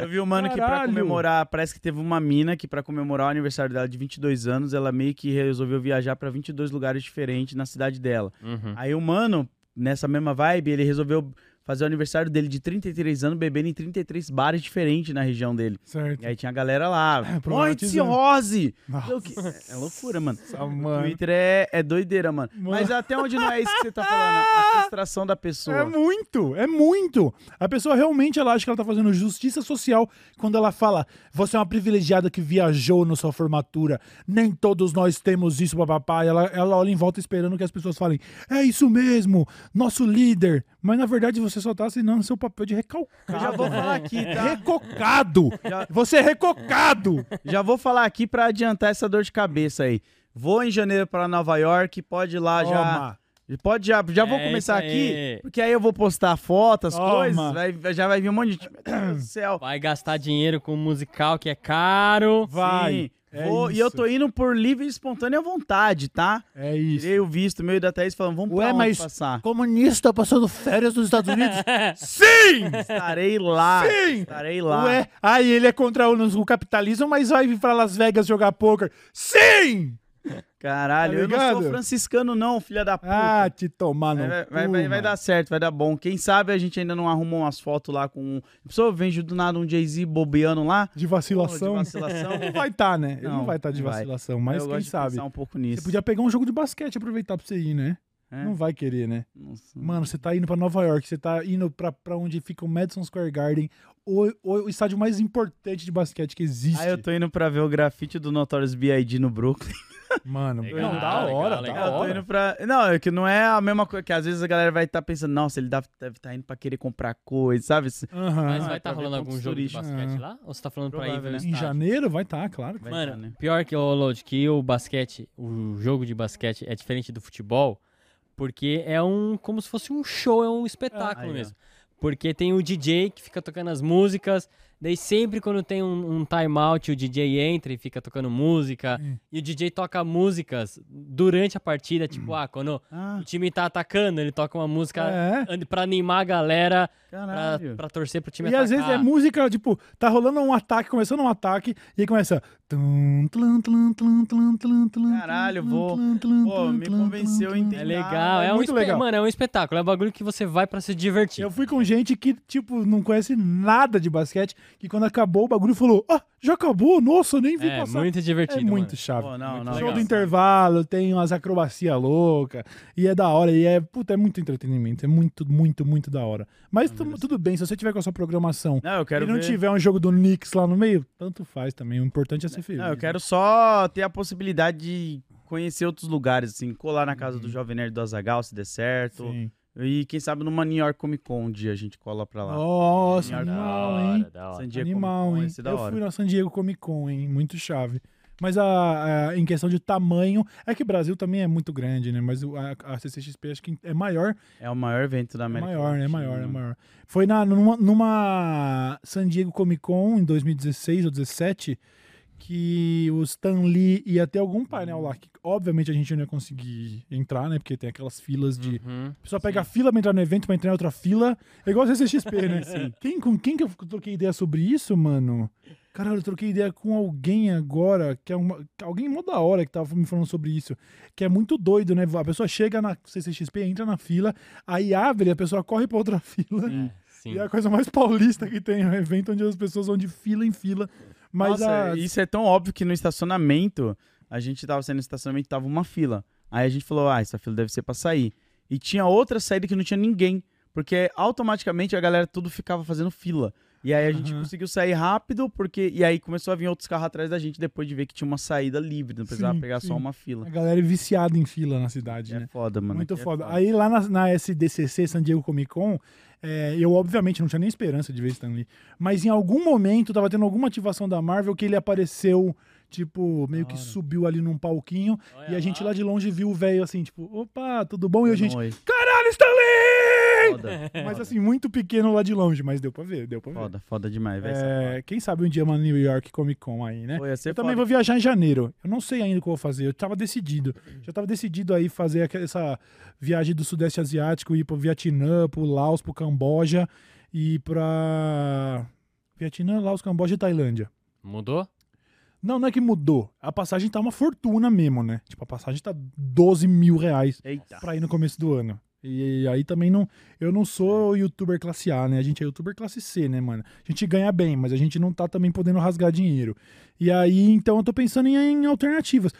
Speaker 2: Eu vi o mano que pra
Speaker 3: Caralho.
Speaker 2: comemorar, parece que teve uma mina que pra comemorar o aniversário dela de 22 anos, ela meio que resolveu viajar pra 22 lugares diferentes na cidade dela.
Speaker 1: Uhum.
Speaker 2: Aí o mano, nessa mesma vibe, ele resolveu fazer o aniversário dele de 33 anos bebendo em 33 bares diferentes na região dele.
Speaker 3: Certo.
Speaker 2: *laughs* E aí tinha a
Speaker 3: *laughs*
Speaker 2: galera lá, morre de
Speaker 3: É, problematizando.
Speaker 2: cirrose!
Speaker 3: Nossa,
Speaker 2: Eu que- É loucura, mano. O
Speaker 3: mano.
Speaker 2: Twitter é, é doideira, mano.
Speaker 3: Mano.
Speaker 2: Mas até onde não é isso que você tá falando, a
Speaker 3: *laughs*
Speaker 2: frustração da pessoa.
Speaker 3: É muito, é muito. A pessoa realmente ela acha que ela tá fazendo justiça social quando ela fala: você é uma privilegiada que viajou na sua formatura, nem todos nós temos isso, papapá. E Ela, ela olha em volta esperando que as pessoas falem: é isso mesmo, nosso líder. Mas na verdade você só tá assinando seu papel de
Speaker 2: Eu
Speaker 3: recalcado. né?
Speaker 2: já vou falar aqui, tá?
Speaker 3: Recocado!
Speaker 2: Já-
Speaker 3: Você é recocado!
Speaker 2: Já vou falar aqui pra adiantar essa dor de cabeça aí. Vou em janeiro pra Nova York, pode ir lá já.
Speaker 3: Toma.
Speaker 2: Pode já, já vou
Speaker 1: É
Speaker 2: começar
Speaker 1: isso
Speaker 2: aqui,
Speaker 1: aí.
Speaker 2: porque aí eu vou postar fotos,
Speaker 3: Toma.
Speaker 2: coisas, vai- já vai vir um monte de gente. Meu Deus
Speaker 3: *clears throat*
Speaker 2: do céu.
Speaker 1: Vai gastar dinheiro com musical que é caro.
Speaker 3: Vai.
Speaker 2: Sim,
Speaker 3: É
Speaker 2: vou- e eu tô indo por livre e espontânea vontade, tá?
Speaker 3: É isso.
Speaker 2: Tirei o visto meio da Thaís falando, vamos
Speaker 3: Ué,
Speaker 2: pra onde
Speaker 3: mas-
Speaker 2: passar.
Speaker 3: Comunista passando férias nos Estados Unidos? *laughs* Sim!
Speaker 2: Estarei lá,
Speaker 3: *laughs* Sim!
Speaker 2: estarei lá.
Speaker 3: Ué, aí ele é contra o o capitalismo, mas vai vir pra Las Vegas jogar poker. Sim!
Speaker 2: Caralho,
Speaker 3: Tá
Speaker 2: eu não sou
Speaker 3: ligado?
Speaker 2: franciscano não, filha da puta.
Speaker 3: Ah, te tomar no
Speaker 2: Vai, vai-
Speaker 3: cu,
Speaker 2: vai- vai
Speaker 3: mano.
Speaker 2: dar certo, vai dar bom. Quem sabe a gente ainda não arrumou umas fotos lá com. um, A pessoa vem do nada um Jay-Z bobeando lá.
Speaker 3: De vacilação.
Speaker 2: Porra, de vacilação.
Speaker 3: Não vai estar, né? Ele não
Speaker 2: Não,
Speaker 3: vai estar de
Speaker 2: não vai.
Speaker 3: vacilação, *laughs* mas
Speaker 2: eu
Speaker 3: quem
Speaker 2: gosto de
Speaker 3: sabe?
Speaker 2: pensar um pouco nisso.
Speaker 3: Você podia pegar um jogo de basquete e aproveitar pra você ir, né?
Speaker 2: É.
Speaker 3: Não vai querer, né?
Speaker 2: Nossa.
Speaker 3: Mano, você tá indo pra Nova York, você tá indo pra, pra onde fica o Madison Square Garden, o, o, o estádio mais importante de basquete que existe.
Speaker 2: Ah, eu tô indo pra ver o grafite do Notorious B.I.D. no Brooklyn.
Speaker 3: Mano,
Speaker 1: Legal,
Speaker 3: não, da hora,
Speaker 1: legal,
Speaker 3: da
Speaker 1: legal.
Speaker 2: *laughs* eu tô
Speaker 3: hora.
Speaker 2: indo pra... Não, é que não é a mesma coisa, que às vezes a galera vai estar pensando, nossa, ele deve estar indo pra querer comprar coisa, sabe?
Speaker 3: Aham.
Speaker 1: Mas vai
Speaker 2: Ah, pra
Speaker 1: estar
Speaker 2: ver
Speaker 1: rolando
Speaker 2: pontos
Speaker 1: algum jogo de
Speaker 3: turísticos.
Speaker 1: basquete lá? Ou você tá falando pra ir ver
Speaker 2: Provável,
Speaker 1: o
Speaker 2: né?
Speaker 3: Em
Speaker 1: estádio?
Speaker 3: janeiro vai tá, claro.
Speaker 2: Vai
Speaker 1: Mano,
Speaker 2: tá, né?
Speaker 1: pior que o Load, que o basquete, o jogo de basquete é diferente do futebol, porque é um como se fosse um show, é um espetáculo
Speaker 2: Aí, ó.
Speaker 1: mesmo. Porque tem o DJ que fica tocando as músicas, daí sempre quando tem um, um timeout, o DJ entra e fica tocando música,
Speaker 3: Hum.
Speaker 1: e o DJ toca músicas durante a partida,
Speaker 3: Hum.
Speaker 1: tipo, ah, quando
Speaker 2: Ah,
Speaker 1: o time tá atacando, ele toca uma música
Speaker 3: É.
Speaker 1: an- pra animar a galera, pra,
Speaker 2: caralho.
Speaker 1: pra torcer pro time
Speaker 3: E
Speaker 1: atacar.
Speaker 3: às vezes é música, tipo, tá rolando um ataque, começando um ataque, e aí começa. Tum, tlum, tlum, tlum, tlum, tlum, tlum,
Speaker 2: Caralho,
Speaker 3: tlum,
Speaker 2: vou.
Speaker 3: tlum, tlum,
Speaker 2: Pô,
Speaker 3: tlum,
Speaker 2: me
Speaker 3: tlum, tlum,
Speaker 2: convenceu a
Speaker 3: tlum.
Speaker 1: É
Speaker 2: entender.
Speaker 1: legal,
Speaker 3: é
Speaker 1: é, um
Speaker 3: muito
Speaker 1: espe-
Speaker 3: legal.
Speaker 1: Mano, é um espetáculo, é um bagulho que você vai pra se divertir.
Speaker 3: Eu fui com gente que, tipo, não conhece nada de basquete, que quando acabou o bagulho falou: Ah, já acabou? Nossa, eu nem vi
Speaker 1: É
Speaker 3: passar.
Speaker 1: muito divertido.
Speaker 3: é muito
Speaker 1: mano.
Speaker 3: chave.
Speaker 2: Pô, não,
Speaker 1: Muito
Speaker 2: não,
Speaker 3: Show
Speaker 1: legal.
Speaker 3: do intervalo, tem umas acrobacia louca e é da hora, e é, puta, é muito entretenimento, é muito, muito, muito da hora. Mas tu- tudo bem, se você tiver com a sua programação
Speaker 2: Não, eu quero
Speaker 3: e não
Speaker 2: ver.
Speaker 3: tiver um jogo do Knicks lá no meio, tanto faz também, o importante é ser feliz.
Speaker 2: Não, eu
Speaker 3: né?
Speaker 2: quero só ter a possibilidade de conhecer outros lugares, assim, colar na casa do Jovem Nerd do Azagal, se der certo.
Speaker 3: Uhum. Sim.
Speaker 2: E quem sabe numa New York Comic Con um dia a gente cola pra lá.
Speaker 3: Nossa,
Speaker 2: Hum, Da
Speaker 3: animal,
Speaker 1: hora,
Speaker 3: hein?
Speaker 1: da hora.
Speaker 2: San Diego
Speaker 3: Animal,
Speaker 2: Comic Con,
Speaker 3: hein?
Speaker 2: ia ser da
Speaker 3: eu
Speaker 2: hora.
Speaker 3: fui na San Diego Comic Con, hein? Muito chave. Mas a, a- em questão de tamanho, é que o Brasil também é muito grande, né? Mas o- a, a CCXP acho que é maior
Speaker 2: É o maior evento da América
Speaker 3: É maior, né? é
Speaker 2: Latina,
Speaker 3: maior, é
Speaker 2: mano.
Speaker 3: maior. Foi na, numa, numa San Diego Comic Con em 2016 ou 2017 que o Stan Lee ia ter algum painel lá, que obviamente a gente não ia conseguir entrar, né? Porque tem aquelas filas de.
Speaker 1: Uhum.
Speaker 3: A pessoa pega a fila pra entrar no evento, pra entrar em outra fila. É igual a CCXP,
Speaker 2: *laughs*
Speaker 3: né? Quem, com quem que eu troquei ideia sobre isso, mano? Caralho, eu troquei ideia com alguém agora, que é uma, que alguém mó da hora que tava me falando sobre isso. Que é muito doido, né? A pessoa chega na CCXP, entra na fila, aí abre, a pessoa corre pra outra *laughs* fila.
Speaker 1: É, sim.
Speaker 3: E é a coisa mais paulista que tem, é um evento onde as pessoas vão de fila em fila. Mas
Speaker 2: Nossa,
Speaker 3: a...
Speaker 2: isso é tão óbvio que no estacionamento, a gente tava saindo do estacionamento, tava uma fila. Aí a gente falou, ah, essa fila deve ser pra sair. E tinha outra saída que não tinha ninguém, porque automaticamente a galera tudo ficava fazendo fila. E aí a gente
Speaker 3: Aham.
Speaker 2: conseguiu sair rápido, porque. E aí começou a vir outros carros atrás da gente depois de ver que tinha uma saída livre, não precisava
Speaker 3: Sim,
Speaker 2: pegar
Speaker 3: sim.
Speaker 2: só uma fila.
Speaker 3: a galera é viciada em fila na cidade, né?
Speaker 2: É foda, mano.
Speaker 3: Muito
Speaker 2: aqui é
Speaker 3: foda. Aí lá na, na SDCC, San Diego Comic Con, é, eu obviamente não tinha nem esperança de ver Stan Lee. Mas em algum momento tava tendo alguma ativação da Marvel que ele apareceu, tipo, meio que subiu ali num palquinho.
Speaker 1: Olha
Speaker 3: e a gente
Speaker 1: lá.
Speaker 3: lá de longe viu o velho assim, tipo, opa, tudo bom? E a gente, *laughs*
Speaker 2: Oi.
Speaker 3: caralho, Stan Lee!
Speaker 2: Foda,
Speaker 3: Mas assim, muito pequeno lá de longe, mas deu pra ver, deu pra ver.
Speaker 2: É. foda, foda demais, velho.
Speaker 3: É, quem sabe um dia uma New York Comic Con aí, né?
Speaker 2: Pô, ia ser
Speaker 3: Eu também
Speaker 2: foda.
Speaker 3: vou viajar em janeiro. Eu não sei ainda o que eu vou fazer. Eu tava decidido. Já tava decidido aí fazer aquela- essa viagem do Sudeste Asiático, ir pro Vietnã, pro Laos, pro Camboja e pra. Vietnã, Laos, Camboja e Tailândia.
Speaker 1: Mudou?
Speaker 3: Não, não é que mudou. A passagem tá uma fortuna mesmo, né? Tipo, a passagem tá 12 mil reais
Speaker 2: Eita.
Speaker 3: pra ir no começo do ano. E aí também não. Eu não sou youtuber classe A, né? A gente é youtuber classe C, né, mano? A gente ganha bem, mas a gente não tá também podendo rasgar dinheiro. E aí, então, eu tô pensando em, em alternativas.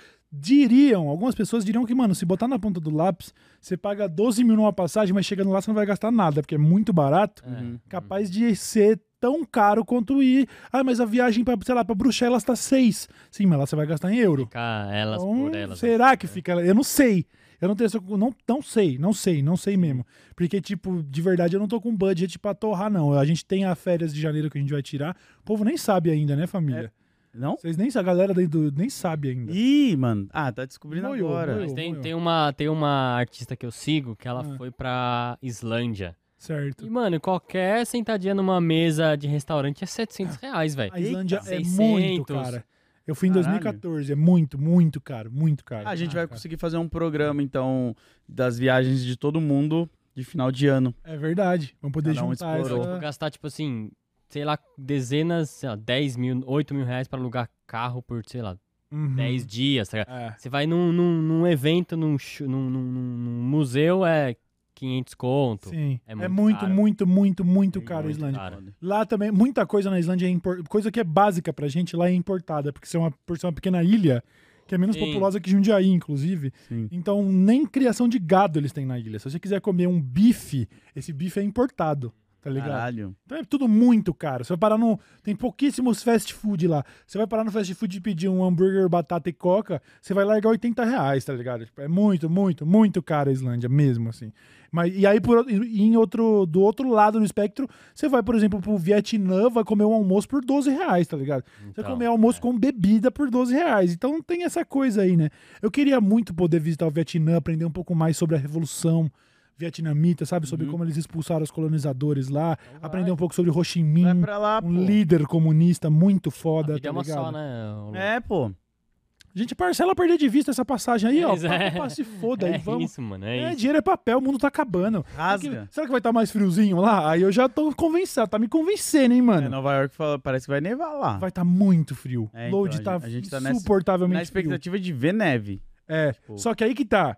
Speaker 3: Diriam, algumas pessoas diriam que, mano, se botar na ponta do lápis, você paga 12 mil numa passagem, mas chegando lá você não vai gastar nada, porque é muito barato.
Speaker 2: Uhum.
Speaker 3: Capaz de ser tão caro quanto ir. Ah, mas a viagem pra, sei lá, pra Bruxelas tá 6. Sim, mas lá você vai gastar em euro.
Speaker 1: Ficar elas
Speaker 3: Então,
Speaker 1: por elas. né?
Speaker 3: Será que fica. Eu não sei. Eu não tenho essa. Não, não sei, não sei, não sei mesmo. Porque, tipo, de verdade, eu não tô com budget pra torrar, não. A gente tem as férias de janeiro que a gente vai tirar. O povo nem sabe ainda, né, família?
Speaker 2: Não?
Speaker 3: Vocês nem a galera daí do, nem sabe ainda.
Speaker 2: Ih, mano. Ah, tá descobrindo
Speaker 3: Moiou,
Speaker 2: agora.
Speaker 3: moiou.
Speaker 1: Mas tem,
Speaker 3: eu.
Speaker 1: tem, uma, tem uma artista que eu sigo que ela
Speaker 3: Ah.
Speaker 1: foi pra Islândia. E,
Speaker 3: Certo.
Speaker 1: mano, qualquer sentadinha numa mesa de restaurante é 700 reais, velho.
Speaker 3: A Islândia
Speaker 1: Eita,
Speaker 3: é muito
Speaker 1: 600.
Speaker 3: cara. Eu fui em
Speaker 2: Caralho.
Speaker 3: 2014, é muito, muito caro, muito caro.
Speaker 2: Ah, a gente
Speaker 3: Ah,
Speaker 2: vai
Speaker 3: cara.
Speaker 2: conseguir fazer um programa, então, das viagens de todo mundo de final de ano.
Speaker 3: É verdade. Vamos poder
Speaker 2: Cada um
Speaker 3: juntar
Speaker 2: explorou.
Speaker 1: Tipo,
Speaker 3: essa...
Speaker 1: gastar, tipo assim, sei lá, dezenas, sei lá, 10 mil, 8 mil reais pra alugar carro por, sei lá,
Speaker 3: Uhum.
Speaker 1: 10 dias, tá ligado?
Speaker 3: É.
Speaker 1: Você vai num, num, num evento, num, chu- num, num, num- num museu, é 500 conto.
Speaker 3: Sim.
Speaker 1: É
Speaker 3: É muito,
Speaker 1: muito
Speaker 3: muito,
Speaker 1: caro.
Speaker 3: muito, muito, caro a
Speaker 1: Muito
Speaker 3: Islândia.
Speaker 1: caro.
Speaker 3: Lá também, muita coisa na Islândia é impor- coisa que é básica pra gente lá é importada, porque é uma, por ser uma pequena ilha, que é menos
Speaker 1: Sim.
Speaker 3: populosa que Jundiaí, inclusive.
Speaker 2: Sim.
Speaker 3: Então, nem criação de gado eles têm na ilha. Se você quiser comer um bife, esse bife é importado, tá ligado?
Speaker 2: Caralho.
Speaker 3: Então é tudo muito caro. Você vai parar num. Tem pouquíssimos fast food lá. Você vai parar no fast food e pedir um hambúrguer, batata e coca, você vai largar 80 reais, tá ligado? Tipo, é muito, muito, muito caro a Islândia, mesmo assim. Mas, e aí, por, e em outro, do outro lado do espectro, você vai, por exemplo, pro Vietnã, vai comer um almoço por 12 reais, tá ligado? Você
Speaker 1: Então,
Speaker 3: comer almoço com bebida por 12 reais. Então tem essa coisa aí, né? Eu queria muito poder visitar o Vietnã, aprender um pouco mais sobre a Revolução Vietnamita, sabe? Sobre como eles expulsaram os colonizadores lá. aprender um pouco sobre Ho Chi
Speaker 2: Vai
Speaker 3: Minh,
Speaker 2: pra lá, pô.
Speaker 3: um líder comunista muito
Speaker 1: a
Speaker 3: foda,
Speaker 1: vida
Speaker 3: tá
Speaker 1: é uma
Speaker 3: ligado?
Speaker 1: só, né? ô louco?
Speaker 2: É, pô.
Speaker 3: Gente, parcela perder de vista essa passagem aí, ó.
Speaker 1: Pois é.
Speaker 3: Papo pra se foda
Speaker 2: *laughs*
Speaker 3: aí,
Speaker 1: É
Speaker 3: vamos.
Speaker 1: isso, mano,
Speaker 3: É,
Speaker 1: é isso.
Speaker 3: dinheiro é papel, o mundo tá acabando.
Speaker 2: Rasga.
Speaker 3: Será que vai estar mais friozinho lá? Aí eu já tô convencendo, tá me convencendo, hein, mano?
Speaker 2: É, Nova York fala- parece que vai nevar lá.
Speaker 3: Vai estar muito frio.
Speaker 2: É, então,
Speaker 3: Load
Speaker 2: a
Speaker 3: tá
Speaker 2: gente- a gente tá nessa-
Speaker 3: insuportavelmente
Speaker 2: Na
Speaker 3: frio.
Speaker 2: expectativa de ver neve.
Speaker 3: É,
Speaker 2: Tipo-
Speaker 3: só que aí que tá.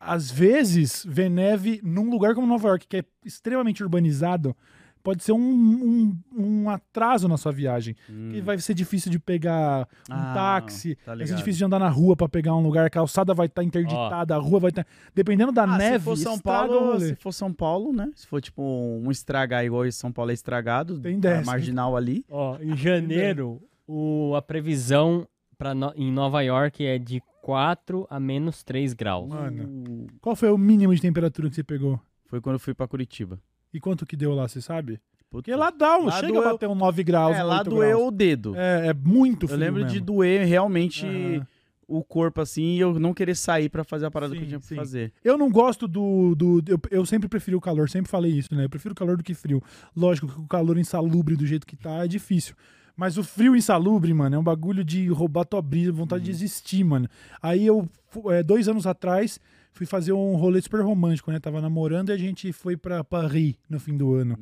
Speaker 3: Às vezes, ver neve num lugar como Nova York, que é extremamente urbanizado, pode ser um, um, um atraso na sua viagem.
Speaker 2: Hum.
Speaker 3: Que vai ser difícil de pegar um
Speaker 2: Uhum. Ah,
Speaker 3: táxi,
Speaker 2: tá
Speaker 3: vai ser
Speaker 2: ligado.
Speaker 3: difícil de andar na rua pra pegar um lugar, a calçada vai estar interditada, a rua vai estar. Dependendo da
Speaker 2: Ah,
Speaker 3: neve,
Speaker 2: se for São
Speaker 3: estraga o
Speaker 2: Paulo,
Speaker 3: rolê.
Speaker 2: se for São Paulo, né? Se for tipo um estragar igual esse São Paulo é estragado,
Speaker 3: Tem
Speaker 2: a
Speaker 3: dessa.
Speaker 2: marginal ali.
Speaker 1: Ó, em janeiro, o, a previsão pra no- em Nova York é de 4 a menos 3 graus.
Speaker 3: Mano.
Speaker 2: Uh,
Speaker 3: Qual foi o mínimo de temperatura que você pegou?
Speaker 2: Foi quando eu fui pra Curitiba.
Speaker 3: E quanto que deu lá, você sabe?
Speaker 2: Puta.
Speaker 3: Porque lá dá, um,
Speaker 2: Lá
Speaker 3: chega
Speaker 2: doeu-
Speaker 3: a bater um 9 graus.
Speaker 2: é, lá
Speaker 3: 8
Speaker 2: doeu
Speaker 3: graus.
Speaker 2: o dedo.
Speaker 3: É, é muito frio.
Speaker 2: eu lembro de
Speaker 3: mesmo.
Speaker 2: doer realmente
Speaker 3: Aham.
Speaker 2: o corpo assim e eu não querer sair pra fazer a parada que
Speaker 3: Sim,
Speaker 2: eu tinha pra
Speaker 3: sim.
Speaker 2: fazer.
Speaker 3: Eu não gosto do. do eu, eu sempre preferi o calor, sempre falei isso, né? Eu prefiro o calor do que frio. Lógico que o calor insalubre do jeito que tá é difícil. Mas o frio insalubre, mano, é um bagulho de roubar tua brisa, vontade de existir, mano. Aí eu, fu- é, dois anos atrás, fui fazer um rolê super romântico, né? Tava namorando e a gente foi pra Paris no fim do ano.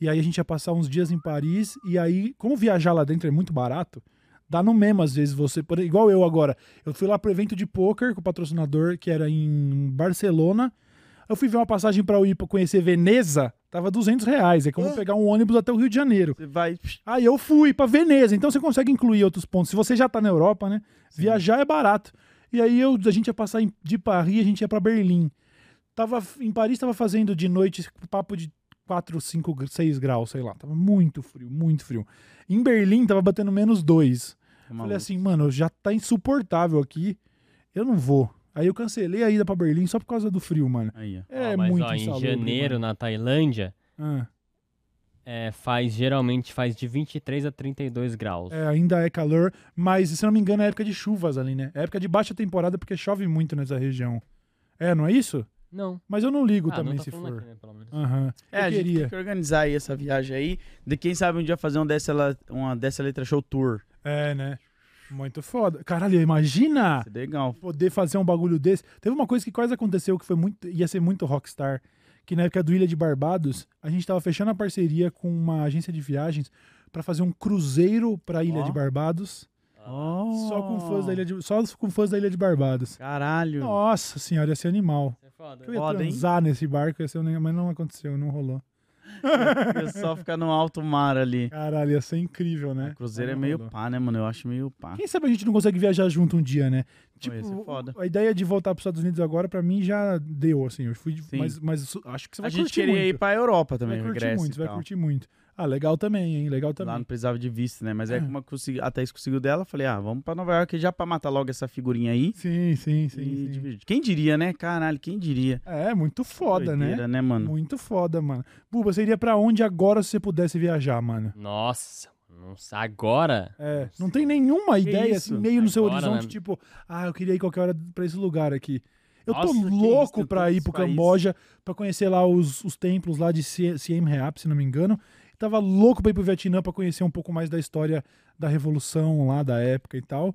Speaker 3: E aí a gente ia passar uns dias em Paris. E aí, como viajar lá dentro é muito barato, dá no mesmo às vezes você. por- Igual eu agora. Eu fui lá pro evento de poker com o patrocinador, que era em Barcelona. Eu fui ver uma passagem pra eu ir pra conhecer Veneza. Tava 200 reais. É como pegar um ônibus até o Rio de Janeiro.
Speaker 2: Você vai.
Speaker 3: Aí eu fui pra Veneza. Então você consegue incluir outros pontos. Se você já tá na Europa, né? Viajar é barato. E aí eu, a gente ia passar em- de Paris, a gente ia pra Berlim. Tava, em Paris tava fazendo de noite papo de 4, 5, 6 graus, sei lá. Tava muito frio, muito frio. Em Berlim tava batendo menos 2. Falei assim, mano, já tá insuportável aqui. Eu não vou. Aí eu cancelei a ida pra Berlim só por causa do frio, mano.
Speaker 2: Aí, ó.
Speaker 3: É
Speaker 1: Ó, Ah, mas
Speaker 3: muito
Speaker 1: ó, em
Speaker 3: insalubre,
Speaker 1: janeiro,
Speaker 3: mano.
Speaker 1: na Tailândia,
Speaker 3: Ah,
Speaker 1: é, faz geralmente faz de 23 a 32 graus.
Speaker 3: é, ainda é calor, mas se eu não me engano é época de chuvas ali, né? É época de baixa temporada porque chove muito nessa região. É, não é isso?
Speaker 1: Não.
Speaker 3: Mas eu não ligo
Speaker 1: Ah,
Speaker 3: também
Speaker 1: não tá
Speaker 3: se
Speaker 1: falando
Speaker 3: for. Ah.
Speaker 1: aqui, né, pelo menos.
Speaker 3: Aham.
Speaker 2: É, a
Speaker 3: eu
Speaker 2: gente tem
Speaker 3: queria.
Speaker 2: que organizar aí essa viagem aí. De quem sabe um dia fazer um dessa, la- uma dessa letra show tour.
Speaker 3: É, né? Muito foda. Caralho, imagina
Speaker 2: Isso é legal.
Speaker 3: poder fazer um bagulho desse. Teve uma coisa que quase aconteceu que foi muito, ia ser muito rockstar, que na época do Ilha de Barbados, a gente tava fechando a parceria com uma agência de viagens pra fazer um cruzeiro pra Ilha
Speaker 2: Ó.
Speaker 3: de Barbados,
Speaker 1: Ah,
Speaker 3: só com fãs da Ilha de, só com fãs da Ilha de Barbados.
Speaker 2: Caralho. *laughs*
Speaker 3: Nossa senhora, ia ser animal.
Speaker 1: Isso é foda.
Speaker 3: Eu ia
Speaker 2: Foda, hein?
Speaker 3: transar nesse barco, ia ser um negócio, mas não aconteceu, não rolou.
Speaker 2: O pessoal fica É no alto mar ali.
Speaker 3: Caralho, ia ser incrível, né?
Speaker 2: O Cruzeiro é
Speaker 3: Mas não rolou.
Speaker 2: meio pá, né, mano? Eu acho meio pá.
Speaker 3: Quem sabe a gente não consegue viajar junto um dia, né?
Speaker 2: Pô, ia ser foda.
Speaker 3: a ideia de voltar para os Estados Unidos agora, pra mim, já deu, assim. Eu fui, mas, mas su- acho que você
Speaker 2: A
Speaker 3: vai
Speaker 2: gente
Speaker 3: curtir
Speaker 2: queria
Speaker 3: muito.
Speaker 2: ir pra Europa
Speaker 3: Você
Speaker 2: também,
Speaker 3: vai
Speaker 2: pra
Speaker 3: curtir
Speaker 2: Grécia
Speaker 3: muito,
Speaker 2: e
Speaker 3: você vai
Speaker 2: tal.
Speaker 3: curtir muito. Ah, legal também, hein? Legal
Speaker 2: Lá
Speaker 3: também. É.
Speaker 2: não precisava de visto, né? Mas aí como eu consegui, a Thaís conseguiu dela, eu falei, ah, vamos pra Nova York já pra matar logo essa figurinha aí.
Speaker 3: Sim, sim, sim.
Speaker 2: e
Speaker 3: sim.
Speaker 2: dividir. Quem diria, né? Caralho, quem diria?
Speaker 3: É, muito foda, né?
Speaker 2: Doideira, né, mano?
Speaker 3: Muito foda, mano. Buba, você iria pra onde agora se você pudesse viajar, mano?
Speaker 1: né? Nossa, mano. Não sa- agora.
Speaker 3: É, não tem nenhuma
Speaker 2: Que
Speaker 3: ideia
Speaker 2: isso?
Speaker 3: assim, meio no seu
Speaker 1: Agora,
Speaker 3: horizonte,
Speaker 1: né?
Speaker 3: tipo, ah, eu queria ir qualquer hora pra esse lugar aqui. Eu
Speaker 2: Nossa,
Speaker 3: tô
Speaker 2: que
Speaker 3: louco
Speaker 2: isso,
Speaker 3: pra
Speaker 2: tantos
Speaker 3: ir pro
Speaker 2: países.
Speaker 3: Camboja, pra conhecer lá os, os templos lá de Sie- Siem Reap, se não me engano. Tava louco pra ir pro Vietnã pra conhecer um pouco mais da história da revolução lá, da época e tal.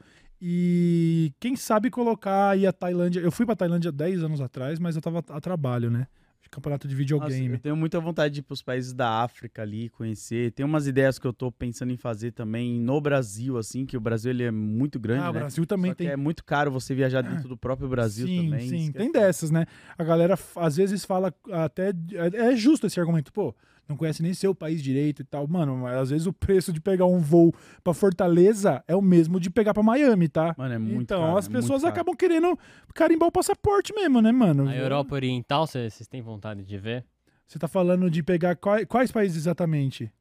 Speaker 3: E quem sabe colocar aí a Tailândia. Eu fui pra Tailândia 10 anos atrás, mas eu tava a trabalho, né? Campeonato de
Speaker 2: Nossa, é eu
Speaker 3: videogame.
Speaker 2: tenho muita vontade de ir pros países da África ali, conhecer. Tem umas ideias que eu tô pensando em fazer também no Brasil, assim, que o Brasil ele é muito grande,
Speaker 3: ah, o
Speaker 2: né?
Speaker 3: Brasil também
Speaker 2: Só que
Speaker 3: tem
Speaker 2: é muito caro você viajar
Speaker 3: *clears throat*
Speaker 2: dentro do próprio Brasil
Speaker 3: sim,
Speaker 2: também.
Speaker 3: Sim,
Speaker 2: esquece.
Speaker 3: tem dessas, né? A galera f- às vezes fala até. É é justo esse argumento, pô, não conhece nem seu país direito e tal. Mano, mas às vezes o preço de pegar um voo pra Fortaleza é o mesmo de pegar pra Miami, tá?
Speaker 2: Mano, é muito
Speaker 3: então
Speaker 2: caro.
Speaker 3: as
Speaker 2: é muito
Speaker 3: pessoas
Speaker 2: caro.
Speaker 3: acabam querendo carimbar o passaporte mesmo, né, mano?
Speaker 1: A Europa Oriental, vocês têm vontade de ver?
Speaker 3: Você tá falando de pegar quais, quais países exatamente?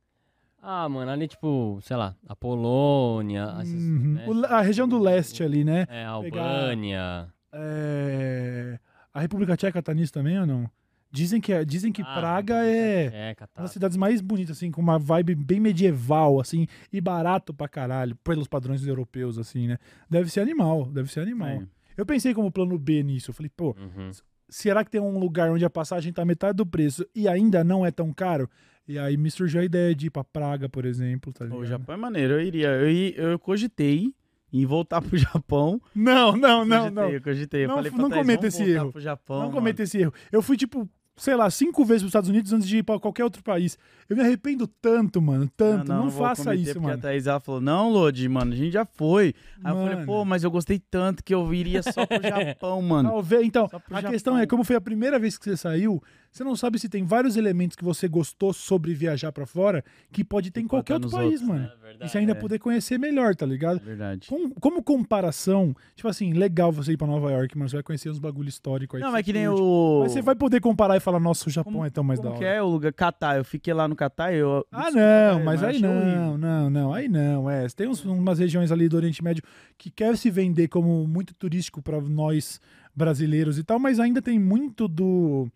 Speaker 1: Ah, mano, ali tipo, sei lá, a Polônia. esses,
Speaker 3: Uhum.
Speaker 1: né,
Speaker 3: O le- a região do leste ali, né?
Speaker 1: É, a Albânia.
Speaker 3: É, A República Tcheca tá nisso também ou não? Dizem que, é- dizem que
Speaker 1: Ah,
Speaker 3: Praga
Speaker 1: República
Speaker 3: é.
Speaker 1: Tcheca,
Speaker 3: Uma
Speaker 1: tá.
Speaker 3: das cidades mais bonitas, assim, com uma vibe bem medieval, assim, e barato pra caralho, pelos padrões europeus, assim, né? Deve ser animal, deve ser animal.
Speaker 2: É.
Speaker 3: Eu pensei como plano B nisso. Eu falei, pô,
Speaker 1: Uhum.
Speaker 3: será que tem um lugar onde a passagem tá metade do preço e ainda não é tão caro? E aí me surgiu a ideia de ir pra Praga, por exemplo, tá ligado?
Speaker 2: O Japão é maneiro, eu iria. Eu, i- eu cogitei em voltar pro *laughs* Japão.
Speaker 3: Não, não, não,
Speaker 2: Cogitei,
Speaker 3: não.
Speaker 2: Eu cogitei. Eu
Speaker 3: Não-
Speaker 2: falei pra
Speaker 3: não
Speaker 2: Thaís,
Speaker 3: cometa
Speaker 2: vamos
Speaker 3: esse
Speaker 2: voltar
Speaker 3: erro.
Speaker 2: Pro Japão,
Speaker 3: Não
Speaker 2: mano.
Speaker 3: cometa esse erro. Eu fui, tipo, sei lá, cinco vezes pros Estados Unidos antes de ir pra qualquer outro país. Eu me arrependo tanto, mano, tanto. Não,
Speaker 2: vou
Speaker 3: faça
Speaker 2: cometer,
Speaker 3: isso,
Speaker 2: porque
Speaker 3: mano.
Speaker 2: A Thaís ela falou: Não, Lodi, mano, a gente já foi. Aí eu
Speaker 3: Mano.
Speaker 2: falei: Pô, mas eu gostei tanto que eu iria só
Speaker 3: *laughs*
Speaker 2: pro Japão, mano.
Speaker 3: Talvez, então,
Speaker 2: Só pro
Speaker 3: a
Speaker 2: Japão.
Speaker 3: questão é, como foi a primeira vez que você saiu, você não sabe se tem vários elementos que você gostou sobre viajar pra fora que pode ter em
Speaker 2: Que
Speaker 3: qualquer
Speaker 2: conta
Speaker 3: outro
Speaker 2: nos
Speaker 3: país,
Speaker 2: outros,
Speaker 3: mano.
Speaker 1: É
Speaker 3: E
Speaker 1: verdade.
Speaker 3: você ainda
Speaker 2: é.
Speaker 3: poder conhecer melhor, tá ligado?
Speaker 2: É verdade.
Speaker 3: Com- como comparação, tipo assim, legal você ir pra Nova York, mas você vai conhecer uns bagulho histórico aí.
Speaker 2: Não,
Speaker 3: você
Speaker 2: mas que nem
Speaker 3: curte.
Speaker 2: o.
Speaker 3: Mas você vai poder comparar e falar, nossa, o Japão é tão mais da
Speaker 2: Como
Speaker 3: hora.
Speaker 2: que é o lugar? Catar. Eu fiquei lá no Catar e eu.
Speaker 3: Ah,
Speaker 2: Desculpa,
Speaker 3: não,
Speaker 2: é,
Speaker 3: mas aí
Speaker 2: achei horrível.
Speaker 3: não, não, não, aí não. É, tem uns- umas regiões ali do Oriente Médio que quer se vender como muito turístico pra nós brasileiros e tal, mas ainda tem muito do.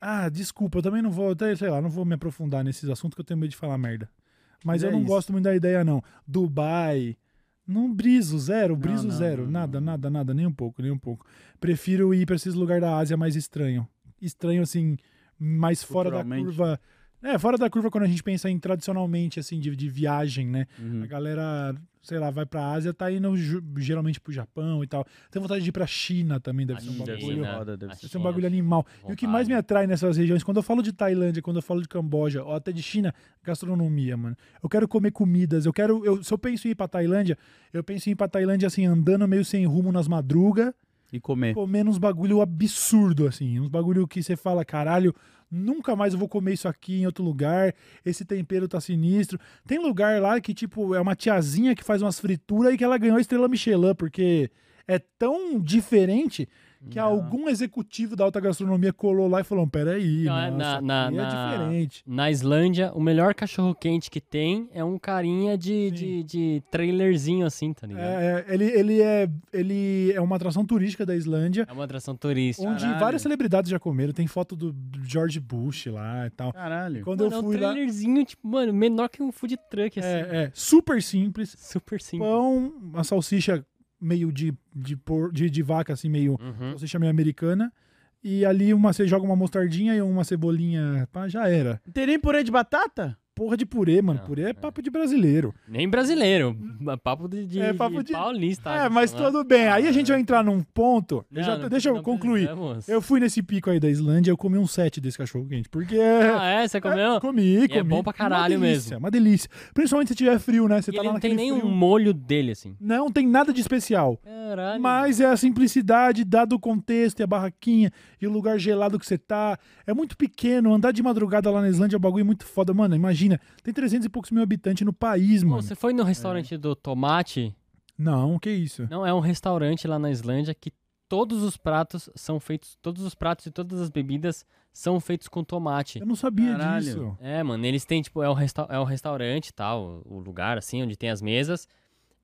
Speaker 3: Ah, desculpa, eu também não vou, até, sei lá, não vou me aprofundar nesses assuntos que eu tenho medo de falar merda. Mas
Speaker 2: E
Speaker 3: eu
Speaker 2: é
Speaker 3: não
Speaker 2: isso.
Speaker 3: gosto muito da ideia, não. Dubai. Não briso, zero, briso
Speaker 2: não,
Speaker 3: zero.
Speaker 2: não,
Speaker 3: nada,
Speaker 2: não.
Speaker 3: nada, nada, nem um pouco, nem um pouco. Prefiro ir pra esses lugares da Ásia mais estranho. Estranho, assim, mais fora da
Speaker 2: Culturalmente.
Speaker 3: curva. É, fora da curva quando a gente pensa em tradicionalmente, assim, de, de viagem, né?
Speaker 1: Hum.
Speaker 2: Uhum.
Speaker 3: A galera, sei lá, vai pra Ásia, tá indo ju- geralmente pro Japão e tal. Tem vontade de ir pra China também, deve
Speaker 1: A
Speaker 3: ser um
Speaker 1: China,
Speaker 3: bagulho.
Speaker 1: né?
Speaker 2: Roda, deve
Speaker 1: A
Speaker 3: Deve
Speaker 2: ser
Speaker 3: ser um
Speaker 1: China,
Speaker 3: bagulho
Speaker 1: assim,
Speaker 3: animal. E o que
Speaker 1: vontade.
Speaker 3: mais me atrai nessas regiões, quando eu falo de Tailândia, quando eu falo de Camboja, ou até de China, gastronomia, mano. Eu quero comer comidas, eu quero. Eu, se eu penso em ir pra Tailândia, eu penso em ir pra Tailândia assim, andando meio sem rumo nas madrugas,
Speaker 2: E comer.
Speaker 3: comendo uns um bagulho absurdo, assim. Uns bagulho que você fala, caralho, nunca mais eu vou comer isso aqui em outro lugar. Esse tempero tá sinistro. Tem lugar lá que, tipo, é uma tiazinha que faz umas frituras e que ela ganhou a estrela Michelin, porque é tão diferente que
Speaker 2: Não.
Speaker 3: algum executivo da alta gastronomia colou lá e falou: peraí,
Speaker 1: Não, é na-
Speaker 3: nossa,
Speaker 1: na-
Speaker 3: aqui
Speaker 1: na-
Speaker 3: é diferente.
Speaker 1: Na Islândia, o melhor cachorro quente que tem é um carinha de, de, de trailerzinho assim, tá ligado? É,
Speaker 3: É, é, ele, ele, é, ele é uma atração turística da Islândia,
Speaker 1: É uma atração turística.
Speaker 3: onde
Speaker 2: Caralho.
Speaker 3: várias celebridades já comeram. Tem foto do do George Bush lá e tal.
Speaker 2: Caralho.
Speaker 3: Quando
Speaker 1: mano,
Speaker 3: eu
Speaker 1: é
Speaker 3: fui
Speaker 1: um
Speaker 3: lá.
Speaker 1: trailerzinho, tipo, mano, menor que um food truck, assim.
Speaker 3: É, é, super simples.
Speaker 1: Super simples.
Speaker 3: Pão, uma salsicha meio de, de, por, de, de vaca, assim, meio.
Speaker 1: Uhum.
Speaker 3: Salsicha meio americana. E ali uma, você joga uma mostardinha e uma cebolinha. Pá, já era.
Speaker 2: Não tem nem purê de batata?
Speaker 3: Porra de purê, mano.
Speaker 1: Não,
Speaker 3: purê é
Speaker 1: é.
Speaker 3: papo de brasileiro.
Speaker 1: Nem brasileiro. mas Papo de, de,
Speaker 3: É, papo
Speaker 1: de
Speaker 3: de-
Speaker 1: paulista.
Speaker 3: é,
Speaker 1: acho,
Speaker 3: mas
Speaker 1: né? é.
Speaker 3: tudo bem. Aí a gente vai entrar num ponto. eu
Speaker 1: Não,
Speaker 3: já-
Speaker 1: não-
Speaker 3: deixa eu
Speaker 1: não né?
Speaker 3: concluir.
Speaker 1: precisamos.
Speaker 3: Eu fui nesse pico aí da Islândia, eu comi um set desse cachorro quente. Porque. é,
Speaker 1: Ah, é? Você comeu?
Speaker 3: comi, comi.
Speaker 1: é bom pra caralho
Speaker 3: uma delícia,
Speaker 1: mesmo.
Speaker 3: Uma delícia. Principalmente se tiver frio, né? Você
Speaker 1: E
Speaker 3: tá
Speaker 1: ele
Speaker 3: lá
Speaker 1: não tem
Speaker 3: naquele
Speaker 1: nem
Speaker 3: frio.
Speaker 1: um molho dele, assim.
Speaker 3: Não tem nada de especial.
Speaker 1: Caralho.
Speaker 3: Mas é a simplicidade, dado o contexto e a barraquinha e o lugar gelado que você tá. É muito pequeno. Andar de madrugada lá na Islândia é um bagulho muito foda. Mano, imagina. Tem 300 e poucos mil habitantes no país,
Speaker 1: Pô,
Speaker 3: mano.
Speaker 1: você foi no restaurante do Tomate?
Speaker 3: Não, que isso.
Speaker 1: Não, é um restaurante lá na Islândia que todos os pratos são feitos, todos os pratos e todas as bebidas são feitos com tomate.
Speaker 3: Eu não sabia
Speaker 2: Caralho.
Speaker 3: disso.
Speaker 1: tá, É, mano, eles têm, tipo, é um, resta é um restaurante, tal, o lugar, assim, onde tem as mesas.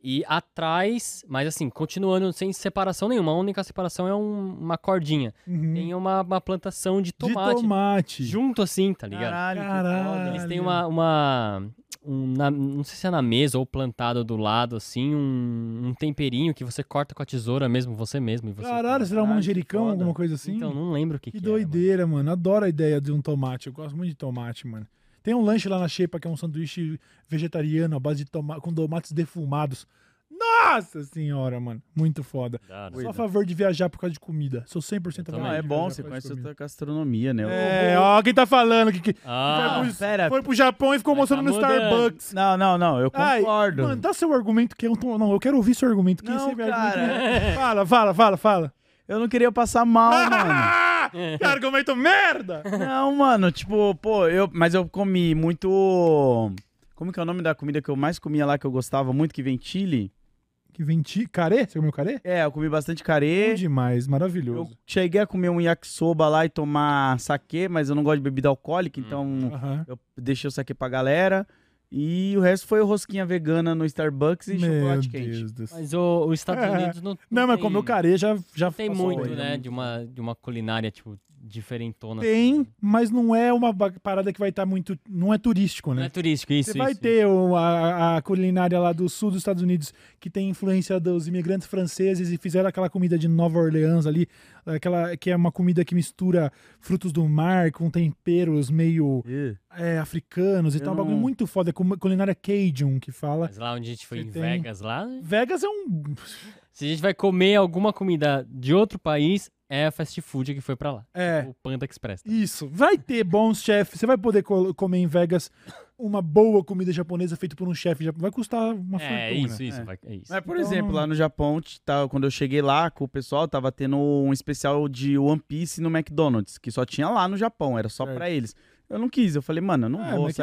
Speaker 1: E atrás, mas assim, continuando sem separação nenhuma, a única separação é um- uma cordinha.
Speaker 3: Uhum.
Speaker 1: Tem uma, uma plantação de
Speaker 3: De
Speaker 1: tomate,
Speaker 3: tomate.
Speaker 1: junto assim, tá ligado?
Speaker 2: Caralho, que
Speaker 3: Caralho.
Speaker 2: foda.
Speaker 1: Eles têm uma. uma um, na- não sei se é na mesa ou plantado do lado, assim, um, um temperinho que você corta com a tesoura mesmo, você mesmo. E você
Speaker 3: Caralho,
Speaker 1: come.
Speaker 3: será um
Speaker 2: Caralho,
Speaker 3: manjericão,
Speaker 2: foda.
Speaker 3: alguma coisa assim?
Speaker 1: Então, não lembro o que,
Speaker 3: que
Speaker 1: que era, mano.
Speaker 3: doideira, mano. Adoro a ideia de um tomate. Eu gosto muito de tomate, mano. Tem um lanche lá na Xepa que é um sanduíche vegetariano à base de tomate com tomates defumados. Nossa senhora, mano. Muito foda.
Speaker 1: Da hora.
Speaker 3: Sou a favor de viajar por causa de comida. Sou 100% a
Speaker 1: Eu
Speaker 3: favor
Speaker 2: Não,
Speaker 1: também.
Speaker 3: de
Speaker 2: é bom,
Speaker 3: viajar
Speaker 2: você
Speaker 3: por causa
Speaker 2: conhece
Speaker 3: de comida.
Speaker 2: outra gastronomia, né?
Speaker 3: É, ó, quem tá falando que, que
Speaker 1: Ah,
Speaker 3: Vai
Speaker 2: Não,
Speaker 3: pro-
Speaker 2: pera.
Speaker 3: foi pro Japão e ficou
Speaker 1: Mas tá
Speaker 3: mostrando no
Speaker 1: mudando.
Speaker 3: Starbucks.
Speaker 2: Não, não, não, eu
Speaker 3: Ai,
Speaker 2: concordo.
Speaker 3: mano, dá seu argumento que eu tô... Não, eu quero ouvir seu argumento. Quem
Speaker 2: Não,
Speaker 3: sempre
Speaker 2: cara.
Speaker 3: Fala, fala, fala, *laughs* fala.
Speaker 2: Eu não queria passar
Speaker 3: *laughs*
Speaker 2: mal, mano.
Speaker 3: Ah, *laughs* que argumento merda!
Speaker 2: Não, mano, tipo, pô, eu, mas eu comi muito. Como que é o nome da comida que eu mais comia lá que eu gostava muito, que vem chili?
Speaker 3: Que venti... Carê? Você comeu carê?
Speaker 2: É, eu comi bastante
Speaker 3: Bom
Speaker 2: carê.
Speaker 3: demais,
Speaker 2: Eu
Speaker 3: maravilhoso.
Speaker 2: cheguei a comer um yakisoba lá e tomar saquê, mas eu não gosto de bebida
Speaker 3: Hum.
Speaker 2: alcoólica, então
Speaker 3: Aham.
Speaker 2: eu deixei o saquê pra galera. E o resto foi rosquinha vegana no Starbucks e
Speaker 3: Meu
Speaker 2: chocolate quente.
Speaker 3: Deus do céu.
Speaker 1: mas o- os Estados Unidos não.
Speaker 3: É. Não, mas
Speaker 1: tem-
Speaker 3: comeu carê já, já
Speaker 1: Não tem
Speaker 3: passou
Speaker 1: muito,
Speaker 3: aí,
Speaker 1: né? De, uma, de uma culinária, tipo, diferentona.
Speaker 3: Tem,
Speaker 1: assim.
Speaker 3: mas não é uma ba- parada que vai estar muito. Não é turístico,
Speaker 1: Não
Speaker 3: né?
Speaker 1: é turístico, isso.
Speaker 3: Você vai
Speaker 1: isso,
Speaker 3: ter o- a, a culinária lá do sul dos Estados Unidos, que tem influência dos imigrantes franceses e fizeram aquela comida de Nova Orleans ali, aquela que é uma comida que mistura frutos do mar com temperos meio
Speaker 2: Ih.
Speaker 3: é, africanos e
Speaker 2: Eu
Speaker 3: tal. Um bagulho
Speaker 2: não-
Speaker 3: muito foda, é cum- culinária Cajun que fala.
Speaker 1: Mas lá onde a gente foi
Speaker 3: Você
Speaker 1: em
Speaker 3: tem-
Speaker 1: Vegas, lá.
Speaker 3: Vegas é um.
Speaker 1: Se a gente vai comer alguma comida de outro país, é a fast food que foi pra lá.
Speaker 3: É.
Speaker 1: O Panda Express. tá?
Speaker 3: Isso. Vai ter bons chefes. Você vai poder co- comer em Vegas uma boa comida japonesa feita por um chefe japonês. Vai custar uma
Speaker 1: É,
Speaker 3: fortuna.
Speaker 1: isso, isso.
Speaker 2: É.
Speaker 1: vai- É isso.
Speaker 2: Mas, por
Speaker 3: Então,
Speaker 2: exemplo,
Speaker 3: não-
Speaker 2: lá no Japão, t- tá, quando eu cheguei lá com o pessoal, tava tendo um especial de One Piece no McDonald's, que só tinha lá no Japão, era só
Speaker 3: Certo.
Speaker 2: pra eles. Eu não quis, eu falei, mano, eu não
Speaker 3: É,
Speaker 2: vou
Speaker 3: McDonald's,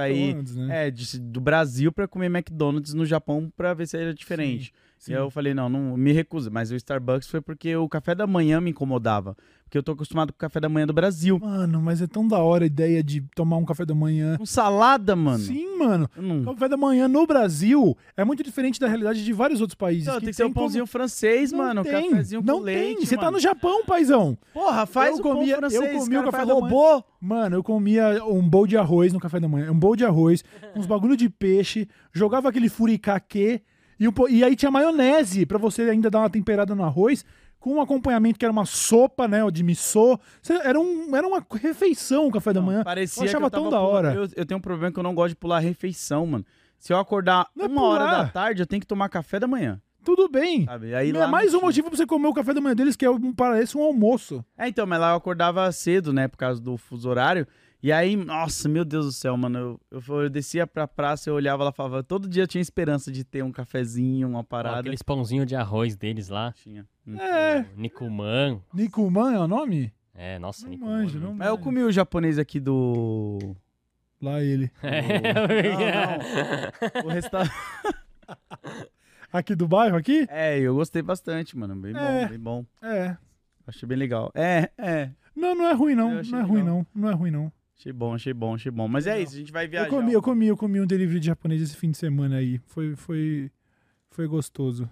Speaker 2: sair
Speaker 3: né?
Speaker 2: é, de- do Brasil pra comer McDonald's no Japão pra ver se era diferente.
Speaker 3: Sim.
Speaker 2: E aí eu falei, não, não me recusa. Mas o Starbucks foi porque o café da manhã me incomodava. Porque eu tô acostumado com o café da manhã do Brasil.
Speaker 3: Mano, mas é tão da hora a ideia de tomar um café da manhã.
Speaker 2: Com salada, mano.
Speaker 3: Sim, mano. um
Speaker 2: Eu não-
Speaker 3: Café da manhã no Brasil é muito diferente da realidade de vários outros países.
Speaker 2: Não, tem que ser um
Speaker 3: como-
Speaker 2: pãozinho francês,
Speaker 3: Não
Speaker 2: mano. um
Speaker 3: tem,
Speaker 2: cafezinho
Speaker 3: não
Speaker 2: com
Speaker 3: tem.
Speaker 2: leite.
Speaker 3: Você tá
Speaker 2: mano.
Speaker 3: no Japão, paizão.
Speaker 2: Porra, faz
Speaker 3: Eu
Speaker 2: o pão
Speaker 3: comia- eu
Speaker 2: francês.
Speaker 3: comi
Speaker 2: cara
Speaker 3: o café
Speaker 2: faz
Speaker 3: da manhã.
Speaker 2: robô.
Speaker 3: Mano, eu comia um bowl de arroz no café da manhã. Um bowl de
Speaker 2: *laughs*
Speaker 3: arroz, uns bagulho de peixe, jogava aquele furikake e, um po- e aí tinha maionese pra você ainda dar uma temperada no arroz, com um acompanhamento que era uma sopa, né, ou de missô. Cê- Era, um, era uma refeição o café da manhã.
Speaker 2: Então, Parecia
Speaker 3: eu achava
Speaker 2: que eu tava
Speaker 3: tão da
Speaker 2: pulando-
Speaker 3: hora.
Speaker 2: Eu, eu tenho um problema que eu não gosto de pular refeição, mano. Se eu acordar
Speaker 3: Não é
Speaker 2: uma hora
Speaker 3: pular.
Speaker 2: da tarde, eu tenho que tomar café da manhã,
Speaker 3: Tudo bem.
Speaker 2: sabe? Aí
Speaker 3: é
Speaker 2: lá
Speaker 3: mais
Speaker 2: não
Speaker 3: um
Speaker 2: tinha.
Speaker 3: motivo pra você comer o café da manhã deles, que é um, parece um almoço.
Speaker 2: É, então, mas lá eu acordava cedo, né, por causa do fuso horário. E aí, nossa, meu Deus do céu, mano. Eu, eu, eu descia pra praça, eu olhava lá e falava... Todo dia eu tinha esperança de ter um cafezinho, uma
Speaker 1: Ó,
Speaker 2: parada.
Speaker 1: Aqueles pãozinhos de arroz deles lá. tipo,
Speaker 2: Tinha. Hum.
Speaker 3: É.
Speaker 1: O Nikuman.
Speaker 3: Nikuman é o nome?
Speaker 1: É, nossa,
Speaker 3: Não
Speaker 1: Nikuman. *laughs*
Speaker 3: manjo, não
Speaker 2: Mas É, eu comi o japonês aqui do...
Speaker 3: Lá ele.
Speaker 1: É,
Speaker 2: Não, O restaurante...
Speaker 3: *laughs* Aqui do bairro, aqui?
Speaker 2: é, eu gostei bastante, mano. Bem bom,
Speaker 3: É.
Speaker 2: bem bom.
Speaker 3: É.
Speaker 2: Achei bem legal. É, é.
Speaker 3: Não, não é ruim não.
Speaker 2: Eu
Speaker 3: Não é
Speaker 2: achei
Speaker 3: ruim
Speaker 2: legal.
Speaker 3: não. Não é ruim não.
Speaker 2: Achei bom, achei bom, achei bom. Mas é
Speaker 3: Legal.
Speaker 2: isso, a gente vai viajar.
Speaker 3: Eu comi, eu comi, eu comi um delivery de japonês esse fim de semana aí. Foi, foi, foi gostoso.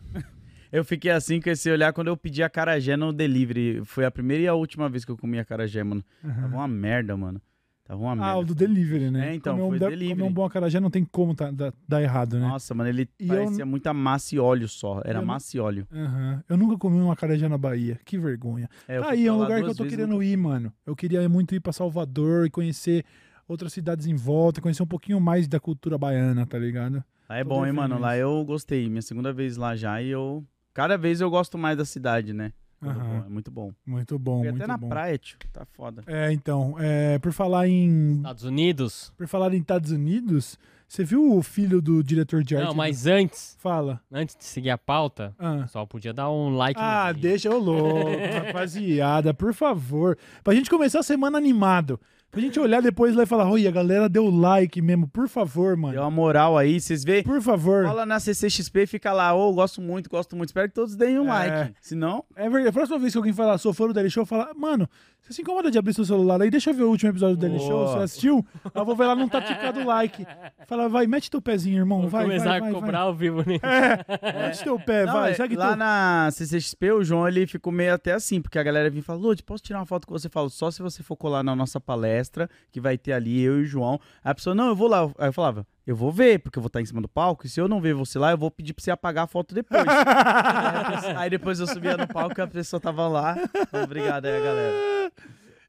Speaker 2: Eu fiquei assim com esse olhar quando eu pedi acarajé no delivery. Foi a primeira e a última vez que eu comi acarajé, mano. Tava uma merda, mano. Tava uma merda.
Speaker 3: Ah, o do delivery, né?
Speaker 2: Uhum. É, então,
Speaker 3: comer um,
Speaker 2: foi
Speaker 3: da-
Speaker 2: delivery.
Speaker 3: Comer um bom acarajé não tem como tá- dar dar errado, né?
Speaker 2: Nossa, mano, ele
Speaker 3: E eu-
Speaker 2: parecia muita massa e óleo só. Era
Speaker 3: Eu não-
Speaker 2: massa e óleo.
Speaker 3: Aham. Eu nunca comi um acarajé na Bahia. Que vergonha.
Speaker 2: É, eu
Speaker 3: tá
Speaker 2: fui
Speaker 3: aí, é
Speaker 2: pra
Speaker 3: um
Speaker 2: lá
Speaker 3: lugar que eu
Speaker 2: duas
Speaker 3: tô
Speaker 2: vezes,
Speaker 3: querendo ir, mano. Eu queria muito ir pra Salvador e conhecer outras cidades em volta, conhecer um pouquinho mais da cultura baiana, tá ligado?
Speaker 2: Lá é
Speaker 3: Tô
Speaker 2: bom, hein, mano.
Speaker 3: devendo
Speaker 2: Lá
Speaker 3: isso.
Speaker 2: eu gostei. Minha segunda vez lá já e eu... Cada vez eu gosto mais da cidade, né? Muito
Speaker 3: Aham.
Speaker 2: bom, É muito bom.
Speaker 3: Muito bom,
Speaker 2: Fui
Speaker 3: muito
Speaker 2: até na
Speaker 3: bom.
Speaker 2: praia, tio. Tá foda.
Speaker 3: É, então, é, por falar em
Speaker 1: Estados Unidos.
Speaker 3: por falar em Estados Unidos, você viu o filho do diretor de arte?
Speaker 1: Não,
Speaker 3: do-
Speaker 1: mas antes,
Speaker 3: fala.
Speaker 1: antes de seguir a pauta,
Speaker 3: Ah.
Speaker 1: só podia dar um like no
Speaker 3: Ah,
Speaker 1: vídeo.
Speaker 3: deixa eu louco,
Speaker 2: *laughs*
Speaker 3: rapaziada, por favor. Pra gente começar a semana animado. Pra gente olhar depois lá e falar, oi, a galera deu like mesmo, por favor,
Speaker 2: Deu
Speaker 3: mano.
Speaker 2: uma moral aí, vocês vê.
Speaker 3: Por favor.
Speaker 2: Fala na CCXP, fica lá. Ô, gosto muito, gosto muito. Espero que todos deem um
Speaker 3: É.
Speaker 2: like. Se não,
Speaker 3: É verdade. A próxima vez que alguém falar, sou fã do Daily Show, fala, mano, você se incomoda de abrir seu celular aí, deixa eu ver o último episódio do Daily
Speaker 2: Boa.
Speaker 3: Show, você assistiu? Eu vou ver lá, não tá ticado o like. Fala, fala, vai, mete teu pezinho, irmão.
Speaker 1: Vou
Speaker 3: um- Vai, vai,
Speaker 1: começar
Speaker 3: vai,
Speaker 1: a
Speaker 3: vai. É.
Speaker 1: cobrar ao vivo, né?
Speaker 3: Mete teu pé,
Speaker 2: Não,
Speaker 3: vai,
Speaker 2: é,
Speaker 3: segue
Speaker 2: lá
Speaker 3: teu...
Speaker 2: na CCXP, o João ele ficou meio até assim, porque a galera vinha e falou: Lud, posso tirar uma foto com você? Eu falo, só se você for colar na nossa palestra, que vai ter ali eu e o João. Aí a pessoa, não, eu vou lá. Aí eu falava, eu vou ver, porque eu vou estar em cima do palco, e se eu não ver você lá, eu vou pedir pra você apagar a
Speaker 3: *laughs*
Speaker 2: foto depois. aí depois eu subia no palco e a pessoa tava lá. Obrigado aí, galera.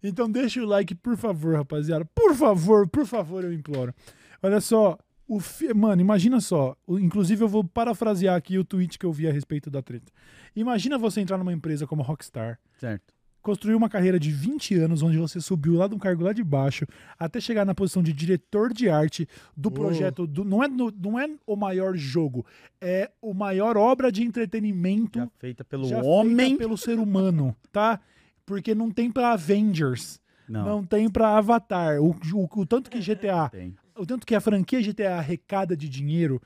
Speaker 3: Então deixa o like, por favor, rapaziada. Por favor, por favor, eu imploro. Olha só, o fi- mano, imagina só. O- Inclusive, eu vou parafrasear aqui o tweet que eu vi a respeito da treta. Imagina você entrar numa empresa como Rockstar,
Speaker 2: Certo.
Speaker 3: construir uma carreira de 20 anos, onde você subiu lá de um cargo lá de baixo, até chegar na posição de diretor de arte do
Speaker 2: Oh.
Speaker 3: projeto. do- não, é, no- não é o maior jogo, é o maior obra de entretenimento
Speaker 2: Já feita pelo
Speaker 3: já feita
Speaker 2: homem.
Speaker 3: pelo ser humano, tá? Porque não tem pra Avengers.
Speaker 2: Não,
Speaker 3: Não tem pra Avatar. O, o- o tanto que GTA,
Speaker 2: tem.
Speaker 3: o tanto que a franquia GTA arrecada de dinheiro,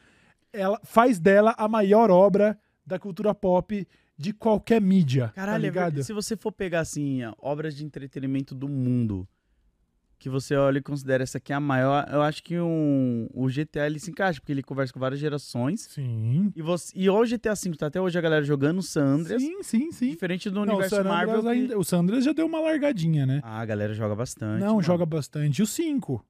Speaker 3: ela faz dela a maior obra da cultura pop de qualquer mídia. tá
Speaker 2: Caralho, é
Speaker 3: ligado?
Speaker 2: verdade. se você for pegar assim, ó, obras de entretenimento do mundo, que você olha e considera essa aqui a maior, eu acho que um, o GTA ele se encaixa, porque ele conversa com várias gerações.
Speaker 3: Sim.
Speaker 2: E, você, e ó, o GTA V tá até hoje a galera jogando o San Andreas,
Speaker 3: Sim, sim, sim.
Speaker 2: diferente do
Speaker 3: Não, o,
Speaker 2: universo
Speaker 3: San
Speaker 2: Marvel.
Speaker 3: Andreas
Speaker 2: que-
Speaker 3: ainda- o San Andreas já deu uma largadinha, né?
Speaker 2: Ah, a galera joga bastante.
Speaker 3: não,
Speaker 2: mano.
Speaker 3: joga bastante. E o 5?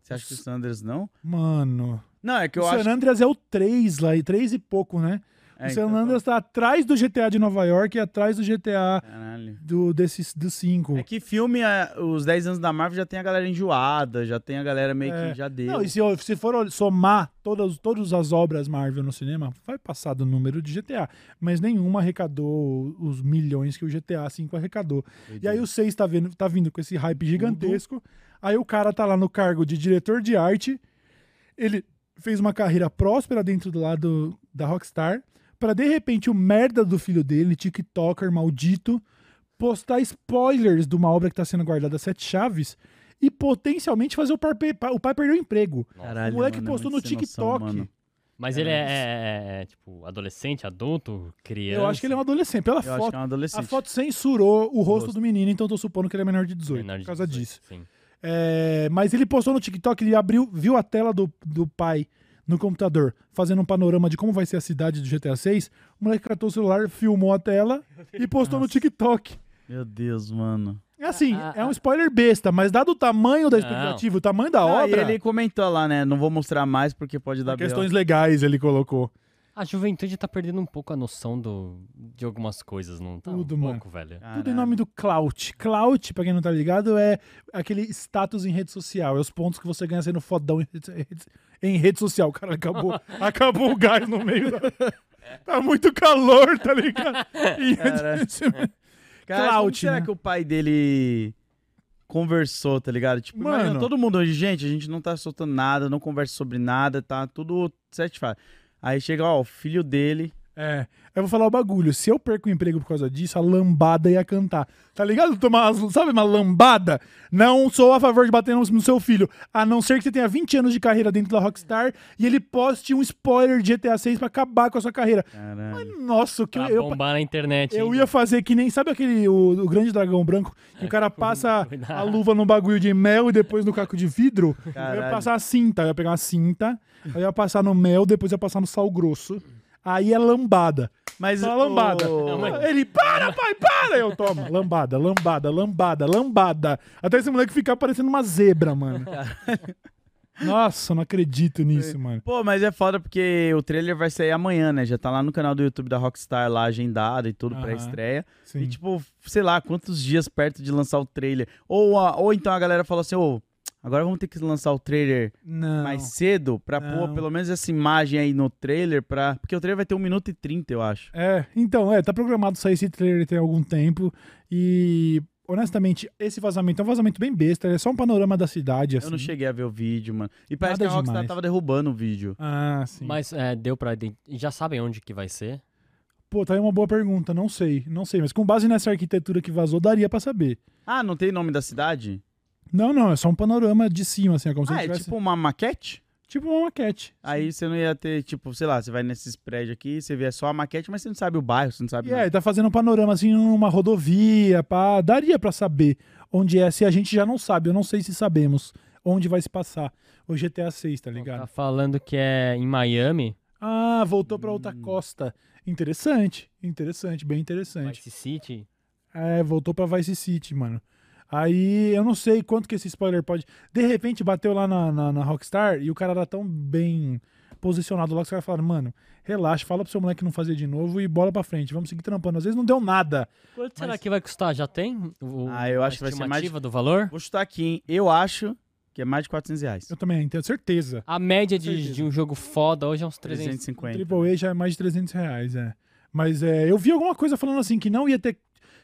Speaker 2: Você acha que o San Andreas não?
Speaker 3: Mano.
Speaker 2: Não, é que eu
Speaker 3: o
Speaker 2: acho.
Speaker 3: San Andreas é o 3 lá, e 3 e pouco, né?
Speaker 2: É,
Speaker 3: o San
Speaker 2: então-
Speaker 3: Andreas tá atrás do GTA de Nova York e atrás do GTA
Speaker 2: Caralho.
Speaker 3: do, desses, do 5.
Speaker 2: É que filme, é, os 10 anos da Marvel já tem a galera enjoada, já tem a galera meio
Speaker 3: É.
Speaker 2: que já deu.
Speaker 3: Não, e se, se for ol- somar todas, todas as obras Marvel no cinema, vai passar do número de GTA. Mas nenhuma arrecadou os milhões que o GTA V arrecadou. E aí o 6 tá, vendo, tá vindo com esse hype gigantesco. Aí o cara tá lá no cargo de diretor de arte. Ele fez uma carreira próspera dentro do lado da Rockstar. Pra de repente o merda do filho dele, TikToker maldito, postar spoilers de uma obra que tá sendo guardada a sete chaves e potencialmente fazer o pai, pe- pa- o pai perder o emprego.
Speaker 2: Caralho,
Speaker 3: o moleque
Speaker 2: mano, é
Speaker 3: postou no
Speaker 2: muito sem noção,
Speaker 3: TikTok.
Speaker 2: mano.
Speaker 1: Mas ele é, é- é- é, tipo, adolescente, adulto, criança.
Speaker 3: eu acho que ele é um adolescente. Pela
Speaker 2: Eu acho que
Speaker 3: foto,
Speaker 2: é um
Speaker 3: a
Speaker 2: adolescente.
Speaker 3: foto censurou o rosto,
Speaker 2: rosto.
Speaker 3: do menino, então tô supondo que ele é menor de 18,
Speaker 1: menor de
Speaker 3: por causa
Speaker 1: 18,
Speaker 3: disso.
Speaker 1: Sim.
Speaker 3: É, mas ele postou no TikTok, ele abriu, viu a tela do, do pai no computador, fazendo um panorama de como vai ser a cidade do GTA 6. O moleque catou o celular, filmou a tela e postou no TikTok.
Speaker 2: Meu Deus, mano.
Speaker 3: É Assim,
Speaker 1: Ah, ah,
Speaker 3: é um
Speaker 1: ah.
Speaker 3: spoiler besta, mas dado o tamanho da
Speaker 1: Não.
Speaker 3: expectativa, o tamanho da
Speaker 2: Ah, e
Speaker 3: obra,
Speaker 2: ele comentou lá, né? Não vou mostrar mais porque pode dar
Speaker 3: questões legais ele colocou.
Speaker 1: A juventude tá perdendo um pouco a noção do, de algumas coisas, não tá?
Speaker 3: Tudo,
Speaker 1: um
Speaker 3: mano.
Speaker 1: pouco, velho.
Speaker 2: BO.
Speaker 3: Tudo em nome do clout. Clout, pra quem não tá ligado, é aquele status em rede social. É os pontos que você ganha sendo fodão em rede, em rede social. Cara, acabou, acabou o gás no meio da... Tá muito calor, tá ligado? E- *laughs*
Speaker 2: Cara. Cara,
Speaker 3: Clout,
Speaker 2: como será
Speaker 3: né?
Speaker 2: que o pai dele conversou, tá ligado? Tipo,
Speaker 3: Mano.
Speaker 2: imagina, todo mundo hoje, gente, a gente não tá soltando nada, não conversa sobre nada, tá tudo certificado. Aí chega, ó, o filho dele.
Speaker 3: É, eu vou falar o bagulho. Se eu perco o emprego por causa disso, a lambada ia cantar. Tá ligado? Tomar, umas- sabe uma lambada? Não sou a favor de bater no, no seu filho. A não ser que você tenha 20 anos de carreira dentro da Rockstar e ele poste um spoiler de GTA 6 pra acabar com a sua carreira.
Speaker 2: Caralho.
Speaker 3: Nossa, o que eu,
Speaker 1: Pra
Speaker 3: eu,
Speaker 1: bombar na Tá internet.
Speaker 3: eu
Speaker 1: ainda.
Speaker 3: ia fazer que nem. Sabe aquele. O, o grande dragão branco?
Speaker 1: É,
Speaker 3: Que o cara passa
Speaker 1: né?
Speaker 3: a luva num bagulho de mel e depois no caco de vidro? Eu ia
Speaker 2: Caralho.
Speaker 3: passar a cinta. Eu ia pegar uma cinta, eu ia passar no mel, depois eu ia passar no sal grosso. Aí é lambada.
Speaker 2: Mas
Speaker 3: Só lambada.
Speaker 2: o-
Speaker 1: Não, mas-
Speaker 3: Ele, para, pai, para! Eu tomo. Lambada, lambada, lambada, lambada. Até esse moleque ficar parecendo uma zebra, mano. Nossa, eu não acredito nisso, mano.
Speaker 2: Pô, mas é foda porque o trailer vai sair amanhã, né? Já tá lá no canal do YouTube da Rockstar, lá agendado e tudo
Speaker 3: Aham.
Speaker 2: pré-estreia.
Speaker 3: Sim.
Speaker 2: E tipo, sei lá, quantos dias perto de lançar o trailer. Ou, a- ou então a galera falou assim, ô, agora vamos ter que lançar o trailer
Speaker 3: não.
Speaker 2: mais cedo pra
Speaker 3: Não.
Speaker 2: pôr pelo menos essa imagem aí no trailer pra... Porque o trailer vai ter 1 minuto e 30, eu acho.
Speaker 3: É, então, é, tá programado sair esse trailer tem algum tempo. E, honestamente, esse vazamento é um vazamento bem besta. É só um panorama da cidade, assim.
Speaker 2: Eu não cheguei a ver o vídeo, mano. E parece
Speaker 3: Nada
Speaker 2: que a Rockstar
Speaker 3: demais.
Speaker 2: tava derrubando o vídeo.
Speaker 3: Ah, sim.
Speaker 1: Mas é, deu pra. ident- Já sabem onde que vai ser?
Speaker 3: Pô, tá aí uma boa pergunta. Não sei, não sei. Mas com base nessa arquitetura que vazou, daria pra saber.
Speaker 2: Ah, não tem nome da cidade?
Speaker 3: Não, não, é só um panorama de cima, assim. É como se
Speaker 2: ah, é
Speaker 3: tivesse...
Speaker 2: tipo uma maquete?
Speaker 3: tipo uma maquete.
Speaker 2: Aí você não ia ter, tipo, sei lá, você vai nesses prédios aqui, você vê só a maquete, mas você não sabe o bairro, você não sabe
Speaker 3: E
Speaker 2: né? nada.
Speaker 3: aí, tá fazendo um panorama assim numa rodovia, pá. Daria pra saber onde é, se a gente já não sabe. Eu não sei se sabemos onde vai se passar. O GTA 6, tá
Speaker 1: Tá
Speaker 3: ligado?
Speaker 1: falando que é em Miami,
Speaker 3: Ah, voltou pra outra
Speaker 2: Hum.
Speaker 3: costa. Interessante, interessante, bem interessante.
Speaker 1: Vice City.
Speaker 3: É, voltou pra Vice City, mano. Aí eu não sei quanto que esse spoiler pode. De repente bateu lá na, na, na Rockstar e o cara era tão bem posicionado lá que os caras falaram, mano, relaxa, fala pro seu moleque não fazer de novo e bola pra frente, vamos seguir trampando. Às vezes não deu nada.
Speaker 1: Quanto será
Speaker 2: Mas-
Speaker 1: que vai custar? Já tem? o-
Speaker 2: Ah, eu
Speaker 1: a
Speaker 2: acho que vai ser mais-
Speaker 1: estimativa do valor?
Speaker 2: Vou chutar aqui, hein? Eu acho que é mais de 400 reais.
Speaker 3: Eu também tenho certeza.
Speaker 1: A média de,
Speaker 3: certeza.
Speaker 1: de um jogo foda hoje é uns 300.
Speaker 2: 350.
Speaker 1: né?
Speaker 3: Triple A já é mais de 300 reais, é. Mas é, eu vi alguma coisa falando assim que não ia ter.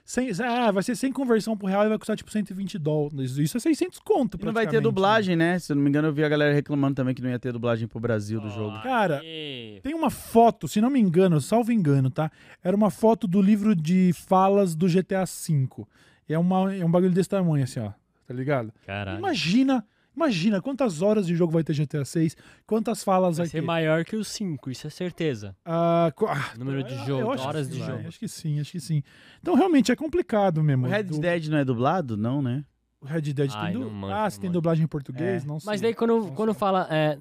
Speaker 3: Sem, ah, vai ser sem conversão pro real e vai custar tipo 120 dólares. Isso é 600 conto,
Speaker 2: E não vai ter
Speaker 3: praticamente,
Speaker 2: dublagem, né? Se eu não me engano, eu vi a galera reclamando também que não ia ter dublagem pro Brasil do jogo.
Speaker 3: Cara,
Speaker 1: Ah, Aê.
Speaker 3: Tem uma foto, se não me engano, salvo engano, tá? Era uma foto do livro de falas do GTA V. E É, uma, é um bagulho desse tamanho, assim, ó. Tá ligado?
Speaker 1: Caralho.
Speaker 3: Imagina, imagina quantas horas de jogo vai ter GTA VI, quantas falas
Speaker 1: Vai
Speaker 3: vai,
Speaker 1: ser
Speaker 3: ter.
Speaker 1: maior que os 5, isso é certeza.
Speaker 3: Ah, co- ah,
Speaker 1: Número de
Speaker 3: eu- eu
Speaker 1: jogo,
Speaker 3: acho que
Speaker 1: horas
Speaker 3: sim,
Speaker 1: de
Speaker 3: vai.
Speaker 1: jogo.
Speaker 3: Acho que sim, acho que sim. Então, realmente, é complicado mesmo.
Speaker 2: O Red
Speaker 3: Du-
Speaker 2: Dead não é dublado? Não, né?
Speaker 3: o Red Dead
Speaker 1: Ai,
Speaker 3: tem, du-
Speaker 1: não manjo,
Speaker 3: ah,
Speaker 1: não
Speaker 3: se tem
Speaker 1: manjo.
Speaker 3: dublagem em português,
Speaker 2: É.
Speaker 3: não sei.
Speaker 1: Mas daí quando,
Speaker 3: Não
Speaker 1: quando
Speaker 3: sei.
Speaker 1: fala. é,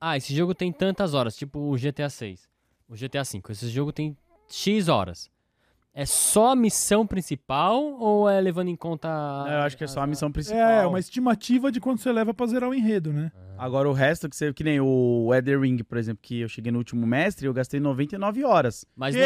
Speaker 1: ah, esse jogo tem tantas horas, tipo o GTA 6, o GTA 5. Esse jogo tem X horas. É só a missão principal ou é levando em conta.
Speaker 2: Não, eu acho que é só a missão principal.
Speaker 3: É, uma estimativa de quanto você leva pra zerar o enredo, né?
Speaker 2: Agora o resto, que, você, que nem o Elden Ring, por exemplo, que eu cheguei no último mestre, eu gastei 99 horas.
Speaker 1: Mas não,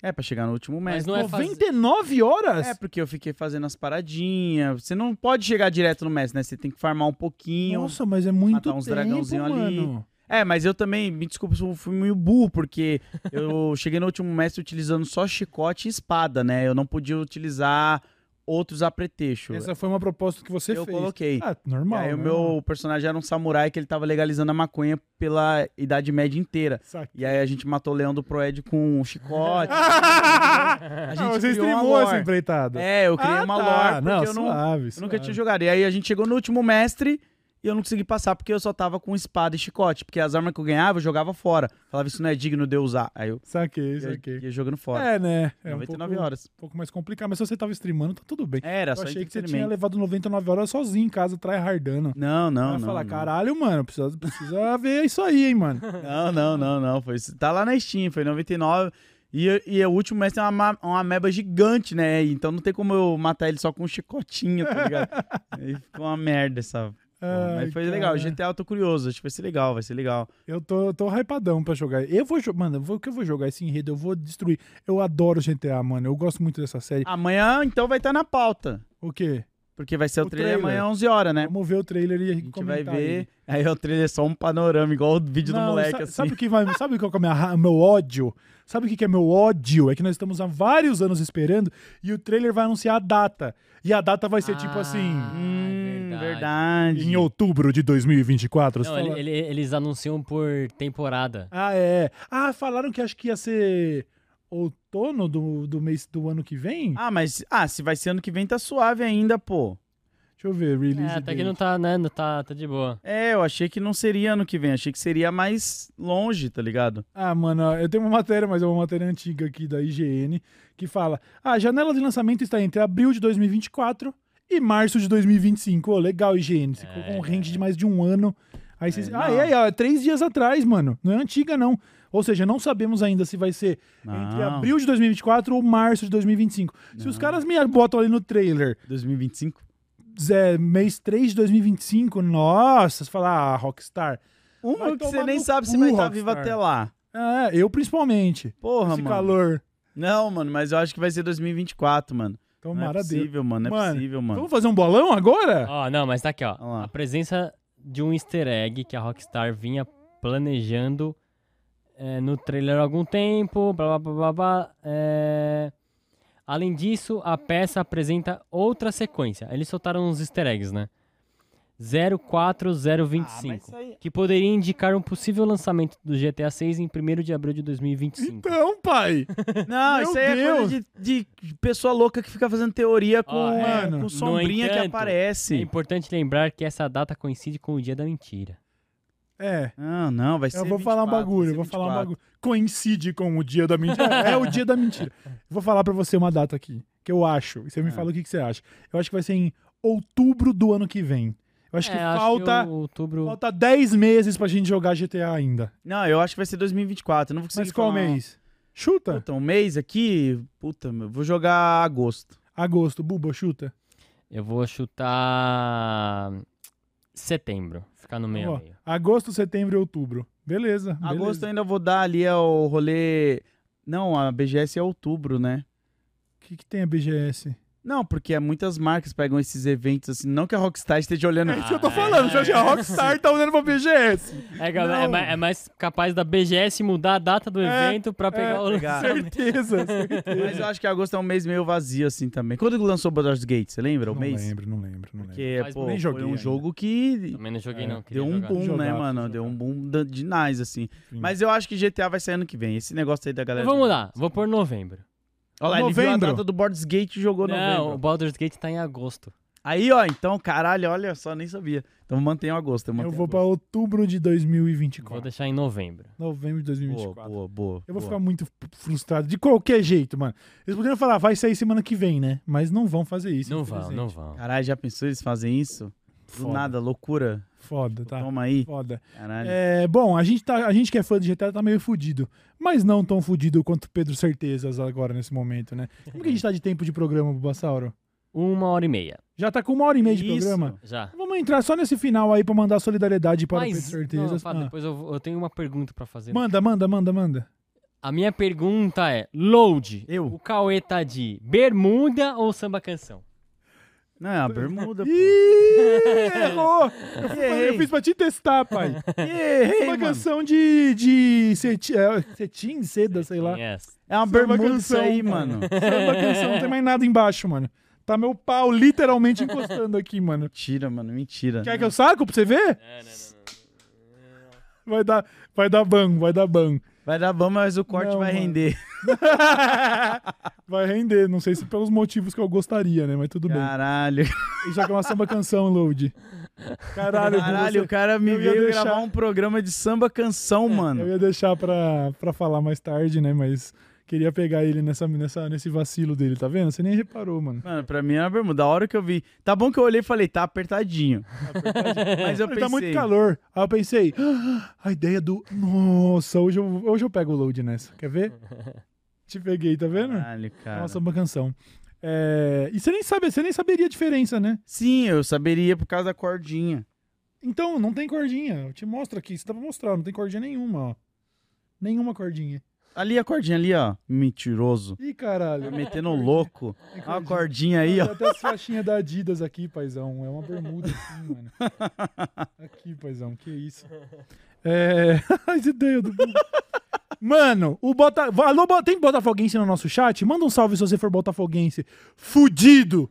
Speaker 2: É, pra chegar no último
Speaker 1: mas
Speaker 2: mestre.
Speaker 1: não é fazer.
Speaker 3: 99 horas?
Speaker 2: É, porque eu fiquei fazendo as paradinhas. Você não pode chegar direto no mestre, né? Você tem que farmar um pouquinho.
Speaker 3: Nossa, mas é muito
Speaker 2: matar uns
Speaker 3: tempo,
Speaker 2: dragãozinho ali.
Speaker 3: mano.
Speaker 2: É, mas eu também, me desculpa se eu fui meio burro, porque *laughs* eu cheguei no último mestre utilizando só chicote e espada, né? Eu não podia utilizar outros apretextos.
Speaker 3: Essa foi uma proposta que você
Speaker 2: eu
Speaker 3: fez.
Speaker 2: coloquei.
Speaker 3: Ah,
Speaker 2: E
Speaker 3: normal.
Speaker 2: aí o
Speaker 3: né?
Speaker 2: meu personagem era um samurai que ele tava legalizando a maconha pela Idade Média inteira.
Speaker 3: Saca.
Speaker 2: E aí a gente matou o leão do Proed com
Speaker 3: *laughs*
Speaker 2: um chicote. a gente
Speaker 3: Ah, você
Speaker 2: criou uma
Speaker 3: streamou essa
Speaker 2: lore.
Speaker 3: empreitada.
Speaker 2: É, eu criei
Speaker 3: Ah,
Speaker 2: uma
Speaker 3: tá.
Speaker 2: lore, porque
Speaker 3: não,
Speaker 2: eu, não,
Speaker 3: suave,
Speaker 2: eu nunca
Speaker 3: suave.
Speaker 2: tinha jogado. E aí a gente chegou no último mestre e eu não consegui passar porque eu só tava com espada e chicote. Porque as armas que eu ganhava, eu jogava fora. Falava, isso não é digno de eu usar. Aí eu
Speaker 3: Saquei,
Speaker 2: ia,
Speaker 3: saquei.
Speaker 2: ia jogando fora.
Speaker 3: É, né? É um
Speaker 2: 99
Speaker 3: pouco,
Speaker 2: horas.
Speaker 3: um pouco mais complicado, mas se você tava streamando, tá tudo bem.
Speaker 2: Era,
Speaker 3: eu
Speaker 2: só
Speaker 3: achei que você tinha
Speaker 2: entretenimento.
Speaker 3: levado 99 horas sozinho em casa, tryhardando.
Speaker 2: Não, não,
Speaker 3: Vai
Speaker 2: não.
Speaker 3: falar,
Speaker 2: não.
Speaker 3: caralho, mano, precisa, precisa *laughs* ver isso aí, hein, mano.
Speaker 2: *laughs* Não, não, não, não. Foi, tá lá na Steam, foi 99. E, e o último mestre é uma, ma- uma ameba gigante, né? Então não tem como eu matar ele só com um chicotinho,
Speaker 3: *laughs*
Speaker 2: tá ligado? Aí ficou uma merda essa. porra.
Speaker 3: Ai,
Speaker 2: Mas foi legal.
Speaker 3: cara.
Speaker 2: GTA eu tô curioso. Acho que vai ser legal, vai ser legal.
Speaker 3: é, Eu tô, tô hypadão pra jogar. Eu vou, jo- mano, eu vou- o que eu vou jogar esse enredo? Eu vou destruir. Eu adoro GTA, mano. Eu gosto muito dessa série.
Speaker 2: Amanhã, então, vai estar na pauta.
Speaker 3: O quê?
Speaker 2: Porque vai ser o,
Speaker 3: O
Speaker 2: trailer,
Speaker 3: trailer.
Speaker 2: amanhã, 11 horas, né?
Speaker 3: Vamos ver o trailer e
Speaker 2: A gente vai
Speaker 3: comentar
Speaker 2: ver.
Speaker 3: ele.
Speaker 2: Aí o trailer é só um panorama, igual o vídeo
Speaker 3: Não,
Speaker 2: do moleque,
Speaker 3: sa-
Speaker 2: assim.
Speaker 3: sabe, o que vai, sabe qual que é o minha ra- meu ódio? Sabe o que que é meu ódio? É que nós estamos há vários anos esperando e o trailer vai anunciar a data. E a data vai ser tipo
Speaker 1: Ah,
Speaker 3: assim,
Speaker 2: Hum,
Speaker 1: verdade.
Speaker 2: verdade.
Speaker 3: em outubro de 2024.
Speaker 1: Não,
Speaker 3: você fala-
Speaker 1: ele- ele- eles anunciam por temporada.
Speaker 3: Ah, é. Ah, falaram que acho que ia ser outono do, do mês do ano que vem?
Speaker 2: Ah, mas. Ah, se vai ser ano que vem, tá suave ainda, pô.
Speaker 3: Deixa eu ver, release
Speaker 1: É, até que
Speaker 3: date.
Speaker 1: não tá, né? Não tá, tá de boa.
Speaker 2: É, eu achei que não seria ano que vem, achei que seria mais longe, tá ligado?
Speaker 3: Ah, mano, eu tenho uma matéria, mas é uma matéria antiga aqui da IGN, que fala: a janela de lançamento está entre abril de 2024 e março de 2025. Ô, legal, IGN. Você
Speaker 1: É,
Speaker 3: colocou um range de mais de um ano. Aí vocês.
Speaker 2: É,
Speaker 3: ah,
Speaker 2: não.
Speaker 3: é, é, ó, é três dias atrás, mano. Não é antiga, não. Ou seja, não sabemos ainda se vai ser entre
Speaker 2: Não.
Speaker 3: abril de 2024 ou março de 2025. Se os
Speaker 2: Não.
Speaker 3: caras me botam ali no trailer
Speaker 2: 2025?
Speaker 3: Zé, mês 3 de 2025, nossa, você fala, ah, Rockstar. Vai
Speaker 2: Uma Um que você
Speaker 3: tomar
Speaker 2: nem
Speaker 3: no
Speaker 2: sabe se
Speaker 3: cu,
Speaker 2: vai estar
Speaker 3: Rockstar.
Speaker 2: vivo até lá.
Speaker 3: Ah, eu principalmente.
Speaker 2: Porra,
Speaker 3: Esse
Speaker 2: mano.
Speaker 3: calor.
Speaker 2: Não, mano, mas eu acho que vai ser 2024, mano. não é
Speaker 3: Tomara Deus.
Speaker 2: possível, mano, não é
Speaker 3: Mano,
Speaker 2: possível, mano.
Speaker 3: Então, Vamos fazer um bolão agora?
Speaker 1: Ó, não, mas tá aqui, ó.
Speaker 2: Olha lá.
Speaker 1: A presença de um easter egg que a Rockstar vinha planejando é, no trailer há algum tempo, blá blá blá blá blá. é. Além disso, a peça apresenta outra sequência. Eles soltaram uns easter eggs, né?
Speaker 3: Ah,
Speaker 1: 04025.
Speaker 2: aí...
Speaker 1: que poderia indicar um possível lançamento do GTA 6 em 1 de abril de 2025.
Speaker 3: Então, pai.
Speaker 2: Não,
Speaker 3: Meu
Speaker 2: isso aí é coisa de, de pessoa louca que fica fazendo teoria com,
Speaker 1: Ó,
Speaker 3: é,
Speaker 2: com
Speaker 3: no
Speaker 2: sombrinha que
Speaker 1: entanto, É
Speaker 2: aparece.
Speaker 1: importante lembrar que essa data coincide com o dia da mentira.
Speaker 3: É.
Speaker 2: Não, não, vai ser
Speaker 3: Eu vou falar um
Speaker 2: 24,
Speaker 3: bagulho, eu
Speaker 2: vai
Speaker 3: vou
Speaker 2: ser
Speaker 3: falar um
Speaker 2: 24.
Speaker 3: bagulho. Coincide com o dia da mentira.
Speaker 2: *laughs*
Speaker 3: é o dia da mentira. Eu Vou falar pra você uma data aqui, que eu acho. E você me
Speaker 2: Ah.
Speaker 3: fala o que, que você acha. Eu acho que vai ser em outubro do ano que vem. Eu acho que
Speaker 1: É, acho
Speaker 3: falta,
Speaker 1: que o outubro.
Speaker 3: falta 10 meses pra gente jogar GTA ainda.
Speaker 2: Não, eu acho que vai ser 2024. eu Não vou conseguir
Speaker 3: Mas qual
Speaker 2: falar-
Speaker 3: mês? Chuta.
Speaker 2: Puta, um mês aqui? Puta, meu, vou jogar agosto.
Speaker 3: Agosto. Buba, chuta.
Speaker 1: Eu vou chutar setembro, ficar no meio
Speaker 3: Ó,
Speaker 1: a meio.
Speaker 3: agosto, setembro e outubro. Beleza.
Speaker 2: Agosto eu
Speaker 3: beleza.
Speaker 2: ainda vou dar ali ao rolê. Não, a BGS é outubro, né?
Speaker 3: O que, que tem a BGS?
Speaker 2: Não, porque é muitas marcas pegam esses eventos assim. Não que a Rockstar esteja olhando.
Speaker 1: Ah.
Speaker 3: Eu tô falando, você acha É que a Rockstar tá olhando pra BGS.
Speaker 1: É, galera, é,
Speaker 3: Não.
Speaker 1: ma- é mais capaz da BGS mudar a data do
Speaker 3: É,
Speaker 1: evento pra pegar o
Speaker 3: *laughs*
Speaker 2: pegar. né?
Speaker 1: lançamento.
Speaker 3: Certeza.
Speaker 2: *laughs* Mas eu acho que agosto é um mês meio vazio assim também. Quando lançou o Baldur's Gate, você lembra?
Speaker 3: não
Speaker 2: o mês?
Speaker 3: lembro, né? não lembro, não lembro.
Speaker 2: Porque,
Speaker 1: Faz
Speaker 2: pô,
Speaker 1: muito
Speaker 2: foi
Speaker 3: tempo.
Speaker 2: um
Speaker 3: Nem joguei
Speaker 2: jogo que
Speaker 1: Também não joguei,
Speaker 3: É,
Speaker 1: não. Queria
Speaker 2: deu um
Speaker 1: jogar.
Speaker 2: boom, né,
Speaker 3: Jogar,
Speaker 2: mano?
Speaker 3: jogar.
Speaker 2: Deu um boom da- de nice, assim.
Speaker 3: Enfim.
Speaker 2: Mas eu acho que GTA vai sair ano que vem. Esse negócio aí da galera.
Speaker 1: Mas Vamos lá, vou pôr novembro.
Speaker 2: Olha lá, ele viu a
Speaker 3: Novembro.
Speaker 2: data do Baldur's Gate e jogou novembro.
Speaker 1: Não, o Baldur's Gate tá em agosto.
Speaker 2: Aí, ó, então, caralho, olha só, nem sabia. Então mantém o agosto. Eu,
Speaker 3: Eu
Speaker 2: mantenho
Speaker 3: vou pra
Speaker 2: agosto.
Speaker 3: outubro de
Speaker 1: Vou
Speaker 3: 2024.
Speaker 1: deixar em novembro.
Speaker 3: Novembro de 2024.
Speaker 2: Boa, boa, boa.
Speaker 3: um Eu vou
Speaker 2: boa.
Speaker 3: ficar um muito frustrado. De qualquer jeito, mano. Eles poderiam falar, vai sair semana que vem, né? Mas não vão fazer isso. é
Speaker 1: não vão, não
Speaker 3: infelizmente.
Speaker 1: vão.
Speaker 2: Caralho, já pensou eles fazem isso? Do
Speaker 3: Foda.
Speaker 2: nada, loucura.
Speaker 3: Foda, tá?
Speaker 2: Toma aí.
Speaker 3: Foda.
Speaker 2: Caralho.
Speaker 3: É, bom, a gente, tá, a gente que é fã de GTA tá meio fudido. Mas não tão fudido quanto Pedro Certezas agora nesse momento, né? Como que a gente tá de tempo de programa, Bubasauro?
Speaker 1: Uma hora e meia.
Speaker 3: Já tá com uma hora e meia de
Speaker 2: Isso.
Speaker 3: programa. Então
Speaker 1: Já.
Speaker 3: Vamos entrar só nesse final aí pra mandar solidariedade para o
Speaker 1: Mas,
Speaker 3: Pedro Certezas.
Speaker 1: não, Fábio,
Speaker 3: Ah,
Speaker 1: depois eu, vou- eu tenho uma pergunta pra fazer.
Speaker 3: Manda, manda, manda, manda.
Speaker 1: A minha pergunta é, Load,
Speaker 2: Eu?
Speaker 1: o Cauê tá de bermuda ou samba canção?
Speaker 2: Não, é a bermuda, pô.
Speaker 3: Ih, errou! Eu, fui-
Speaker 2: Errei.
Speaker 3: eu fiz pra te testar, pai.
Speaker 2: Errei,
Speaker 3: uma
Speaker 2: mano.
Speaker 3: canção de, de cetim, é, cetim, seda, sei lá.
Speaker 1: Yes.
Speaker 2: É uma
Speaker 3: Samba
Speaker 2: bermuda isso
Speaker 3: canção,
Speaker 2: aí, mano.
Speaker 1: é.
Speaker 3: Samba canção, não tem mais nada embaixo, mano. Tá meu pau literalmente encostando aqui, mano.
Speaker 2: Mentira, mano, mentira.
Speaker 3: Quer que eu saco pra você ver? Vai dar, vai dar ban, vai dar ban.
Speaker 2: Vai dar bom, mas o corte
Speaker 3: Não,
Speaker 2: vai
Speaker 3: mano. *laughs*
Speaker 2: render.
Speaker 3: Vai render, não sei se pelos motivos que eu gostaria, né? Mas tudo
Speaker 2: Caralho.
Speaker 3: bem. Já que é uma samba canção, Load. Caralho, *laughs*
Speaker 2: Caralho, o
Speaker 3: você-
Speaker 2: cara me
Speaker 3: eu ia
Speaker 2: veio
Speaker 3: deixar- É,
Speaker 2: gravar um programa de samba canção,
Speaker 3: eu
Speaker 2: mano.
Speaker 3: ia deixar pra, pra falar mais tarde, né? Mas queria pegar ele nessa, nessa, nesse vacilo dele, tá vendo? Você nem reparou, mano.
Speaker 2: Mano, pra mim é uma bermuda. A hora que eu vi. Tá bom que eu olhei e falei, tá apertadinho. Mas eu
Speaker 3: Ele
Speaker 2: pensei.
Speaker 3: tá muito calor. Aí eu pensei, *gasps* "Ah, a ideia do. Nossa, hoje eu, hoje eu pego o load nessa. Quer ver? Te peguei, tá vendo?
Speaker 2: Caralho, cara.
Speaker 3: Nossa, uma canção. É, E você nem sabe, você nem saberia a diferença, né?
Speaker 2: Sim, eu saberia por causa da cordinha.
Speaker 3: Então, não tem cordinha. Eu te mostro aqui, você dá pra mostrar, não tem cordinha nenhuma, ó. Nenhuma cordinha.
Speaker 2: Ali a cordinha ali, ó. Mentiroso.
Speaker 3: Ih, caralho.
Speaker 2: Tá metendo o
Speaker 3: *laughs*
Speaker 2: louco.
Speaker 3: Tem
Speaker 2: Olha a cordinha aí,
Speaker 3: Tem
Speaker 2: ó.
Speaker 3: até as faixinhas da Adidas aqui, paizão. É uma bermuda assim, mano.
Speaker 2: *laughs*
Speaker 3: Aqui, paizão, que isso. É. *laughs* Ai, de dedo. Mano, o Bota... Alô, Bo- tem botafoguense no nosso chat? Manda um salve se você for botafoguense. Fudido!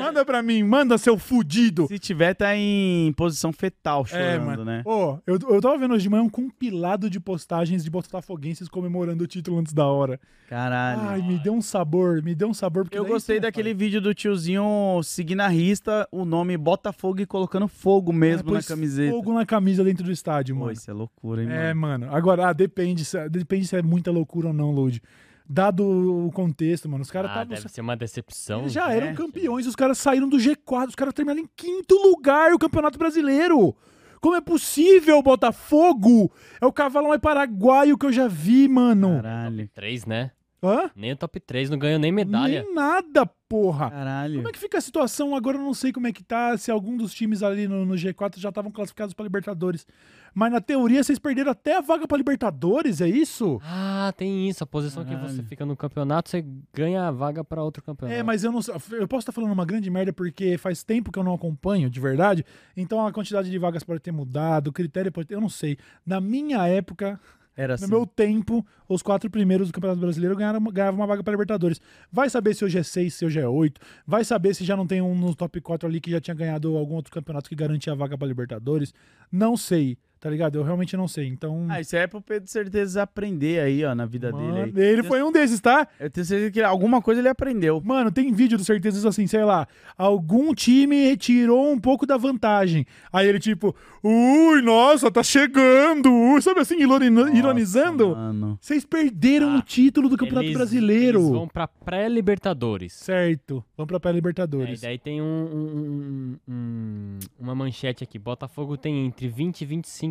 Speaker 3: Manda pra mim, manda seu fudido.
Speaker 2: Se tiver, tá em posição fetal chorando,
Speaker 3: É, mano.
Speaker 2: né?
Speaker 3: Ô, eu, eu tava vendo hoje de manhã um compilado de postagens de botafoguenses comemorando o título antes da hora.
Speaker 2: Caralho.
Speaker 3: Ai, me deu um sabor, me deu um sabor. Porque
Speaker 2: eu
Speaker 3: daí
Speaker 2: gostei
Speaker 3: você não
Speaker 2: daquele
Speaker 3: faz.
Speaker 2: vídeo do tiozinho seguindo a rista, o nome Botafogo e colocando fogo mesmo
Speaker 3: É,
Speaker 2: na
Speaker 3: pôs
Speaker 2: camiseta.
Speaker 3: Fogo na camisa dentro do estádio,
Speaker 2: Pô,
Speaker 3: mano.
Speaker 2: isso é loucura, hein,
Speaker 3: É,
Speaker 2: mano?
Speaker 3: mano. Agora, ah, depende, se- depende se é muita loucura ou não, Load. Dado o contexto, mano, os caras
Speaker 1: ah,
Speaker 3: tavam-
Speaker 1: deve ser uma decepção.
Speaker 2: um
Speaker 3: Eles já um
Speaker 1: né?
Speaker 3: eram campeões, os caras saíram do G4, os caras terminaram em quinto lugar o Campeonato Brasileiro. Como é possível, Botafogo? É o cavalo mais paraguaio que eu já vi, mano.
Speaker 2: Caralho.
Speaker 1: Três, né?
Speaker 3: Hã?
Speaker 1: Nem o top 3, não ganhou nem medalha.
Speaker 3: Nem nada, porra.
Speaker 2: Caralho.
Speaker 3: Como é que fica a situação agora? Eu não sei como é que tá. Se algum dos times ali no, no G4 já estavam classificados pra Libertadores. Mas na teoria, vocês perderam até a vaga pra Libertadores, é isso?
Speaker 1: Ah, tem isso. A posição que você
Speaker 2: Caralho.
Speaker 1: fica no campeonato, você ganha a vaga pra outro campeonato.
Speaker 3: É, mas eu não sei. Eu posso estar falando uma grande merda porque faz tempo que eu não acompanho, de verdade. Então a quantidade de vagas pode ter mudado, o critério pode ter. Eu não sei. Na minha época,
Speaker 2: Era assim.
Speaker 3: no é, meu tempo, os quatro primeiros do Campeonato Brasileiro ganharam, ganhavam uma vaga pra Libertadores. Vai saber se hoje é seis, se hoje é oito. Vai saber se já não tem um no top 4 ali que já tinha ganhado algum outro campeonato que garantia a vaga pra Libertadores. Não sei. Tá ligado? Eu realmente não sei. Então.
Speaker 2: Ah, isso aí é pro Pedro certeza aprender aí, ó, na vida dele aí.
Speaker 3: mano, ele foi um desses, tá?
Speaker 2: Eu tenho certeza que alguma coisa ele aprendeu.
Speaker 3: Mano, tem vídeo do Certezas assim, sei lá, algum time tirou um pouco da vantagem. Aí ele tipo, ui, nossa, tá chegando, ui", sabe assim, ironi- ironizando.
Speaker 2: Nossa, mano.
Speaker 3: Vocês perderam
Speaker 1: Ah,
Speaker 3: o título do Campeonato
Speaker 1: Eles-
Speaker 3: Brasileiro.
Speaker 1: Eles vão pra pré-Libertadores.
Speaker 3: Certo, vamos pra
Speaker 1: É, e
Speaker 3: pré-Libertadores.
Speaker 1: daí tem um- um- um- um- uma manchete aqui. Botafogo tem entre 20 e 25%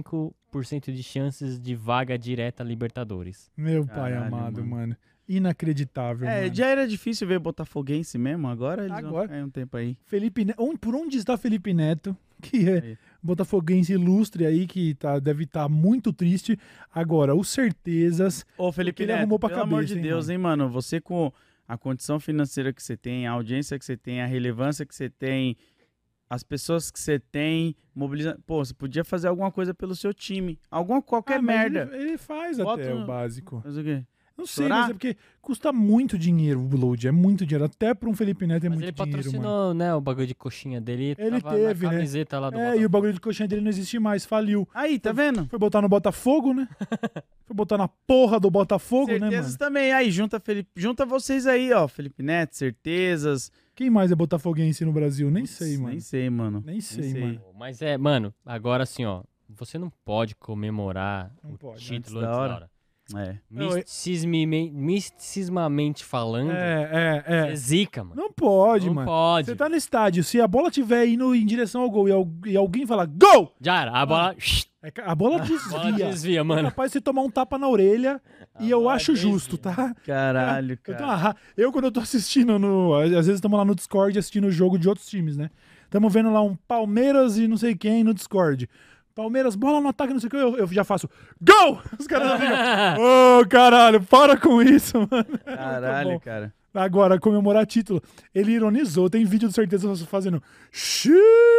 Speaker 1: de chances de vaga direta a Libertadores.
Speaker 3: Meu pai
Speaker 2: Caralho,
Speaker 3: amado, mano.
Speaker 2: mano.
Speaker 3: Inacreditável,
Speaker 2: É,
Speaker 3: mano.
Speaker 2: já era difícil ver Botafoguense mesmo, agora eles
Speaker 3: Agora.
Speaker 2: vão ganhar um tempo aí.
Speaker 3: Felipe Neto, onde- por onde está Felipe Neto, *laughs* que é
Speaker 2: Aí.
Speaker 3: botafoguense ilustre aí, que tá, deve estar muito triste. Agora, o Certezas...
Speaker 2: Ô, Felipe
Speaker 3: ele
Speaker 2: Neto,
Speaker 3: arrumou pra
Speaker 2: pelo amor
Speaker 3: cabeça,
Speaker 2: de
Speaker 3: hein,
Speaker 2: Deus, hein mano? Você com a condição financeira que você tem, a audiência que você tem, a relevância que você tem, as pessoas que você tem, mobilizando... Pô, você podia fazer alguma coisa pelo seu time. Alguma, qualquer
Speaker 3: Ah, mas
Speaker 2: é merda.
Speaker 3: Ele, ele faz
Speaker 2: Bota
Speaker 3: até
Speaker 2: um-
Speaker 3: o básico.
Speaker 2: Mas o quê?
Speaker 3: Não sei,
Speaker 2: Chorar?
Speaker 3: mas é porque custa muito dinheiro o load, é muito dinheiro. Até pra um Felipe Neto é
Speaker 1: Mas ele
Speaker 3: muito dinheiro, mano.
Speaker 1: patrocinou, né, o bagulho de coxinha dele.
Speaker 3: Ele
Speaker 1: tava
Speaker 3: teve,
Speaker 1: na
Speaker 3: né?
Speaker 1: camiseta lá do
Speaker 3: É,
Speaker 1: Botafogo.
Speaker 3: e o bagulho de coxinha dele não existe mais, faliu.
Speaker 2: Aí, tá vendo?
Speaker 3: Foi botar no
Speaker 1: *laughs*
Speaker 3: Botafogo, né? Foi botar na porra do Botafogo, né, mano?
Speaker 2: certezas também. Aí, junta, Felipe... junta vocês aí, ó. Felipe Neto, certezas.
Speaker 3: Quem mais é botafoguense no Brasil? Nem sei,
Speaker 2: Putz,
Speaker 3: mano.
Speaker 2: Nem sei, mano.
Speaker 3: Nem sei,
Speaker 2: sei.
Speaker 3: mano.
Speaker 1: Mas é, mano, agora assim, ó. Você não pode comemorar
Speaker 3: Não
Speaker 1: o
Speaker 3: pode, né?
Speaker 1: título
Speaker 2: antes
Speaker 1: antes
Speaker 2: da
Speaker 1: da
Speaker 2: hora.
Speaker 1: hora.
Speaker 2: É.
Speaker 3: Não, eu-
Speaker 1: Misticismime- Misticismamente falando,
Speaker 3: É, é,
Speaker 1: é
Speaker 3: é.
Speaker 1: zica, mano.
Speaker 3: Não pode,
Speaker 1: Não
Speaker 3: mano.
Speaker 1: pode.
Speaker 3: Você tá no estádio, se a bola tiver indo em direção ao gol e, al- e alguém falar gol,
Speaker 1: Já era, a bola, a
Speaker 3: é ca- a bola
Speaker 1: bola
Speaker 3: desvia.
Speaker 1: desvia,
Speaker 3: É
Speaker 1: mano.
Speaker 3: capaz de você tomar um tapa na orelha e eu
Speaker 1: bola
Speaker 3: acho
Speaker 1: desvia.
Speaker 3: justo, tá?
Speaker 2: Caralho,
Speaker 3: *laughs* Eu,
Speaker 2: cara.
Speaker 3: tenho uma ra- eu, quando eu tô assistindo no. Às vezes estamos lá no Discord assistindo o jogo de outros times, né? Estamos vendo lá um Palmeiras e não sei quem no Discord. Palmeiras, bola no ataque, não sei o que, eu, eu já faço. Gol! *laughs* Os caras já ficam.
Speaker 1: *laughs*
Speaker 3: *laughs* Ô, caralho, para com isso, *laughs* mano.
Speaker 2: Caralho,
Speaker 3: tá bom.
Speaker 2: cara.
Speaker 3: Agora, comemorar título. Ele ironizou, tem vídeo do certeza fazendo. "Xiii",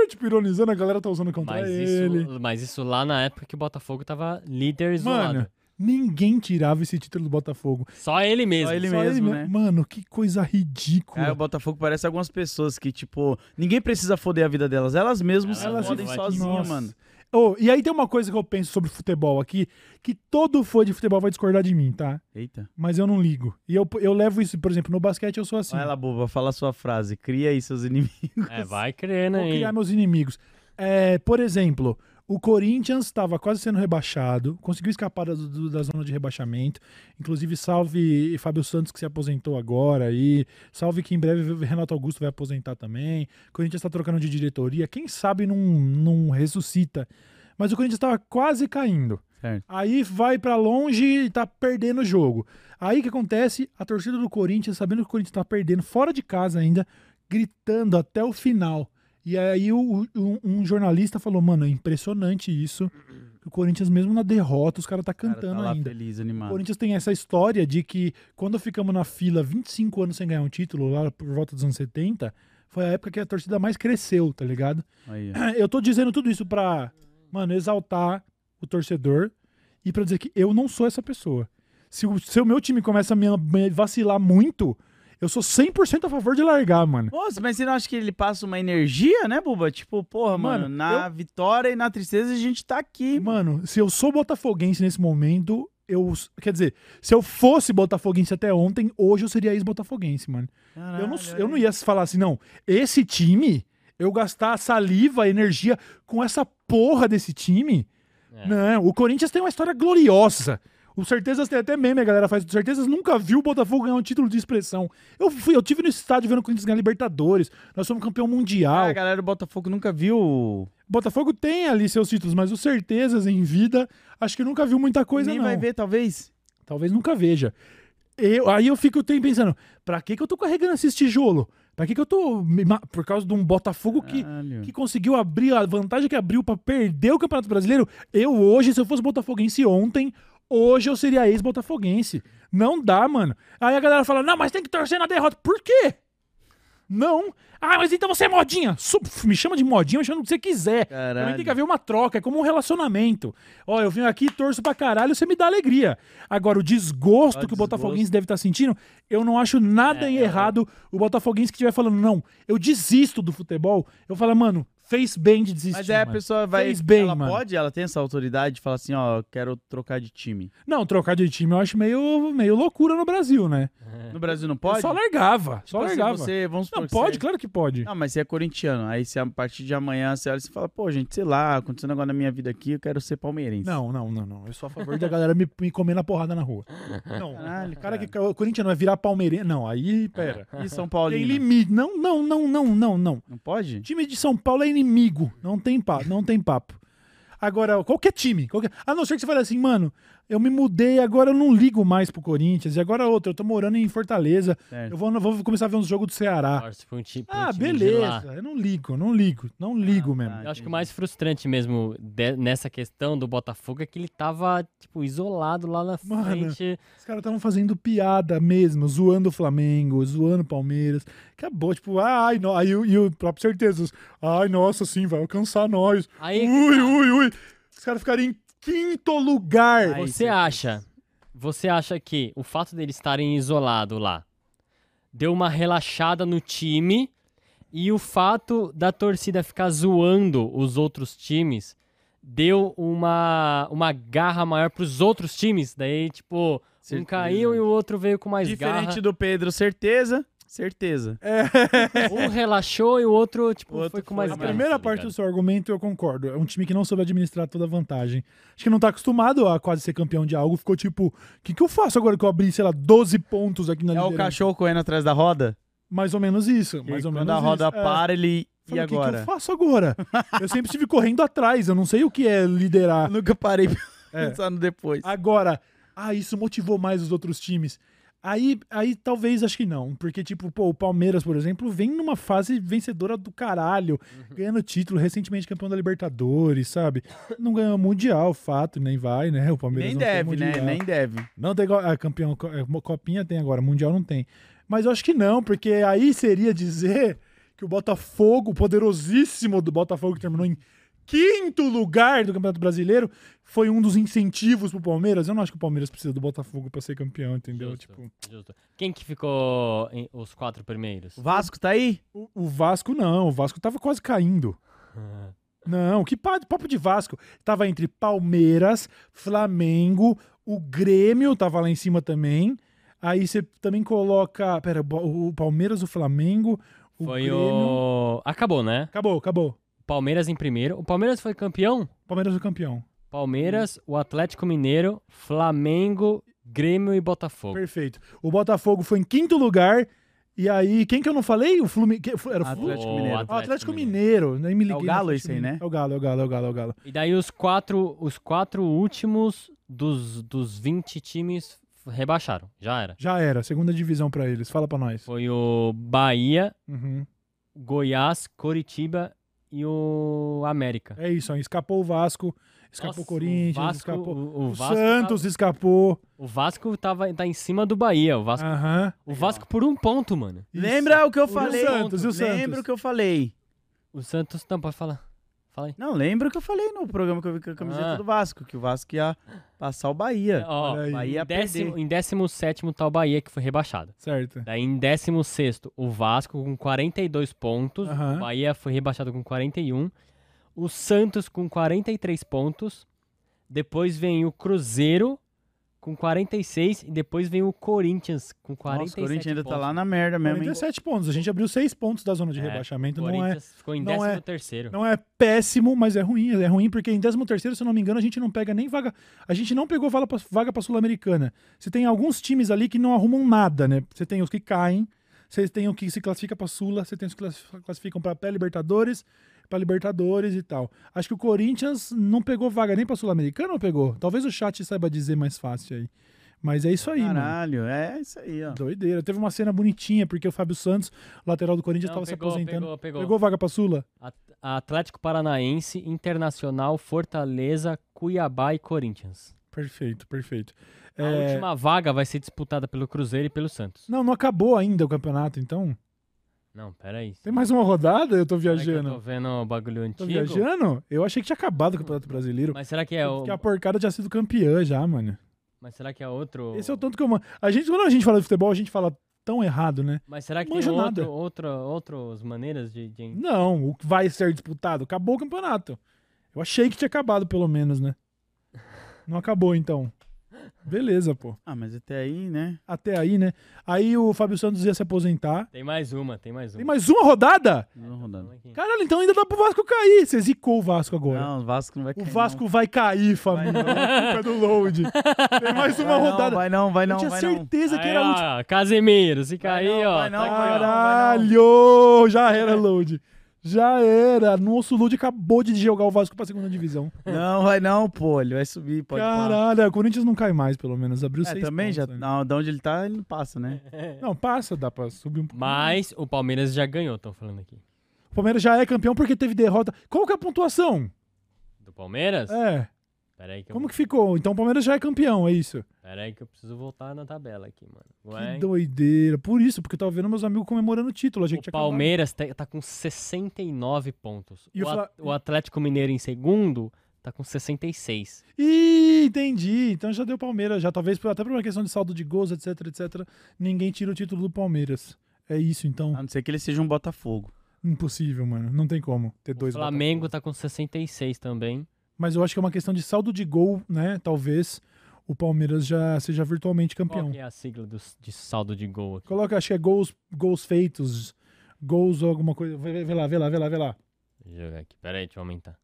Speaker 3: Tipo, ironizando, a galera tá usando contra
Speaker 1: Mas
Speaker 3: ele.
Speaker 1: isso, mas isso lá na época que o Botafogo tava líder
Speaker 2: é
Speaker 1: isolado.
Speaker 3: Mano, ninguém tirava esse título do Botafogo.
Speaker 1: Só ele mesmo.
Speaker 2: Só ele mesmo, né?
Speaker 3: Mano, que coisa ridícula.
Speaker 2: Cara, É, o Botafogo parece algumas pessoas que, tipo, ninguém precisa foder a vida delas. Elas mesmas
Speaker 1: Elas
Speaker 2: se fodem
Speaker 1: mesmas.
Speaker 2: sozinhas, mano.
Speaker 3: Ô, e aí tem uma coisa que eu penso sobre futebol aqui, que todo fã de futebol vai discordar de mim, tá?
Speaker 2: Eita.
Speaker 3: Mas eu não ligo. E eu, eu levo isso, por exemplo, no basquete eu sou assim.
Speaker 2: Vai lá, boba, fala a sua frase. Cria aí seus inimigos. *laughs*
Speaker 1: É, vai crendo
Speaker 3: Vou
Speaker 1: aí.
Speaker 3: criar meus inimigos. É, por exemplo, o Corinthians estava quase sendo rebaixado, conseguiu escapar da, do- da zona de rebaixamento. Inclusive, salve Fábio Santos, que se aposentou agora aí. Salve que em breve Renato Augusto vai aposentar também. O Corinthians está trocando de diretoria. Quem sabe não, não ressuscita. Mas o Corinthians estava quase caindo.
Speaker 2: Certo.
Speaker 3: Aí vai pra longe e tá perdendo o jogo. Aí o que acontece? A torcida do Corinthians, sabendo que o Corinthians tá perdendo, fora de casa ainda, gritando até o final. E aí o- o- um, um jornalista falou, mano, é impressionante isso. O Corinthians, mesmo na derrota, os caras tá
Speaker 2: Cara,
Speaker 3: cantando
Speaker 2: tá lá
Speaker 3: ainda.
Speaker 2: feliz,
Speaker 3: O
Speaker 2: animado.
Speaker 3: Corinthians tem essa história de que quando ficamos na fila 25 anos sem ganhar um título, lá por volta dos anos 70, foi a época que a torcida mais cresceu, tá ligado?
Speaker 2: Aí, ó.
Speaker 3: *clears throat* eu tô dizendo tudo isso pra, mano, exaltar o torcedor e pra dizer que eu não sou essa pessoa. Se o, se o meu time começa a me, me vacilar muito, eu sou 100% a favor de largar, mano.
Speaker 2: Nossa, mas você não acha que ele passa uma energia, né, Buba? Tipo, porra, mano,
Speaker 3: Mano,
Speaker 2: na vitória e na tristeza a gente tá aqui.
Speaker 3: Mano, se eu sou botafoguense nesse momento, eu. Quer dizer, se eu fosse botafoguense até ontem, hoje eu seria ex-botafoguense, mano. Eu não,
Speaker 2: Caralho,
Speaker 3: eu não
Speaker 2: olha
Speaker 3: ia falar assim, não. Esse time, eu gastar saliva, energia com essa porra desse time.
Speaker 1: É.
Speaker 3: Não, o Corinthians tem uma história gloriosa. O Certezas tem até meme, a galera faz. O Certezas nunca viu o Botafogo ganhar um título de expressão. Eu fui, eu tive no estádio vendo o Corinthians ganhar Libertadores. Nós somos campeão
Speaker 2: Ah,
Speaker 3: mundial.
Speaker 2: a galera do Botafogo nunca viu.
Speaker 3: Botafogo tem ali seus títulos, mas o Certezas em vida, acho que nunca viu muita coisa,
Speaker 2: Nem
Speaker 3: não.
Speaker 2: vai ver, talvez.
Speaker 3: Talvez nunca veja. Eu- aí eu fico o tempo pensando, pra que que eu tô carregando esse tijolo? Pra que que eu tô... me ma- Por causa de um Botafogo que,
Speaker 2: Caralho.
Speaker 3: que conseguiu abrir a vantagem que abriu pra perder o Campeonato Brasileiro. Eu hoje, se eu fosse botafoguense ontem, hoje eu seria ex-botafoguense. Não dá, mano. Aí a galera fala, não, mas tem que torcer na derrota. Por quê? Não. Ah, mas então você é modinha. Su- Me chama de modinha, me chama do que você quiser.
Speaker 2: Caralho.
Speaker 3: Também tem que haver uma troca, é como um relacionamento. Ó, eu venho aqui, torço pra caralho, você me dá alegria. Agora, o desgosto
Speaker 2: Ó,
Speaker 3: que o
Speaker 2: desgosto.
Speaker 3: Botafoguense deve estar sentindo, eu não acho nada
Speaker 1: É,
Speaker 3: em
Speaker 1: é,
Speaker 3: errado o Botafoguense que estiver falando, não, eu desisto do futebol. Eu falo, mano, Fez bem de desistir.
Speaker 2: Mas é, a
Speaker 3: mano.
Speaker 2: pessoa vai.
Speaker 3: Fez bem,
Speaker 2: ela
Speaker 3: mano.
Speaker 2: pode, ela tem essa autoridade de falar assim, ó, quero trocar de time.
Speaker 3: Não, trocar de time eu acho meio, meio loucura no Brasil, né?
Speaker 2: No Brasil não pode?
Speaker 3: Só largava, só
Speaker 2: Tipo assim,
Speaker 3: largava.
Speaker 2: Você, vamos supor
Speaker 3: Não,
Speaker 2: que
Speaker 3: pode,
Speaker 2: você-
Speaker 3: claro que pode.
Speaker 2: Não, mas você é corintiano. Aí você, a partir de amanhã você olha e você fala, pô, gente, sei lá, aconteceu um negócio na minha vida aqui, eu quero ser palmeirense.
Speaker 3: Não, não, não, não. Eu sou a favor da galera me, me comer na porrada na
Speaker 2: *laughs*
Speaker 3: rua. Não,
Speaker 2: Caralho,
Speaker 3: cara que o Corinthians não vai virar palmeirense. Não, aí, pera.
Speaker 2: E São
Speaker 3: Tem
Speaker 2: Paulino?
Speaker 3: limite. É Não, não, não, não, não, não.
Speaker 2: Não pode?
Speaker 3: Time de São Paulo é inimigo. Não tem papo, não tem papo. Agora, qualquer time, qualquer... a não ser que você fale assim, mano, eu me mudei, agora eu não ligo mais pro Corinthians, e agora outro, eu tô morando em Fortaleza,
Speaker 2: Certo.
Speaker 3: eu vou, vou começar a ver uns jogos do Ceará.
Speaker 1: Torce pra um ti- pra um
Speaker 3: Ah,
Speaker 1: time de lá.
Speaker 3: beleza, eu não ligo, não ligo, não ligo mesmo.
Speaker 2: tá.
Speaker 1: Eu acho que
Speaker 2: Entendi.
Speaker 1: o mais frustrante mesmo de- nessa questão do Botafogo é que ele tava, tipo, isolado lá na
Speaker 3: Mano.
Speaker 1: frente.
Speaker 3: Os caras estavam fazendo piada mesmo, zoando o Flamengo, zoando o Palmeiras. Acabou, tipo, ai, no... aí o- e o próprio certezas. Ai, nossa, sim, vai alcançar nós.
Speaker 2: é
Speaker 1: Aí
Speaker 2: Hum. tá.
Speaker 3: Ui, ui, ui. Os caras ficaram em quinto lugar.
Speaker 2: Ai.
Speaker 1: você
Speaker 2: certeza.
Speaker 1: acha, você acha que o fato deles estarem isolados lá deu uma relaxada no time e o fato da torcida ficar zoando os outros times deu uma, uma garra maior pros outros times? Daí, tipo, um
Speaker 2: Certeza.
Speaker 1: caiu e o outro veio com mais
Speaker 2: Diferente
Speaker 1: garra.
Speaker 2: do Pedro, certeza? Certeza.
Speaker 3: É,
Speaker 1: Um relaxou e o outro, tipo,
Speaker 2: O outro
Speaker 1: foi com
Speaker 2: foi
Speaker 1: mais
Speaker 3: A
Speaker 1: garra.
Speaker 3: primeira
Speaker 1: tá
Speaker 3: parte
Speaker 1: ligado?
Speaker 3: do seu argumento eu concordo. É um time que não soube administrar toda a vantagem. Acho que não tá acostumado a quase ser campeão de algo. Ficou tipo, o que, que eu faço agora que eu abri, sei lá, 12 pontos aqui na
Speaker 2: É o
Speaker 3: liderança?
Speaker 2: cachorro correndo atrás da roda?
Speaker 3: Mais ou menos isso.
Speaker 2: Que
Speaker 3: Mais ou
Speaker 2: quando
Speaker 3: menos
Speaker 2: a roda
Speaker 3: isso. É.
Speaker 2: para, ele. E
Speaker 3: Falei, O que que,
Speaker 2: agora?
Speaker 3: eu faço agora? Eu sempre estive correndo atrás, eu não sei o que é
Speaker 2: *laughs*
Speaker 3: liderar.
Speaker 2: *laughs* nunca parei pra
Speaker 3: *laughs* É.
Speaker 2: pensar no depois.
Speaker 3: Agora, ah, isso motivou mais os outros times. Aí, aí talvez acho que não, porque tipo, pô, o Palmeiras, por exemplo, vem numa fase vencedora do caralho,
Speaker 2: Uhum.
Speaker 3: ganhando título, recentemente campeão da Libertadores, sabe? Não ganhou Mundial, fato, nem vai, né? O Palmeiras
Speaker 2: Nem
Speaker 3: não tem
Speaker 2: deve, né?
Speaker 3: mundial.
Speaker 2: Nem deve.
Speaker 3: Não tem go- ah, campeão, co- eh, mo- copinha tem agora, mundial não tem. Mas eu acho que não, porque aí seria dizer que o Botafogo, o poderosíssimo do Botafogo que terminou em quinto lugar do Campeonato Brasileiro, foi um dos incentivos pro Palmeiras. Eu não acho que o Palmeiras precisa do Botafogo pra ser campeão, entendeu?
Speaker 1: Justo,
Speaker 3: Tipo,
Speaker 1: justo. Quem que ficou em- os quatro primeiros? *laughs*
Speaker 2: O Vasco tá aí?
Speaker 3: o, o Vasco não, o Vasco tava quase caindo. Não, que pa- papo de Vasco. Tava entre Palmeiras, Flamengo, o Grêmio tava lá em cima também. Aí você também coloca. Pera, o o Palmeiras, o Flamengo, o
Speaker 1: foi
Speaker 3: Grêmio.
Speaker 1: o. Acabou, né?
Speaker 3: Acabou, acabou.
Speaker 1: Palmeiras em primeiro. O Palmeiras foi campeão?
Speaker 3: Palmeiras é o campeão. Hum.
Speaker 1: Palmeiras, o Atlético Mineiro, Flamengo, Grêmio e Botafogo.
Speaker 3: Perfeito. O Botafogo foi em quinto lugar. E aí, quem que eu não falei? O Fluminense. Era o Flu-
Speaker 2: Atlético
Speaker 1: O
Speaker 2: Mineiro.
Speaker 3: Ah, Atlético Mineiro. Nem me liguei.
Speaker 2: o
Speaker 3: no
Speaker 2: Galo
Speaker 3: Atlético
Speaker 2: esse aí, né?
Speaker 3: Mineiro. É o Galo, é o Galo, é o Galo, é o Galo.
Speaker 1: E daí os quatro, os quatro últimos dos, dos 20 times rebaixaram. Já era.
Speaker 3: Já era, segunda divisão pra eles. Fala pra nós.
Speaker 1: Foi o Bahia,
Speaker 3: Uhum.
Speaker 1: Goiás, Coritiba e o América.
Speaker 3: É isso, aí. escapou o Vasco, escapou
Speaker 1: Nossa,
Speaker 3: o Corinthians,
Speaker 1: Vasco,
Speaker 3: escapou.
Speaker 1: o, o
Speaker 3: O
Speaker 1: Vasco
Speaker 3: Santos escapou.
Speaker 1: Tá, o Vasco tava, tá em cima do Bahia. O Vasco,
Speaker 3: Aham.
Speaker 1: o Vasco por um ponto, mano.
Speaker 3: Isso.
Speaker 2: Lembra o que eu
Speaker 3: O
Speaker 2: falei?
Speaker 3: Santos, e o Santos?
Speaker 2: Lembra o que eu falei?
Speaker 1: O Santos não pode falar. Fala aí.
Speaker 2: Não, lembra o que eu falei no programa que eu vi com a camiseta
Speaker 1: Ah.
Speaker 2: do Vasco, que o Vasco ia passar o Bahia.
Speaker 1: Ó,
Speaker 3: É, olha aí.
Speaker 2: Bahia
Speaker 1: em, décimo,
Speaker 2: perder.
Speaker 1: em 17 tá o Bahia, que foi rebaixado.
Speaker 3: Certo.
Speaker 1: Daí em 16 o Vasco com 42 pontos.
Speaker 3: Aham.
Speaker 1: O Bahia foi rebaixado com 41. O Santos com 43 pontos. Depois vem o Cruzeiro com 46. E depois vem o Corinthians com 47
Speaker 2: Nossa, o Corinthians ainda tá
Speaker 1: pontos.
Speaker 2: lá na merda mesmo, hein?
Speaker 3: 47 pontos. A gente abriu 6 pontos da zona de
Speaker 1: É,
Speaker 3: rebaixamento.
Speaker 1: O
Speaker 3: Não é,
Speaker 1: Corinthians ficou em
Speaker 3: não é-
Speaker 1: 13 terceiro.
Speaker 3: não é péssimo, mas é ruim. É ruim porque em 13º, se eu não me engano, a gente não pega nem vaga... A gente não pegou vaga pra, vaga pra Sul-Americana. Você tem alguns times ali que não arrumam nada, né? Você tem os que caem, você tem o que se classifica pra Sula, você tem os que classi- classificam pra pré-Libertadores, pra Libertadores e tal. Acho que o Corinthians não pegou vaga nem pra Sul-Americana ou pegou? Talvez o chat saiba dizer mais fácil aí. Mas é isso aí, mano.
Speaker 2: Caralho, é isso aí, ó.
Speaker 3: Doideira. Teve uma cena bonitinha, porque o Fábio Santos, lateral do Corinthians,
Speaker 1: Não,
Speaker 3: tava
Speaker 1: pegou,
Speaker 3: se aposentando.
Speaker 1: pegou, pegou.
Speaker 3: vaga pra Sula?
Speaker 1: At- Atlético Paranaense, Internacional, Fortaleza, Cuiabá e Corinthians.
Speaker 3: Perfeito, perfeito.
Speaker 1: A
Speaker 3: É,
Speaker 1: última vaga vai ser disputada pelo Cruzeiro e pelo Santos.
Speaker 3: Não, não acabou ainda o campeonato, então.
Speaker 1: Não, peraí.
Speaker 3: Tem mais uma rodada? Eu tô
Speaker 1: Será que eu
Speaker 3: viajando.
Speaker 1: tô vendo o bagulho
Speaker 3: tô
Speaker 1: antigo.
Speaker 3: viajando? Eu achei que tinha acabado o Campeonato Brasileiro.
Speaker 1: Mas será que Hum. é o.
Speaker 3: Porque a porcada tinha sido campeã já, mano.
Speaker 1: Mas será que é outro.
Speaker 3: Esse é o tanto que eu. man- A gente, quando a gente fala de futebol, a gente fala tão errado, né?
Speaker 1: Mas será que
Speaker 3: Manjo
Speaker 1: tem
Speaker 3: nada.
Speaker 1: outro, outro, outras maneiras de, de-
Speaker 3: Não, o que vai ser disputado. Acabou o campeonato. Eu achei que tinha acabado, pelo menos, né? Não acabou, então. Beleza, pô.
Speaker 2: Ah, mas até aí, né?
Speaker 3: Até aí, né? Aí o Fábio Santos ia se aposentar.
Speaker 1: Tem mais uma, tem mais uma.
Speaker 3: Tem mais uma rodada?
Speaker 1: É,
Speaker 2: Não, rodando.
Speaker 1: Calma aqui.
Speaker 3: Caralho, então ainda dá pro Vasco cair. Você zicou o Vasco agora.
Speaker 2: não o Vasco não vai
Speaker 3: O
Speaker 2: cair.
Speaker 3: Vasco vai cair, família. É culpa do load. Tem mais
Speaker 2: não.
Speaker 3: uma
Speaker 2: vai não,
Speaker 3: rodada.
Speaker 2: Vai não, vai não,
Speaker 3: Eu tinha
Speaker 2: vai não.
Speaker 3: certeza que
Speaker 1: Aí,
Speaker 3: era a
Speaker 1: ó,
Speaker 3: última.
Speaker 1: Casemiro, se
Speaker 2: Vai
Speaker 1: cair,
Speaker 2: não,
Speaker 1: ó.
Speaker 2: vai não,
Speaker 1: tá
Speaker 2: vai
Speaker 1: aqui, ó.
Speaker 2: não.
Speaker 3: Caralho! Já era, load. Já era. Nosso load acabou de jogar o Vasco pra segunda divisão.
Speaker 2: Não, vai não, pô. Ele vai subir, pode falar.
Speaker 3: Caralho, o Corinthians não cai mais, pelo menos. Abriu
Speaker 2: É,
Speaker 3: seis
Speaker 2: também
Speaker 3: pontos,
Speaker 2: já.
Speaker 3: né?
Speaker 2: Não, de onde ele tá, ele não passa, né?
Speaker 3: Não, passa, dá pra subir um pouco.
Speaker 1: Mas o Palmeiras já ganhou, estão falando aqui.
Speaker 3: O Palmeiras já é campeão porque teve derrota. Qual que é a pontuação?
Speaker 1: Do Palmeiras?
Speaker 3: É.
Speaker 1: Pera aí que eu,
Speaker 3: Como que ficou? Então o Palmeiras já é campeão, é isso.
Speaker 1: pera aí que eu preciso voltar na tabela aqui, mano.
Speaker 3: Que
Speaker 1: Ué,
Speaker 3: doideira. Por isso, porque eu tava vendo meus amigos comemorando o título. A gente
Speaker 1: o Palmeiras tá, tá com 69 pontos.
Speaker 3: E
Speaker 1: O,
Speaker 3: o
Speaker 1: a-
Speaker 3: Fla-
Speaker 1: o Atlético Mineiro em segundo tá com 66.
Speaker 3: Ih, entendi. Então já deu Palmeiras, já talvez por- até por uma questão de saldo de gols, etc, etc. Ninguém tira o título do Palmeiras. É isso, então.
Speaker 1: Ah.
Speaker 2: A não ser que ele seja um Botafogo.
Speaker 3: Impossível, mano. Não tem como ter dois.
Speaker 1: o Flamengo
Speaker 3: Botafogo.
Speaker 1: tá com 66 também.
Speaker 3: Mas eu acho que é uma questão de saldo de gol, né? Talvez o Palmeiras já seja virtualmente
Speaker 1: Qual
Speaker 3: campeão.
Speaker 1: que é a sigla dos- de saldo de gol aqui?
Speaker 3: Coloca, acho que é gols, gols feitos, gols ou alguma coisa. Vê, vê lá, vê lá, vê lá, vê lá.
Speaker 1: Deixa eu jogar aqui. Pera aí, deixa eu aumentar.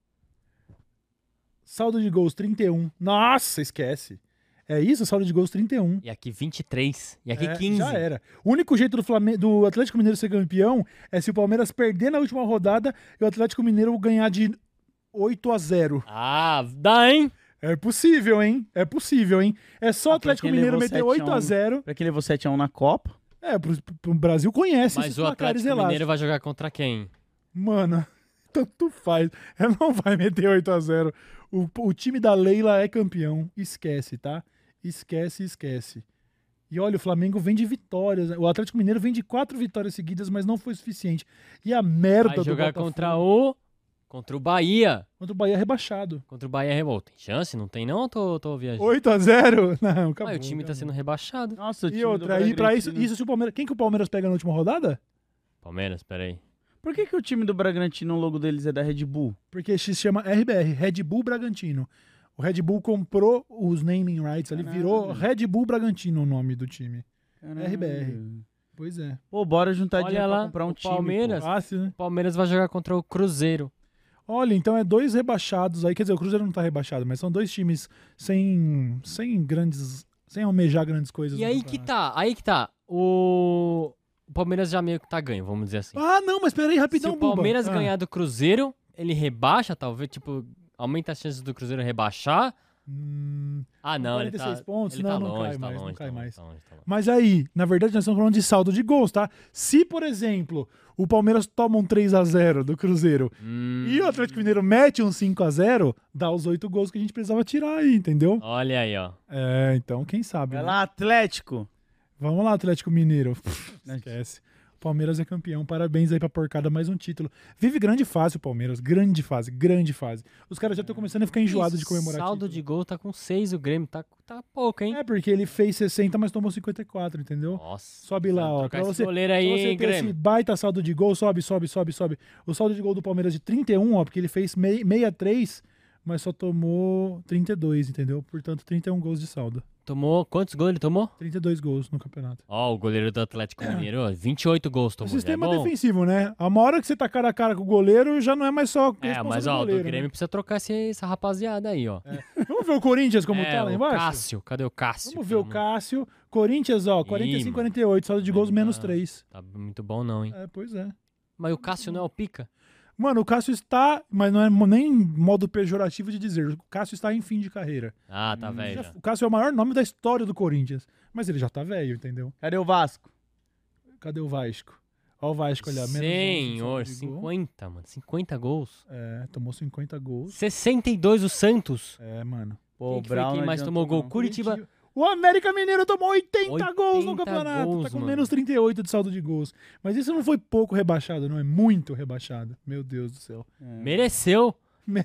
Speaker 3: Saldo de gols 31. Nossa, esquece. É isso, saldo de gols 31.
Speaker 1: E aqui 23. E aqui
Speaker 3: É,
Speaker 1: 15.
Speaker 3: Já era. O único jeito do, Flamengo, do Atlético Mineiro ser campeão é se o Palmeiras perder na última rodada e o Atlético Mineiro ganhar de 8 a 0.
Speaker 1: Ah, dá, hein?
Speaker 3: É possível, hein? É possível, hein? É só o
Speaker 2: Ah, pra
Speaker 3: Atlético
Speaker 2: quem
Speaker 3: Mineiro
Speaker 2: levou
Speaker 3: meter
Speaker 2: 7 a
Speaker 3: 8 a
Speaker 2: 1.
Speaker 3: 0.
Speaker 2: Pra que levou 7x1 na Copa.
Speaker 3: É, pro, pro Brasil conhece
Speaker 1: Mas
Speaker 3: esses
Speaker 1: o
Speaker 3: placares
Speaker 1: Atlético
Speaker 3: relaxos.
Speaker 1: Mineiro vai jogar contra quem?
Speaker 3: Mano, *laughs* tanto faz. Ela não vai meter 8 a 0 o, o time da Leila é campeão. Esquece, tá? Esquece, esquece. E olha, o Flamengo vem de vitórias. né? O Atlético Mineiro vem de quatro vitórias seguidas, mas não foi suficiente. E a merda
Speaker 1: Vai
Speaker 3: do
Speaker 1: jogar
Speaker 3: Botafogo
Speaker 1: contra o... Contra o Bahia.
Speaker 3: contra o Bahia é rebaixado.
Speaker 1: Contra o Bahia é revolta. Tem chance? Não tem não? Ou tô, tô viajando?
Speaker 3: 8 a 0 *laughs* Não, acabou.
Speaker 1: Mas o time tá
Speaker 3: acabou.
Speaker 1: sendo um rebaixado.
Speaker 2: Nossa, o time
Speaker 3: E
Speaker 2: do
Speaker 3: outra, e pra isso,
Speaker 2: Bragantino.
Speaker 3: isso se o Palmeiras... Quem que o Palmeiras pega na última rodada?
Speaker 1: Palmeiras, pera aí.
Speaker 2: Por que, que o time do Bragantino, o logo deles é da Red Bull?
Speaker 3: Porque se chama RBR, Red Bull Bragantino. O Red Bull comprou os naming rights ali,
Speaker 2: Caralho.
Speaker 3: virou Red Bull Bragantino o nome do time.
Speaker 2: Caralho.
Speaker 3: RBR. Pois é.
Speaker 2: Pô, bora juntar
Speaker 1: Olha
Speaker 2: dinheiro
Speaker 1: lá,
Speaker 2: pra comprar um
Speaker 1: o
Speaker 2: time. pô.
Speaker 1: Palmeiras.
Speaker 3: Fácil, né?
Speaker 1: O Palmeiras vai jogar contra o Cruzeiro.
Speaker 3: Olha, então é dois rebaixados aí. Quer dizer, o Cruzeiro não tá rebaixado, mas são dois times sem, sem grandes. sem almejar grandes coisas.
Speaker 1: E
Speaker 3: no
Speaker 1: aí que
Speaker 3: campeonato.
Speaker 1: tá, aí que tá. O... o Palmeiras já meio que tá ganho, vamos dizer assim.
Speaker 3: Ah, não, mas peraí, rapidão,
Speaker 1: Se o
Speaker 3: Buba.
Speaker 1: Palmeiras
Speaker 3: Ah,
Speaker 1: ganhar do Cruzeiro, ele rebaixa, talvez, tipo, aumenta as chances do Cruzeiro rebaixar.
Speaker 3: hum,
Speaker 1: Ah, não, ele
Speaker 3: 46
Speaker 1: tá,
Speaker 3: pontos,
Speaker 1: ele
Speaker 3: não,
Speaker 1: tá
Speaker 3: não
Speaker 1: longe,
Speaker 3: cai
Speaker 1: tá
Speaker 3: mais, não
Speaker 1: longe,
Speaker 3: cai
Speaker 1: tá longe,
Speaker 3: mais.
Speaker 1: tá longe, tá longe.
Speaker 3: Mas aí, na verdade, nós estamos falando de saldo de gols, tá? Se, por exemplo, o Palmeiras toma um 3 a 0 do Cruzeiro
Speaker 1: Hum,
Speaker 3: e o Atlético Mineiro mete um 5 a 0 dá os oito gols que a gente precisava tirar aí, entendeu?
Speaker 1: Olha aí, ó.
Speaker 3: É, então, quem sabe.
Speaker 2: Vai
Speaker 3: né?
Speaker 2: lá, Atlético.
Speaker 3: Vamos lá, Atlético Mineiro.
Speaker 1: *laughs*
Speaker 3: Esquece. Palmeiras é campeão. Parabéns aí pra porcada, mais um título. Vive grande fase o Palmeiras. Grande fase, grande fase. Os caras já estão começando a ficar enjoados de comemorar
Speaker 1: Saldo de
Speaker 3: título.
Speaker 1: gol tá com 6, o Grêmio tá, tá pouco, hein?
Speaker 3: É, porque ele fez 60, mas tomou 54, entendeu?
Speaker 1: Nossa.
Speaker 3: Sobe lá, ó.
Speaker 1: Trocar
Speaker 3: Pra
Speaker 1: esse
Speaker 3: você,
Speaker 1: goleiro
Speaker 3: pra
Speaker 1: aí,
Speaker 3: você
Speaker 1: hein,
Speaker 3: ter esse
Speaker 1: Grêmio.
Speaker 3: baita saldo de gol, sobe, sobe, sobe, sobe. O saldo de gol do Palmeiras de 31, ó, porque ele fez mei- 63, mas só tomou 32, entendeu? Portanto, 31 gols de saldo.
Speaker 1: Tomou, quantos gols ele tomou?
Speaker 3: 32 gols no campeonato.
Speaker 1: Ó, o goleiro do Atlético Mineiro, ó, 28 gols
Speaker 3: Ah. O
Speaker 1: tomou. já
Speaker 3: sistema
Speaker 1: é bom.
Speaker 3: defensivo, né? A uma hora que você tá cara a cara com o goleiro, já não é mais só
Speaker 1: É,
Speaker 3: responsa
Speaker 1: mas
Speaker 3: do
Speaker 1: ó,
Speaker 3: goleiro,
Speaker 1: do Grêmio
Speaker 3: né?
Speaker 1: precisa trocar esse- essa rapaziada aí, ó.
Speaker 3: Vamos ver o Corinthians como
Speaker 1: *laughs* é,
Speaker 3: tá lá
Speaker 1: o
Speaker 3: embaixo?
Speaker 1: Cássio, cadê o Cássio?
Speaker 3: Vamos ver o
Speaker 1: Pelo
Speaker 3: Cássio. Corinthians, ó, 45,
Speaker 1: mano.
Speaker 3: 48, saldo de
Speaker 1: Também
Speaker 3: gols
Speaker 1: tá-
Speaker 3: menos 3.
Speaker 1: Tá muito bom não, hein?
Speaker 3: É, pois é.
Speaker 1: Mas o Cássio não é o pica?
Speaker 3: Mano, o Cássio está, mas não é mo- nem modo pejorativo de dizer, o Cássio está em fim de carreira.
Speaker 1: Ah, tá velho.
Speaker 3: Já-
Speaker 1: já.
Speaker 3: o Cássio é o maior nome da história do Corinthians, mas ele já tá velho, entendeu?
Speaker 2: Cadê o Vasco?
Speaker 3: Cadê o Vasco? Ó o Vasco, olha, menos 11 de saldo
Speaker 1: Senhor,
Speaker 3: de gol.
Speaker 1: 50, mano. 50 gols.
Speaker 3: É, tomou 50 gols.
Speaker 1: 62 o Santos.
Speaker 3: É, mano.
Speaker 2: Pô,
Speaker 1: Quem que foi quem
Speaker 2: não
Speaker 1: mais
Speaker 2: adiantou,
Speaker 1: tomou gol?
Speaker 2: não.
Speaker 1: Curitiba.
Speaker 3: O América Mineiro tomou 80, gols no
Speaker 1: 80
Speaker 3: campeonato. tá
Speaker 1: gols,
Speaker 3: com
Speaker 1: mano.
Speaker 3: menos 38 de saldo de gols. Mas isso não foi pouco rebaixado, não. É muito rebaixado. Meu Deus do céu. *laughs*
Speaker 1: Mereceu.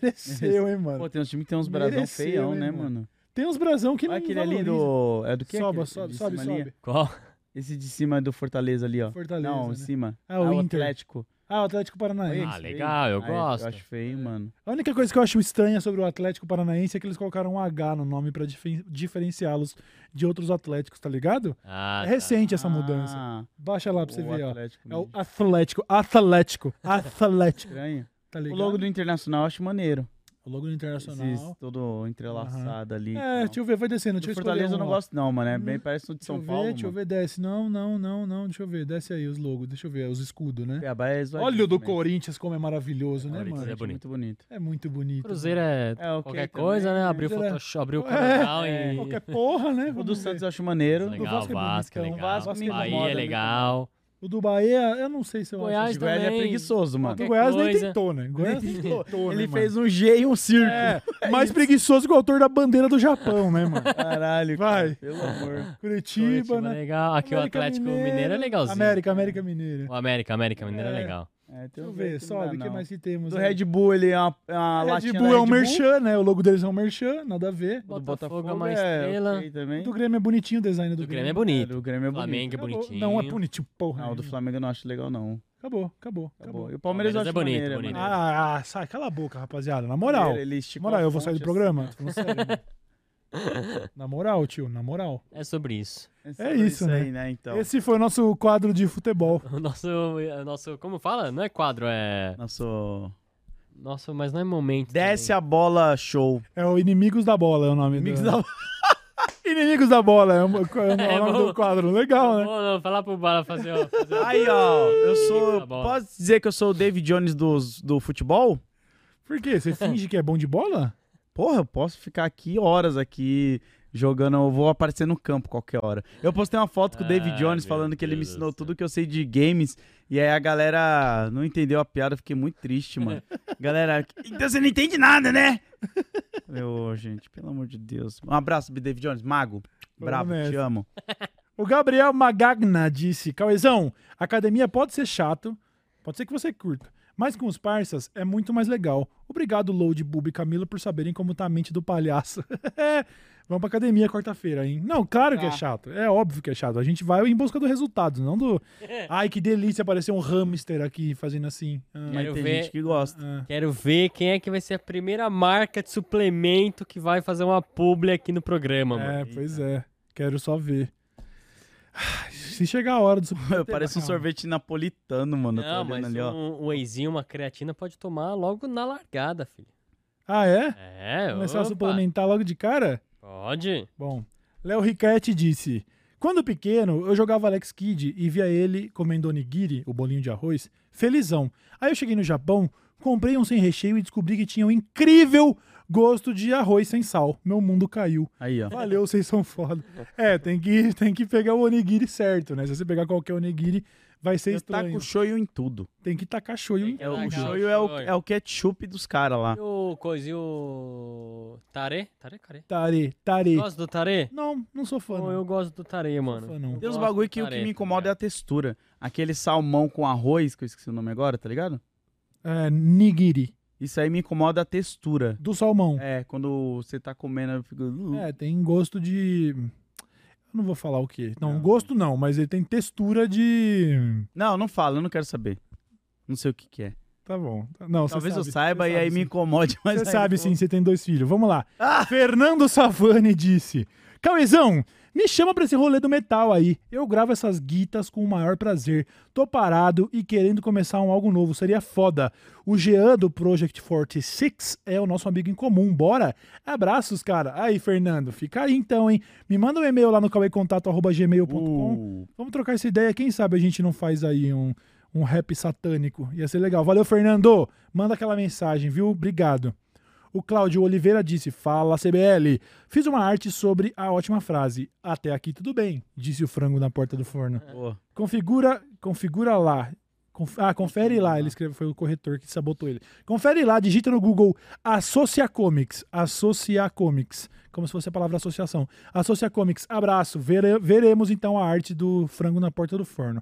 Speaker 3: Mereceu, hein, mano.
Speaker 2: É. Pô, tem uns times que tem uns brasão
Speaker 3: Mereceu,
Speaker 2: feião,
Speaker 3: hein,
Speaker 2: né,
Speaker 3: mano?
Speaker 2: mano?
Speaker 3: Tem uns brasão que não
Speaker 2: Olha aquele ali
Speaker 3: valoriza.
Speaker 2: do... É do que?
Speaker 3: Soba,
Speaker 2: aquele
Speaker 3: sobe,
Speaker 2: de
Speaker 3: sobe,
Speaker 2: cima ali?
Speaker 3: sobe.
Speaker 1: Qual?
Speaker 2: Esse de cima é do Fortaleza ali, ó.
Speaker 3: Fortaleza,
Speaker 2: Não,
Speaker 3: né?
Speaker 2: em cima.
Speaker 3: Ah, o Inter.
Speaker 2: Atlético.
Speaker 3: Ah, o Atlético Paranaense.
Speaker 2: Olha
Speaker 1: Ah,
Speaker 2: isso,
Speaker 1: legal, eu
Speaker 2: Ah, é,
Speaker 1: gosto.
Speaker 2: Eu acho feio, mano.
Speaker 3: A única coisa que eu acho estranha sobre o Atlético Paranaense é que eles colocaram um H no nome pra difen- diferenciá-los de outros Atléticos, tá ligado?
Speaker 1: Ah,
Speaker 3: É
Speaker 1: tá.
Speaker 3: recente essa mudança.
Speaker 2: Ah,
Speaker 3: Baixa lá pra você
Speaker 2: o
Speaker 3: ver, ó.
Speaker 2: Atlético
Speaker 3: É o
Speaker 2: mesmo.
Speaker 3: Atlético,
Speaker 2: *laughs*
Speaker 3: Atlético, Atlético.
Speaker 2: Estranho.
Speaker 3: Tá ligado?
Speaker 2: O logo do Internacional eu acho maneiro.
Speaker 3: O logo do
Speaker 2: Esses
Speaker 3: Internacional.
Speaker 2: todo entrelaçado ali. e
Speaker 3: É,
Speaker 2: tal.
Speaker 3: deixa eu ver, vai descendo. Deixa
Speaker 2: Do
Speaker 3: eu
Speaker 2: Fortaleza
Speaker 3: escolher
Speaker 2: eu
Speaker 3: um,
Speaker 2: não
Speaker 3: ó.
Speaker 2: gosto não, mano. É bem,
Speaker 3: Hum,
Speaker 2: parece um de
Speaker 3: Deixa
Speaker 2: São
Speaker 3: eu ver,
Speaker 2: Paulo,
Speaker 3: deixa eu ver, desce. Não, não, não, não, deixa eu ver. Desce aí os logos, deixa eu ver, os escudos, né?
Speaker 2: Cuiabá é zoadinho
Speaker 3: Olha o do
Speaker 2: também.
Speaker 3: Corinthians como é maravilhoso, né,
Speaker 2: Corinthians
Speaker 3: mano?
Speaker 1: é bonito.
Speaker 2: Muito bonito.
Speaker 3: É muito bonito.
Speaker 1: Cruzeiro é,
Speaker 2: É, ok
Speaker 1: qualquer
Speaker 2: também,
Speaker 1: coisa, né? Abriu o
Speaker 3: Cruzeiro é-
Speaker 1: Photoshop, abriu o
Speaker 3: É,
Speaker 1: Canal
Speaker 3: né?
Speaker 1: e...
Speaker 3: Qualquer porra, né?
Speaker 2: O do
Speaker 3: Vamos ver.
Speaker 2: Santos eu acho maneiro.
Speaker 1: Legal,
Speaker 3: Vasco é
Speaker 1: Vasco, é
Speaker 3: bonitão.
Speaker 1: legal.
Speaker 2: Vasco me incomoda,
Speaker 1: Bahia é
Speaker 2: né,
Speaker 1: legal.
Speaker 3: O do Bahia, eu não sei se eu
Speaker 1: Goiás
Speaker 3: acho.
Speaker 2: O Goiás é
Speaker 1: também.
Speaker 2: preguiçoso, mano.
Speaker 3: O
Speaker 1: Qualquer
Speaker 3: Goiás nem
Speaker 1: coisa. é
Speaker 3: tentou, né? O Goiás nem
Speaker 2: *laughs*
Speaker 3: tentou,
Speaker 2: Ele
Speaker 3: né,
Speaker 2: fez
Speaker 3: mano?
Speaker 2: um G e um circo.
Speaker 1: *laughs*
Speaker 3: É, mais preguiçoso que o autor da bandeira do Japão, né,
Speaker 2: *laughs*
Speaker 3: mano?
Speaker 2: Caralho,
Speaker 3: Vai.
Speaker 2: cara, pelo amor.
Speaker 3: Curitiba,
Speaker 1: Curitiba é
Speaker 3: né?
Speaker 1: legal. Aqui o
Speaker 3: América
Speaker 1: Atlético Mineiro, é legalzinho.
Speaker 3: América, América Mineira.
Speaker 1: O América, América Mineiro é,
Speaker 3: É.
Speaker 1: legal.
Speaker 2: É,
Speaker 3: Deixa
Speaker 2: tem
Speaker 3: eu
Speaker 2: uns
Speaker 3: ver,
Speaker 2: aí não dá,
Speaker 3: sobe, o que
Speaker 2: não.
Speaker 3: mais que temos?
Speaker 2: Do
Speaker 3: aí?
Speaker 2: Red Bull, ele é uma, uma
Speaker 3: Red
Speaker 2: latinha
Speaker 3: Bull é
Speaker 2: da
Speaker 3: um
Speaker 2: Red Bull.
Speaker 3: merchan, né? O logo deles é um merchan, nada a ver.
Speaker 2: O
Speaker 1: Botafogo
Speaker 2: Do
Speaker 1: é
Speaker 2: Botafogo
Speaker 1: uma
Speaker 2: é
Speaker 1: estrela.
Speaker 2: ok também.
Speaker 3: O do Grêmio é bonitinho o design do,
Speaker 1: Do Grêmio é
Speaker 2: É,
Speaker 1: bonito.
Speaker 2: do Grêmio é
Speaker 1: O Flamengo é
Speaker 3: Acabou.
Speaker 1: bonitinho.
Speaker 3: Não, é bonitinho, porra.
Speaker 2: Não, o do Flamengo eu não acho legal, não.
Speaker 3: Acabou, acabou, acabou.
Speaker 2: Acabou. E o
Speaker 1: Palmeiras
Speaker 2: Palmeiras, eu acho
Speaker 1: é bonito,
Speaker 2: maneiro,
Speaker 1: bonito.
Speaker 2: mano.
Speaker 3: Ah, ah, sai, cala a boca, rapaziada. Na moral.
Speaker 2: Ele
Speaker 3: Na
Speaker 2: esticou
Speaker 3: moral,
Speaker 2: a
Speaker 3: eu vou sair do
Speaker 2: fonte,
Speaker 3: programa. Tô falando sério, mano. na moral, tio, na moral.
Speaker 1: É sobre isso.
Speaker 2: assim.
Speaker 3: É
Speaker 2: sobre
Speaker 3: isso, né?
Speaker 2: aí, né, então.
Speaker 3: Esse foi o nosso quadro de futebol.
Speaker 1: *laughs* O nosso, o nosso. Como fala? Não é quadro, é.
Speaker 2: Nosso...
Speaker 1: Nosso, mas não é momento.
Speaker 2: Desce
Speaker 1: também.
Speaker 2: a bola show.
Speaker 3: É o Inimigos da Bola, é o nome
Speaker 2: Mix
Speaker 3: do...
Speaker 2: da...
Speaker 3: *laughs* Inimigos da Bola é o, é o
Speaker 1: É,
Speaker 3: nome
Speaker 1: bom. É
Speaker 3: do quadro. Legal, né?
Speaker 1: Não, não, falar pro Bala fazer. ó, fazer ó.
Speaker 2: Aí, ó. Eu sou...
Speaker 1: Tá bom.
Speaker 2: Posso dizer que eu sou o David Jones dos, do futebol?
Speaker 3: Por quê? Você finge que é bom de bola?
Speaker 2: Porra, eu posso ficar aqui horas aqui jogando, eu vou aparecer no campo qualquer hora. Eu postei uma foto com o David
Speaker 1: Ai,
Speaker 2: Jones
Speaker 1: meu
Speaker 2: falando que ele me
Speaker 1: Deus do
Speaker 2: ensinou
Speaker 1: céu.
Speaker 2: tudo que eu sei de games e aí a galera não entendeu a piada, eu fiquei muito triste,
Speaker 1: *laughs*
Speaker 2: mano. galera, então você não entende nada, né? Falei, Ô, gente, pelo amor de Deus. Um abraço, David Jones, mago.
Speaker 3: Vamos
Speaker 2: Bravo, te
Speaker 3: nessa.
Speaker 2: amo.
Speaker 3: O Gabriel Magagna disse: Cauezão, academia pode ser chato, pode ser que você curta, mas com os parças é muito mais legal. Obrigado, Load, Bub e Camila, por saberem como tá a mente do palhaço. *laughs* Vamos pra academia quarta-feira, hein? Não, claro que é
Speaker 2: Tá.
Speaker 3: chato. É óbvio que é chato. A gente vai em busca do resultado,
Speaker 1: *laughs*
Speaker 3: não do. Ai, que delícia aparecer um hamster aqui fazendo assim. Ah,
Speaker 2: Mas
Speaker 1: Quero
Speaker 2: tem
Speaker 1: ver-
Speaker 2: gente que gosta.
Speaker 3: ah.
Speaker 1: Quero ver quem é que vai ser a primeira marca de suplemento que vai fazer uma publi aqui no programa, mano.
Speaker 3: É, pois é. Quero só ver. Ah, Se chegar a hora do suplemento,
Speaker 2: Parece um
Speaker 3: calma.
Speaker 2: sorvete napolitano, mano. Eu tô
Speaker 1: Não,
Speaker 2: olhando
Speaker 1: mas
Speaker 2: ali, ó.
Speaker 1: um, um wheyzinho, uma creatina pode tomar logo na largada, filho.
Speaker 3: Ah, é?
Speaker 1: É,
Speaker 3: Começar a
Speaker 1: opa,
Speaker 3: suplementar logo de cara?
Speaker 1: Pode.
Speaker 3: Bom, Léo Riquetti disse: Quando pequeno, eu jogava Alex Kidd e via ele comendo onigiri, o bolinho de arroz, felizão. Aí eu cheguei no Japão, comprei um sem recheio e descobri que tinha um incrível gosto de arroz sem sal. Meu mundo caiu.
Speaker 2: Aí, ó.
Speaker 3: Valeu, vocês são foda. É, tem que, tem que pegar o onigiri certo, né? Se você pegar qualquer onigiri, vai ser
Speaker 2: Eu
Speaker 3: estranho.
Speaker 2: taco shoyu em tudo.
Speaker 3: Tem que tacar shoyu em
Speaker 1: É
Speaker 2: É, o
Speaker 1: Legal,
Speaker 2: shoyu é o,
Speaker 1: shoyu.
Speaker 2: é o ketchup dos caras lá.
Speaker 1: E o coisinho. o Tare? Tare, care.
Speaker 3: tare, tare.
Speaker 1: Gosta do tare?
Speaker 3: Não, não sou fã.
Speaker 1: Pô,
Speaker 3: não.
Speaker 1: eu gosto do tare,
Speaker 3: fã,
Speaker 1: mano.
Speaker 3: não.
Speaker 1: Eu
Speaker 2: Tem uns
Speaker 1: gosto
Speaker 2: bagulho
Speaker 1: do
Speaker 2: que o que
Speaker 1: tare,
Speaker 2: me
Speaker 1: tá
Speaker 2: incomoda é a
Speaker 1: ligado?
Speaker 2: textura. Aquele salmão com arroz, que eu esqueci o nome agora, tá ligado?
Speaker 3: É, nigiri,
Speaker 2: Isso aí me incomoda a textura.
Speaker 3: do salmão.
Speaker 2: É, quando você tá comendo, eu fico.
Speaker 3: É, tem gosto de. Eu não vou falar o que. Não,
Speaker 2: Não.
Speaker 3: gosto não, mas ele tem textura de.
Speaker 2: Não, não fala, eu não quero saber. Não sei o que, que é.
Speaker 3: Tá bom. Não, você
Speaker 2: Talvez
Speaker 3: sabe.
Speaker 2: eu saiba
Speaker 3: Você
Speaker 2: e aí
Speaker 3: sabe,
Speaker 2: me
Speaker 3: sim.
Speaker 2: incomode, *laughs* mas.
Speaker 3: Você
Speaker 2: aí
Speaker 3: sabe
Speaker 2: eu
Speaker 3: sim,
Speaker 2: vou-
Speaker 3: você tem dois filhos. Vamos lá.
Speaker 2: Ah!
Speaker 3: Fernando Savani disse: Cauezão, me chama pra esse rolê do metal aí. Eu gravo essas guitas com o maior prazer. Tô parado e querendo começar um algo novo. Seria foda. O Jean do Project 46 é o nosso amigo em comum. Bora? Abraços, cara. Aí, Fernando, fica aí então, hein? Me manda um e-mail lá no cauecontato.gmail.com.
Speaker 2: Uh,
Speaker 3: Vamos trocar essa ideia. Quem sabe a gente não faz aí um, um rap satânico. Ia ser legal. Valeu, Fernando. Manda aquela mensagem, viu? Obrigado. O Cláudio Oliveira disse: Fala CBL. Fiz uma arte sobre a ótima frase. Até aqui tudo bem, disse o frango na porta do forno.
Speaker 2: pô.
Speaker 3: Configura, configura lá. Conf- ah, confere lá. Ele escreveu, foi o corretor que sabotou ele. Confere lá, digita no Google Associa Comics. Associa Comics. Como se fosse a palavra associação. Associa Comics, abraço. Vere- veremos então a arte do frango na porta do forno.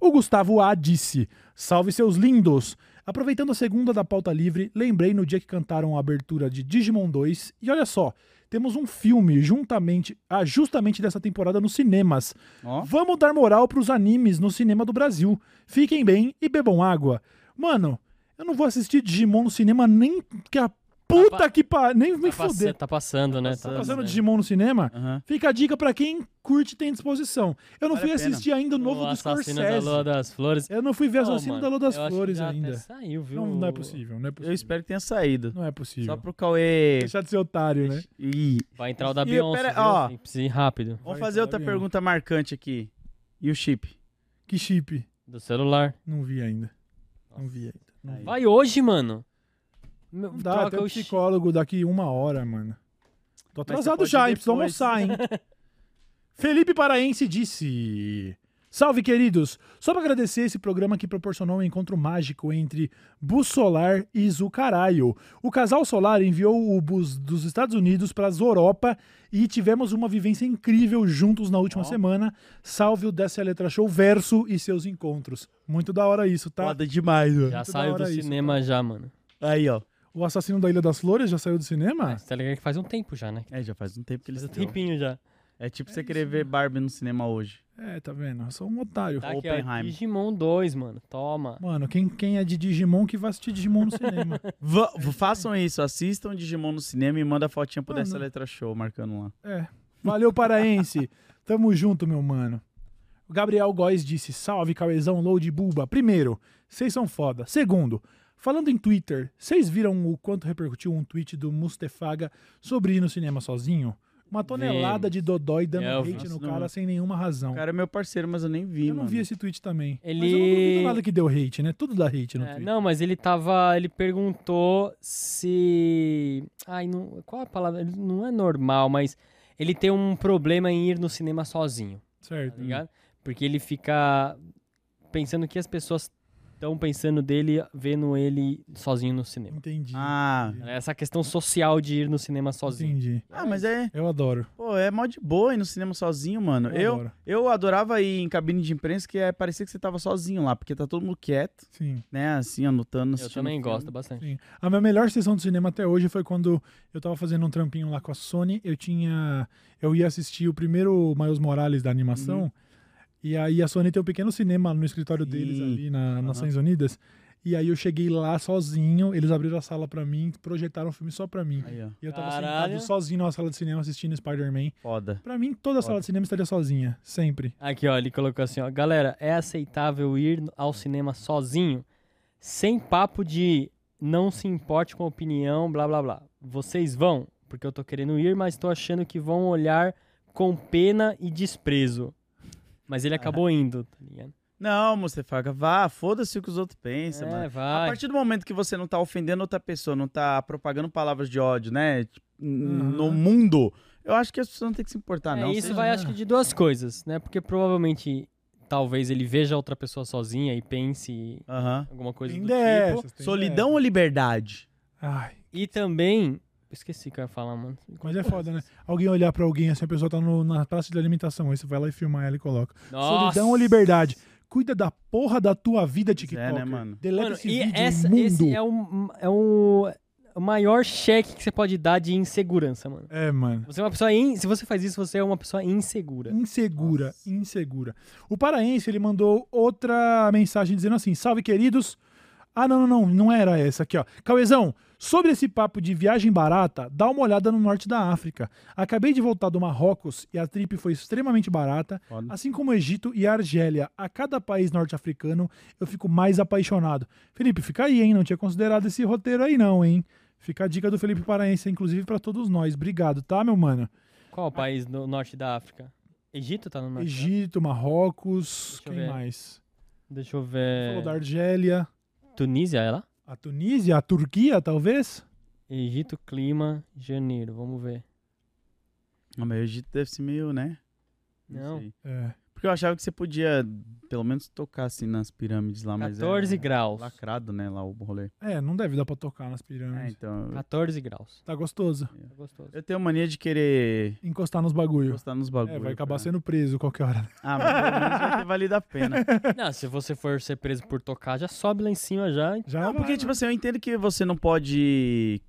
Speaker 3: O Gustavo A disse: Salve seus lindos! Aproveitando a segunda da pauta livre, lembrei no dia que cantaram a abertura de Digimon 2 e olha só, temos um filme juntamente, ah, justamente dessa temporada nos cinemas.
Speaker 2: Ó.
Speaker 3: Vamos dar moral pros animes no cinema do Brasil. Fiquem bem e bebam água. Mano, eu não vou assistir Digimon no cinema nem que a puta
Speaker 1: Tá pa-
Speaker 3: que pariu, nem me
Speaker 1: Tá, pass-
Speaker 3: foder.
Speaker 1: tá passando, né?
Speaker 2: passando.
Speaker 3: Tá Passando Digimon no cinema? Fica a dica pra quem curte e tem disposição. Eu não
Speaker 2: Vale
Speaker 3: fui
Speaker 2: a pena.
Speaker 3: assistir ainda o novo
Speaker 1: o
Speaker 3: do
Speaker 1: Assassino
Speaker 3: Scorsese.
Speaker 1: da Lua das Flores.
Speaker 3: Eu não fui ver
Speaker 1: Ô,
Speaker 3: Assassino
Speaker 1: mano,
Speaker 3: da Lua das
Speaker 1: eu acho que
Speaker 3: Flores
Speaker 1: já até
Speaker 3: ainda.
Speaker 1: Saiu, viu?
Speaker 3: Não, não é possível, não é possível.
Speaker 2: Eu espero que tenha saído.
Speaker 3: Não é possível.
Speaker 2: Só pro Cauê.
Speaker 3: Deixar de ser otário, né?
Speaker 2: Ih.
Speaker 1: Vai entrar o da
Speaker 2: E,
Speaker 1: Beyoncé.
Speaker 2: pera-
Speaker 1: viu?
Speaker 2: ó.
Speaker 1: Tem que ser rápido.
Speaker 3: Vai,
Speaker 2: Vamos fazer outra
Speaker 3: Fabiano.
Speaker 2: pergunta marcante aqui. E o chip?
Speaker 3: Que chip.
Speaker 1: Do celular.
Speaker 3: Não vi ainda. Não vi ainda. Não vi.
Speaker 1: Vai hoje, mano. Meu,
Speaker 3: Não dá,
Speaker 1: troca
Speaker 3: até o
Speaker 1: o chi-
Speaker 3: psicólogo daqui uma hora, mano. Tô
Speaker 2: você
Speaker 3: atrasado
Speaker 2: pode
Speaker 3: já,
Speaker 2: ir
Speaker 3: hein? Preciso
Speaker 2: depois. né?
Speaker 3: almoçar, hein?
Speaker 2: *laughs*
Speaker 3: Felipe Paraense disse... Salve, queridos! Só pra agradecer esse programa que proporcionou um encontro mágico entre Bus Solar e Zucaraio. O casal Solar enviou o bus dos Estados Unidos para Europa e tivemos uma vivência incrível juntos na última
Speaker 2: Ó.
Speaker 3: semana. Salve o Dessa Letra Show Verso e seus encontros. Muito da hora isso, tá?
Speaker 2: Foda demais, mano.
Speaker 1: Já
Speaker 3: Muito da
Speaker 1: saiu do
Speaker 3: hora isso,
Speaker 1: cinema já, mano.
Speaker 2: Aí, ó.
Speaker 3: O Assassino da Ilha das Flores já saiu do cinema?
Speaker 1: Mas Tá ligado que faz um tempo já, né?
Speaker 2: É, já faz um tempo que eles
Speaker 1: Faz um
Speaker 2: estão.
Speaker 1: tempinho já.
Speaker 2: É tipo você querer ver Barbie no
Speaker 3: *laughs*
Speaker 2: cinema hoje.
Speaker 3: É, tá vendo? Eu sou um otário.
Speaker 1: Tá aqui, ó.
Speaker 2: Oppenheimer.
Speaker 1: Digimon 2, mano. Toma.
Speaker 3: Mano, quem, quem é de Digimon que vai assistir Digimon no cinema? *laughs*
Speaker 2: Va- façam isso, assistam Digimon no cinema e manda a fotinha pro
Speaker 3: Mano.
Speaker 2: dessa letra show marcando lá.
Speaker 3: É. Valeu, paraense. Tamo junto, meu mano. O Gabriel Góes disse: Salve, Cauezão, load buba. Primeiro, vocês são foda. Segundo, falando em Twitter, vocês viram o quanto repercutiu um tweet do Mustefaga sobre ir no cinema sozinho? Uma
Speaker 1: Vimos.
Speaker 3: tonelada
Speaker 1: É,
Speaker 3: de Dodói dando
Speaker 1: Eu vi.
Speaker 3: hate no
Speaker 2: Nossa,
Speaker 3: cara
Speaker 2: não.
Speaker 3: sem nenhuma razão.
Speaker 2: O cara é meu parceiro, mas eu nem vi,
Speaker 3: eu não
Speaker 2: mano.
Speaker 3: vi esse tweet também. Mas eu não duvido
Speaker 1: Ele.
Speaker 3: nada que deu hate, né? Tudo dá hate no
Speaker 1: É,
Speaker 3: Twitter.
Speaker 1: não, mas ele tava. Ele perguntou se. Ai, não. Qual a palavra? Ele Não é normal, mas ele tem um problema em ir no cinema sozinho, tá
Speaker 3: Certo.
Speaker 1: ligado? Porque ele fica pensando que as pessoas estão pensando dele vendo ele sozinho no cinema. É
Speaker 3: Entendi.
Speaker 2: Ah.
Speaker 1: Essa questão social de ir no cinema sozinho.
Speaker 3: Entendi.
Speaker 2: Ah, mas é.
Speaker 3: Eu adoro.
Speaker 2: Pô, é mó de boa ir no cinema sozinho, mano. Eu,
Speaker 3: adoro.
Speaker 2: eu adorava ir em cabine de imprensa, que é, parecia que você tava sozinho lá, porque tá todo mundo quieto,
Speaker 3: Sim,
Speaker 2: né? Assim, anotando,
Speaker 1: Eu
Speaker 2: assistindo.
Speaker 1: também
Speaker 2: filme.
Speaker 1: gosto bastante.
Speaker 3: sim. A minha melhor sessão do cinema até hoje foi quando eu tava fazendo um trampinho lá com a Sony. Eu tinha. Eu ia assistir o primeiro Miles Morales da animação. E aí a Sony tem um pequeno cinema no escritório deles
Speaker 2: Uhum. Sim.
Speaker 3: ali na Nações Unidas. E aí eu cheguei lá sozinho, eles abriram a sala pra mim, projetaram o filme só pra mim.
Speaker 2: Aí, ó.
Speaker 3: E eu tava
Speaker 1: Caralho.
Speaker 3: sentado sozinho na sala de cinema assistindo Spider-Man.
Speaker 2: Foda.
Speaker 3: Pra mim, toda a sala de cinema estaria sozinha, sempre.
Speaker 1: Aqui, ó, ele colocou assim, ó. Galera, é aceitável ir ao cinema sozinho, sem papo de não se importe com a opinião, blá blá blá. Vocês vão, porque eu tô querendo ir, mas tô achando que vão olhar com pena e desprezo. Mas ele acabou indo, tá ligado?
Speaker 2: Não, Mustafaga, vá, foda-se o que os outros pensam, mano.
Speaker 1: é,
Speaker 2: A
Speaker 1: vai.
Speaker 2: partir do momento que você não tá ofendendo outra pessoa, não tá propagando palavras de ódio, né? tipo, n-
Speaker 3: Uhum.
Speaker 2: No mundo, eu acho que as pessoas não têm que se importar,
Speaker 1: É,
Speaker 2: Ah, não.
Speaker 1: isso
Speaker 2: Seja-
Speaker 1: vai,
Speaker 3: né?
Speaker 1: acho que, de duas coisas, né? Porque provavelmente, talvez ele veja outra pessoa sozinha e pense
Speaker 2: Aham.
Speaker 1: alguma coisa
Speaker 3: Tem
Speaker 1: do tipo.
Speaker 3: dessas, tem
Speaker 2: Solidão ou liberdade?
Speaker 3: dessas. é. Ai,
Speaker 1: E também... Esqueci o que eu ia falar, mano.
Speaker 3: Mas é foda, né? Alguém olhar pra alguém assim, a pessoa tá no- na praça de alimentação, aí você vai lá e filma ela e coloca. Solidão ou liberdade? Cuida da porra da tua vida,
Speaker 2: Pois é,
Speaker 3: TikTok.
Speaker 2: né, mano?
Speaker 3: Deleta
Speaker 1: Mano,
Speaker 3: esse
Speaker 1: e
Speaker 3: vídeo
Speaker 1: essa,
Speaker 3: imundo.
Speaker 1: esse é o, é o o maior cheque que você pode dar de insegurança, mano.
Speaker 3: É, mano.
Speaker 1: Você é uma pessoa in... Se você faz isso, você é uma pessoa insegura.
Speaker 3: Insegura,
Speaker 2: Nossa.
Speaker 3: insegura. O paraense, ele mandou outra mensagem dizendo assim: salve, queridos. Ah, não, não, não, não era essa aqui, ó. Cauezão, sobre esse papo de viagem barata, dá uma olhada no norte da África. Acabei de voltar do Marrocos e a trip foi extremamente barata.
Speaker 2: Foda.
Speaker 3: Assim como o Egito e a Argélia, a cada país norte-africano eu fico mais apaixonado. Felipe, fica aí, hein? Não tinha considerado esse roteiro aí, não, hein? Fica a dica do Felipe Paraense, inclusive, pra todos nós. Obrigado, tá, meu mano?
Speaker 1: Qual o país do norte da África? Egito tá no norte? né?
Speaker 3: Ah. Egito,
Speaker 1: Deixa
Speaker 3: Marrocos,
Speaker 1: eu
Speaker 3: quem
Speaker 1: ver. É.
Speaker 3: mais?
Speaker 1: Deixa eu
Speaker 3: Falou
Speaker 1: ver.
Speaker 3: da Argélia,
Speaker 1: Tunísia, é lá?
Speaker 3: a Tunísia, a Turquia, talvez?
Speaker 1: Egito, clima, janeiro. Vamos ver.
Speaker 2: Ah, mas o Egito deve ser meio, né?
Speaker 1: Não.
Speaker 2: sei.
Speaker 3: É.
Speaker 2: Porque Porque eu achava que você podia, pelo menos, tocar assim nas pirâmides lá, mas
Speaker 1: 14
Speaker 2: é,
Speaker 1: graus.
Speaker 2: lacrado, né, lá o rolê.
Speaker 3: É, não deve dar pra tocar nas
Speaker 2: É,
Speaker 3: pirâmides.
Speaker 1: Né?
Speaker 2: então... eu-
Speaker 1: 14 graus.
Speaker 3: Tá gostoso.
Speaker 1: Tá gostoso.
Speaker 2: Eu tenho mania de querer
Speaker 3: Encostar nos bagulho.
Speaker 2: encostar nos bagulhos.
Speaker 3: É, vai acabar sendo preso qualquer hora. *laughs*
Speaker 2: Ah, mas pelo menos vai ter valido a pena.
Speaker 1: *laughs* Não, se você for ser preso por tocar, já sobe lá em cima já.
Speaker 3: Já
Speaker 2: Não,
Speaker 3: vai,
Speaker 2: porque,
Speaker 3: né?
Speaker 2: tipo assim, eu entendo que você não pode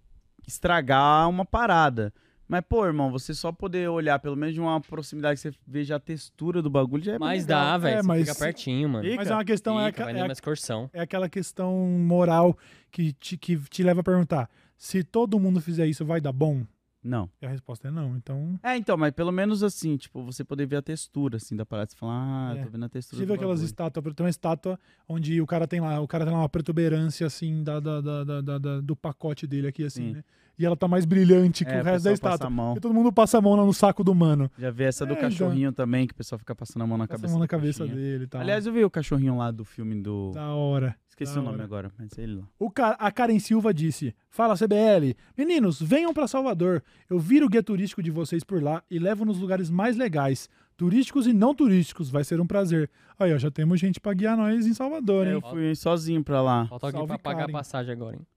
Speaker 2: estragar uma parada. Mas, pô, irmão, você só poder olhar, pelo menos de uma proximidade que você veja a textura do bagulho, já é
Speaker 1: Mas
Speaker 2: legal.
Speaker 1: dá, velho.
Speaker 3: É,
Speaker 1: você
Speaker 3: mas-
Speaker 1: fica pertinho, mano.
Speaker 2: E-
Speaker 3: Mas é uma questão, é,
Speaker 1: Fica,
Speaker 3: aca-
Speaker 1: vai
Speaker 3: é,
Speaker 1: numa excursão.
Speaker 3: é aquela questão moral que te, que te leva a perguntar: se todo mundo fizer isso, vai dar bom?
Speaker 2: Não.
Speaker 3: E a resposta é não. Então,
Speaker 2: É, então, mas pelo menos assim, tipo, você poder ver a textura, assim, da parada. Você falar, ah,
Speaker 3: É.
Speaker 2: tô vendo a textura
Speaker 3: tive
Speaker 2: do
Speaker 3: aquelas
Speaker 2: bagulho.
Speaker 3: estátuas, tem uma estátua onde o cara tem lá, o cara tem lá uma protuberância assim da, da- da- da- da- da- do pacote dele aqui, assim,
Speaker 2: Sim.
Speaker 3: né? E ela tá mais brilhante que
Speaker 2: É,
Speaker 3: o resto da
Speaker 2: pessoal passa
Speaker 3: estátua.
Speaker 2: a mão.
Speaker 3: E todo mundo passa a mão lá no saco do mano.
Speaker 2: Já vi essa do
Speaker 3: É, então.
Speaker 2: cachorrinho também, que o pessoal fica passando a mão na
Speaker 3: Passa a
Speaker 2: cabeça.
Speaker 3: mão na
Speaker 2: do
Speaker 3: cabeça
Speaker 2: cachorrinho.
Speaker 3: dele e tal.
Speaker 2: Aliás, eu vi o cachorrinho lá do filme do.
Speaker 3: da hora.
Speaker 2: Esqueci
Speaker 3: da
Speaker 2: o nome
Speaker 3: hora.
Speaker 2: agora, mas é ele lá.
Speaker 3: O Ca- A Karen Silva disse: Fala CBL, meninos, venham pra Salvador. Eu viro o guia turístico de vocês por lá e levo nos lugares mais legais, turísticos e não turísticos. Vai ser um prazer. Aí, ó, já temos gente pra guiar nós em Salvador,
Speaker 2: É,
Speaker 3: hein?
Speaker 2: eu fui sozinho pra lá.
Speaker 1: Falta alguém
Speaker 3: Salve,
Speaker 1: pra pagar
Speaker 3: Karen.
Speaker 1: a passagem agora, hein?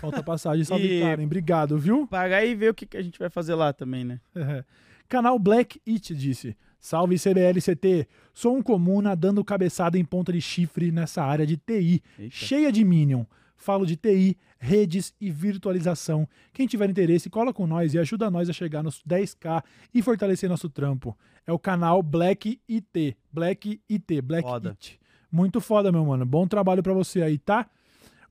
Speaker 3: Falta passagem. Salve,
Speaker 2: *laughs* E-
Speaker 3: Karen. Obrigado, viu?
Speaker 2: Pagar e ver o que, que a gente vai fazer lá também, né?
Speaker 3: *laughs* Canal Black It disse: Salve CBLCT, sou um comuna dando cabeçada em ponta de chifre nessa área de TI,
Speaker 2: Eita.
Speaker 3: cheia de Minion. Falo de TI, redes e virtualização. Quem tiver interesse, cola com nós e ajuda nós a chegar nos 10k e fortalecer nosso trampo. É o canal Black IT. Black IT, Black
Speaker 2: Foda.
Speaker 3: It. Muito foda, meu mano. Bom trabalho pra você aí, tá?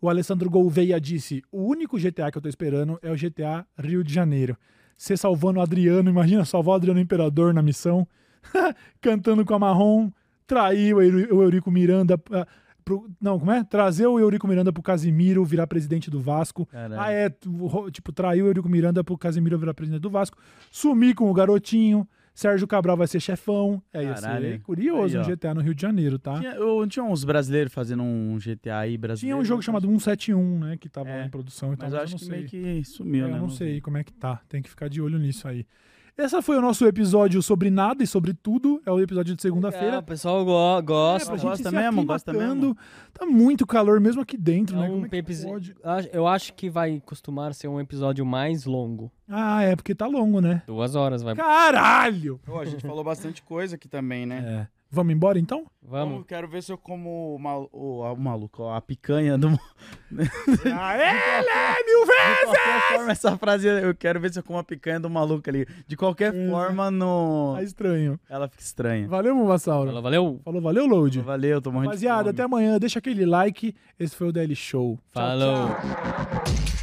Speaker 3: O Alessandro Gouveia disse: o único GTA que eu tô esperando é o GTA Rio de Janeiro. Você salvando o Adriano, imagina salvar o Adriano Imperador na missão, *laughs* cantando com a Marrom, trair o Euri- o Eurico Miranda. ah, pro- não, como é? Trazer o Eurico Miranda pro Casimiro virar presidente do Vasco.
Speaker 2: Caralho.
Speaker 3: Ah, é, tu- ro- tipo, traiu o Eurico Miranda pro Casimiro virar presidente do Vasco. Sumir com o garotinho. Sérgio Cabral vai ser chefão. É, ia ser
Speaker 2: Caralho.
Speaker 3: curioso
Speaker 2: Aí,
Speaker 3: um
Speaker 2: ó.
Speaker 3: GTA no Rio de Janeiro, tá?
Speaker 2: Tinha, eu- tinha uns brasileiros fazendo um GTA aí brasileiro.
Speaker 3: Tinha um jogo
Speaker 2: né?
Speaker 3: chamado 171, né? Que tava
Speaker 2: É,
Speaker 3: lá em produção e tal,
Speaker 2: Mas eu
Speaker 3: mas
Speaker 2: acho
Speaker 3: não
Speaker 2: que
Speaker 3: sei.
Speaker 2: meio que sumiu,
Speaker 3: É,
Speaker 2: né?
Speaker 3: eu não sei
Speaker 2: vi.
Speaker 3: como é que tá. Tem que ficar de olho nisso aí. Esse foi o nosso episódio sobre nada e sobre tudo. É o episódio de
Speaker 1: Legal,
Speaker 3: segunda-feira.
Speaker 1: O pessoal go-
Speaker 3: É,
Speaker 1: gosta.
Speaker 3: pra
Speaker 1: mano.
Speaker 3: gente
Speaker 2: gosta
Speaker 3: se
Speaker 2: mesmo, gosta
Speaker 3: aclimatando.
Speaker 2: mesmo.
Speaker 3: Tá muito calor mesmo aqui dentro,
Speaker 1: É
Speaker 3: né?
Speaker 1: um
Speaker 3: Como é que
Speaker 1: episo-
Speaker 3: pode?
Speaker 1: Acho- Eu acho que vai costumar ser um episódio mais longo.
Speaker 3: Ah, é porque tá longo, né?
Speaker 1: Duas horas,
Speaker 2: É.
Speaker 1: vai.
Speaker 3: Caralho!
Speaker 2: Pô, a gente falou bastante coisa aqui também, né?
Speaker 3: É. Vamos embora então?
Speaker 1: Vamos.
Speaker 2: Eu quero ver se eu como o, mal, o, a- o maluco, ó, a picanha do. De
Speaker 3: Aê, mil vezes!
Speaker 2: qualquer forma, essa frase, eu quero ver se eu como a picanha do maluco ali. De qualquer
Speaker 3: É.
Speaker 2: forma, no...
Speaker 3: Tá estranho.
Speaker 2: ela fica estranha.
Speaker 3: Valeu, Muvassauro.
Speaker 1: Falou, valeu.
Speaker 3: Falou, valeu, Load.
Speaker 2: Valeu, tô morrendo de
Speaker 3: Rapaziada,
Speaker 2: fome.
Speaker 3: até amanhã. Deixa aquele like. Esse foi o DL Show. Tchau,
Speaker 1: Falou.
Speaker 3: tchau.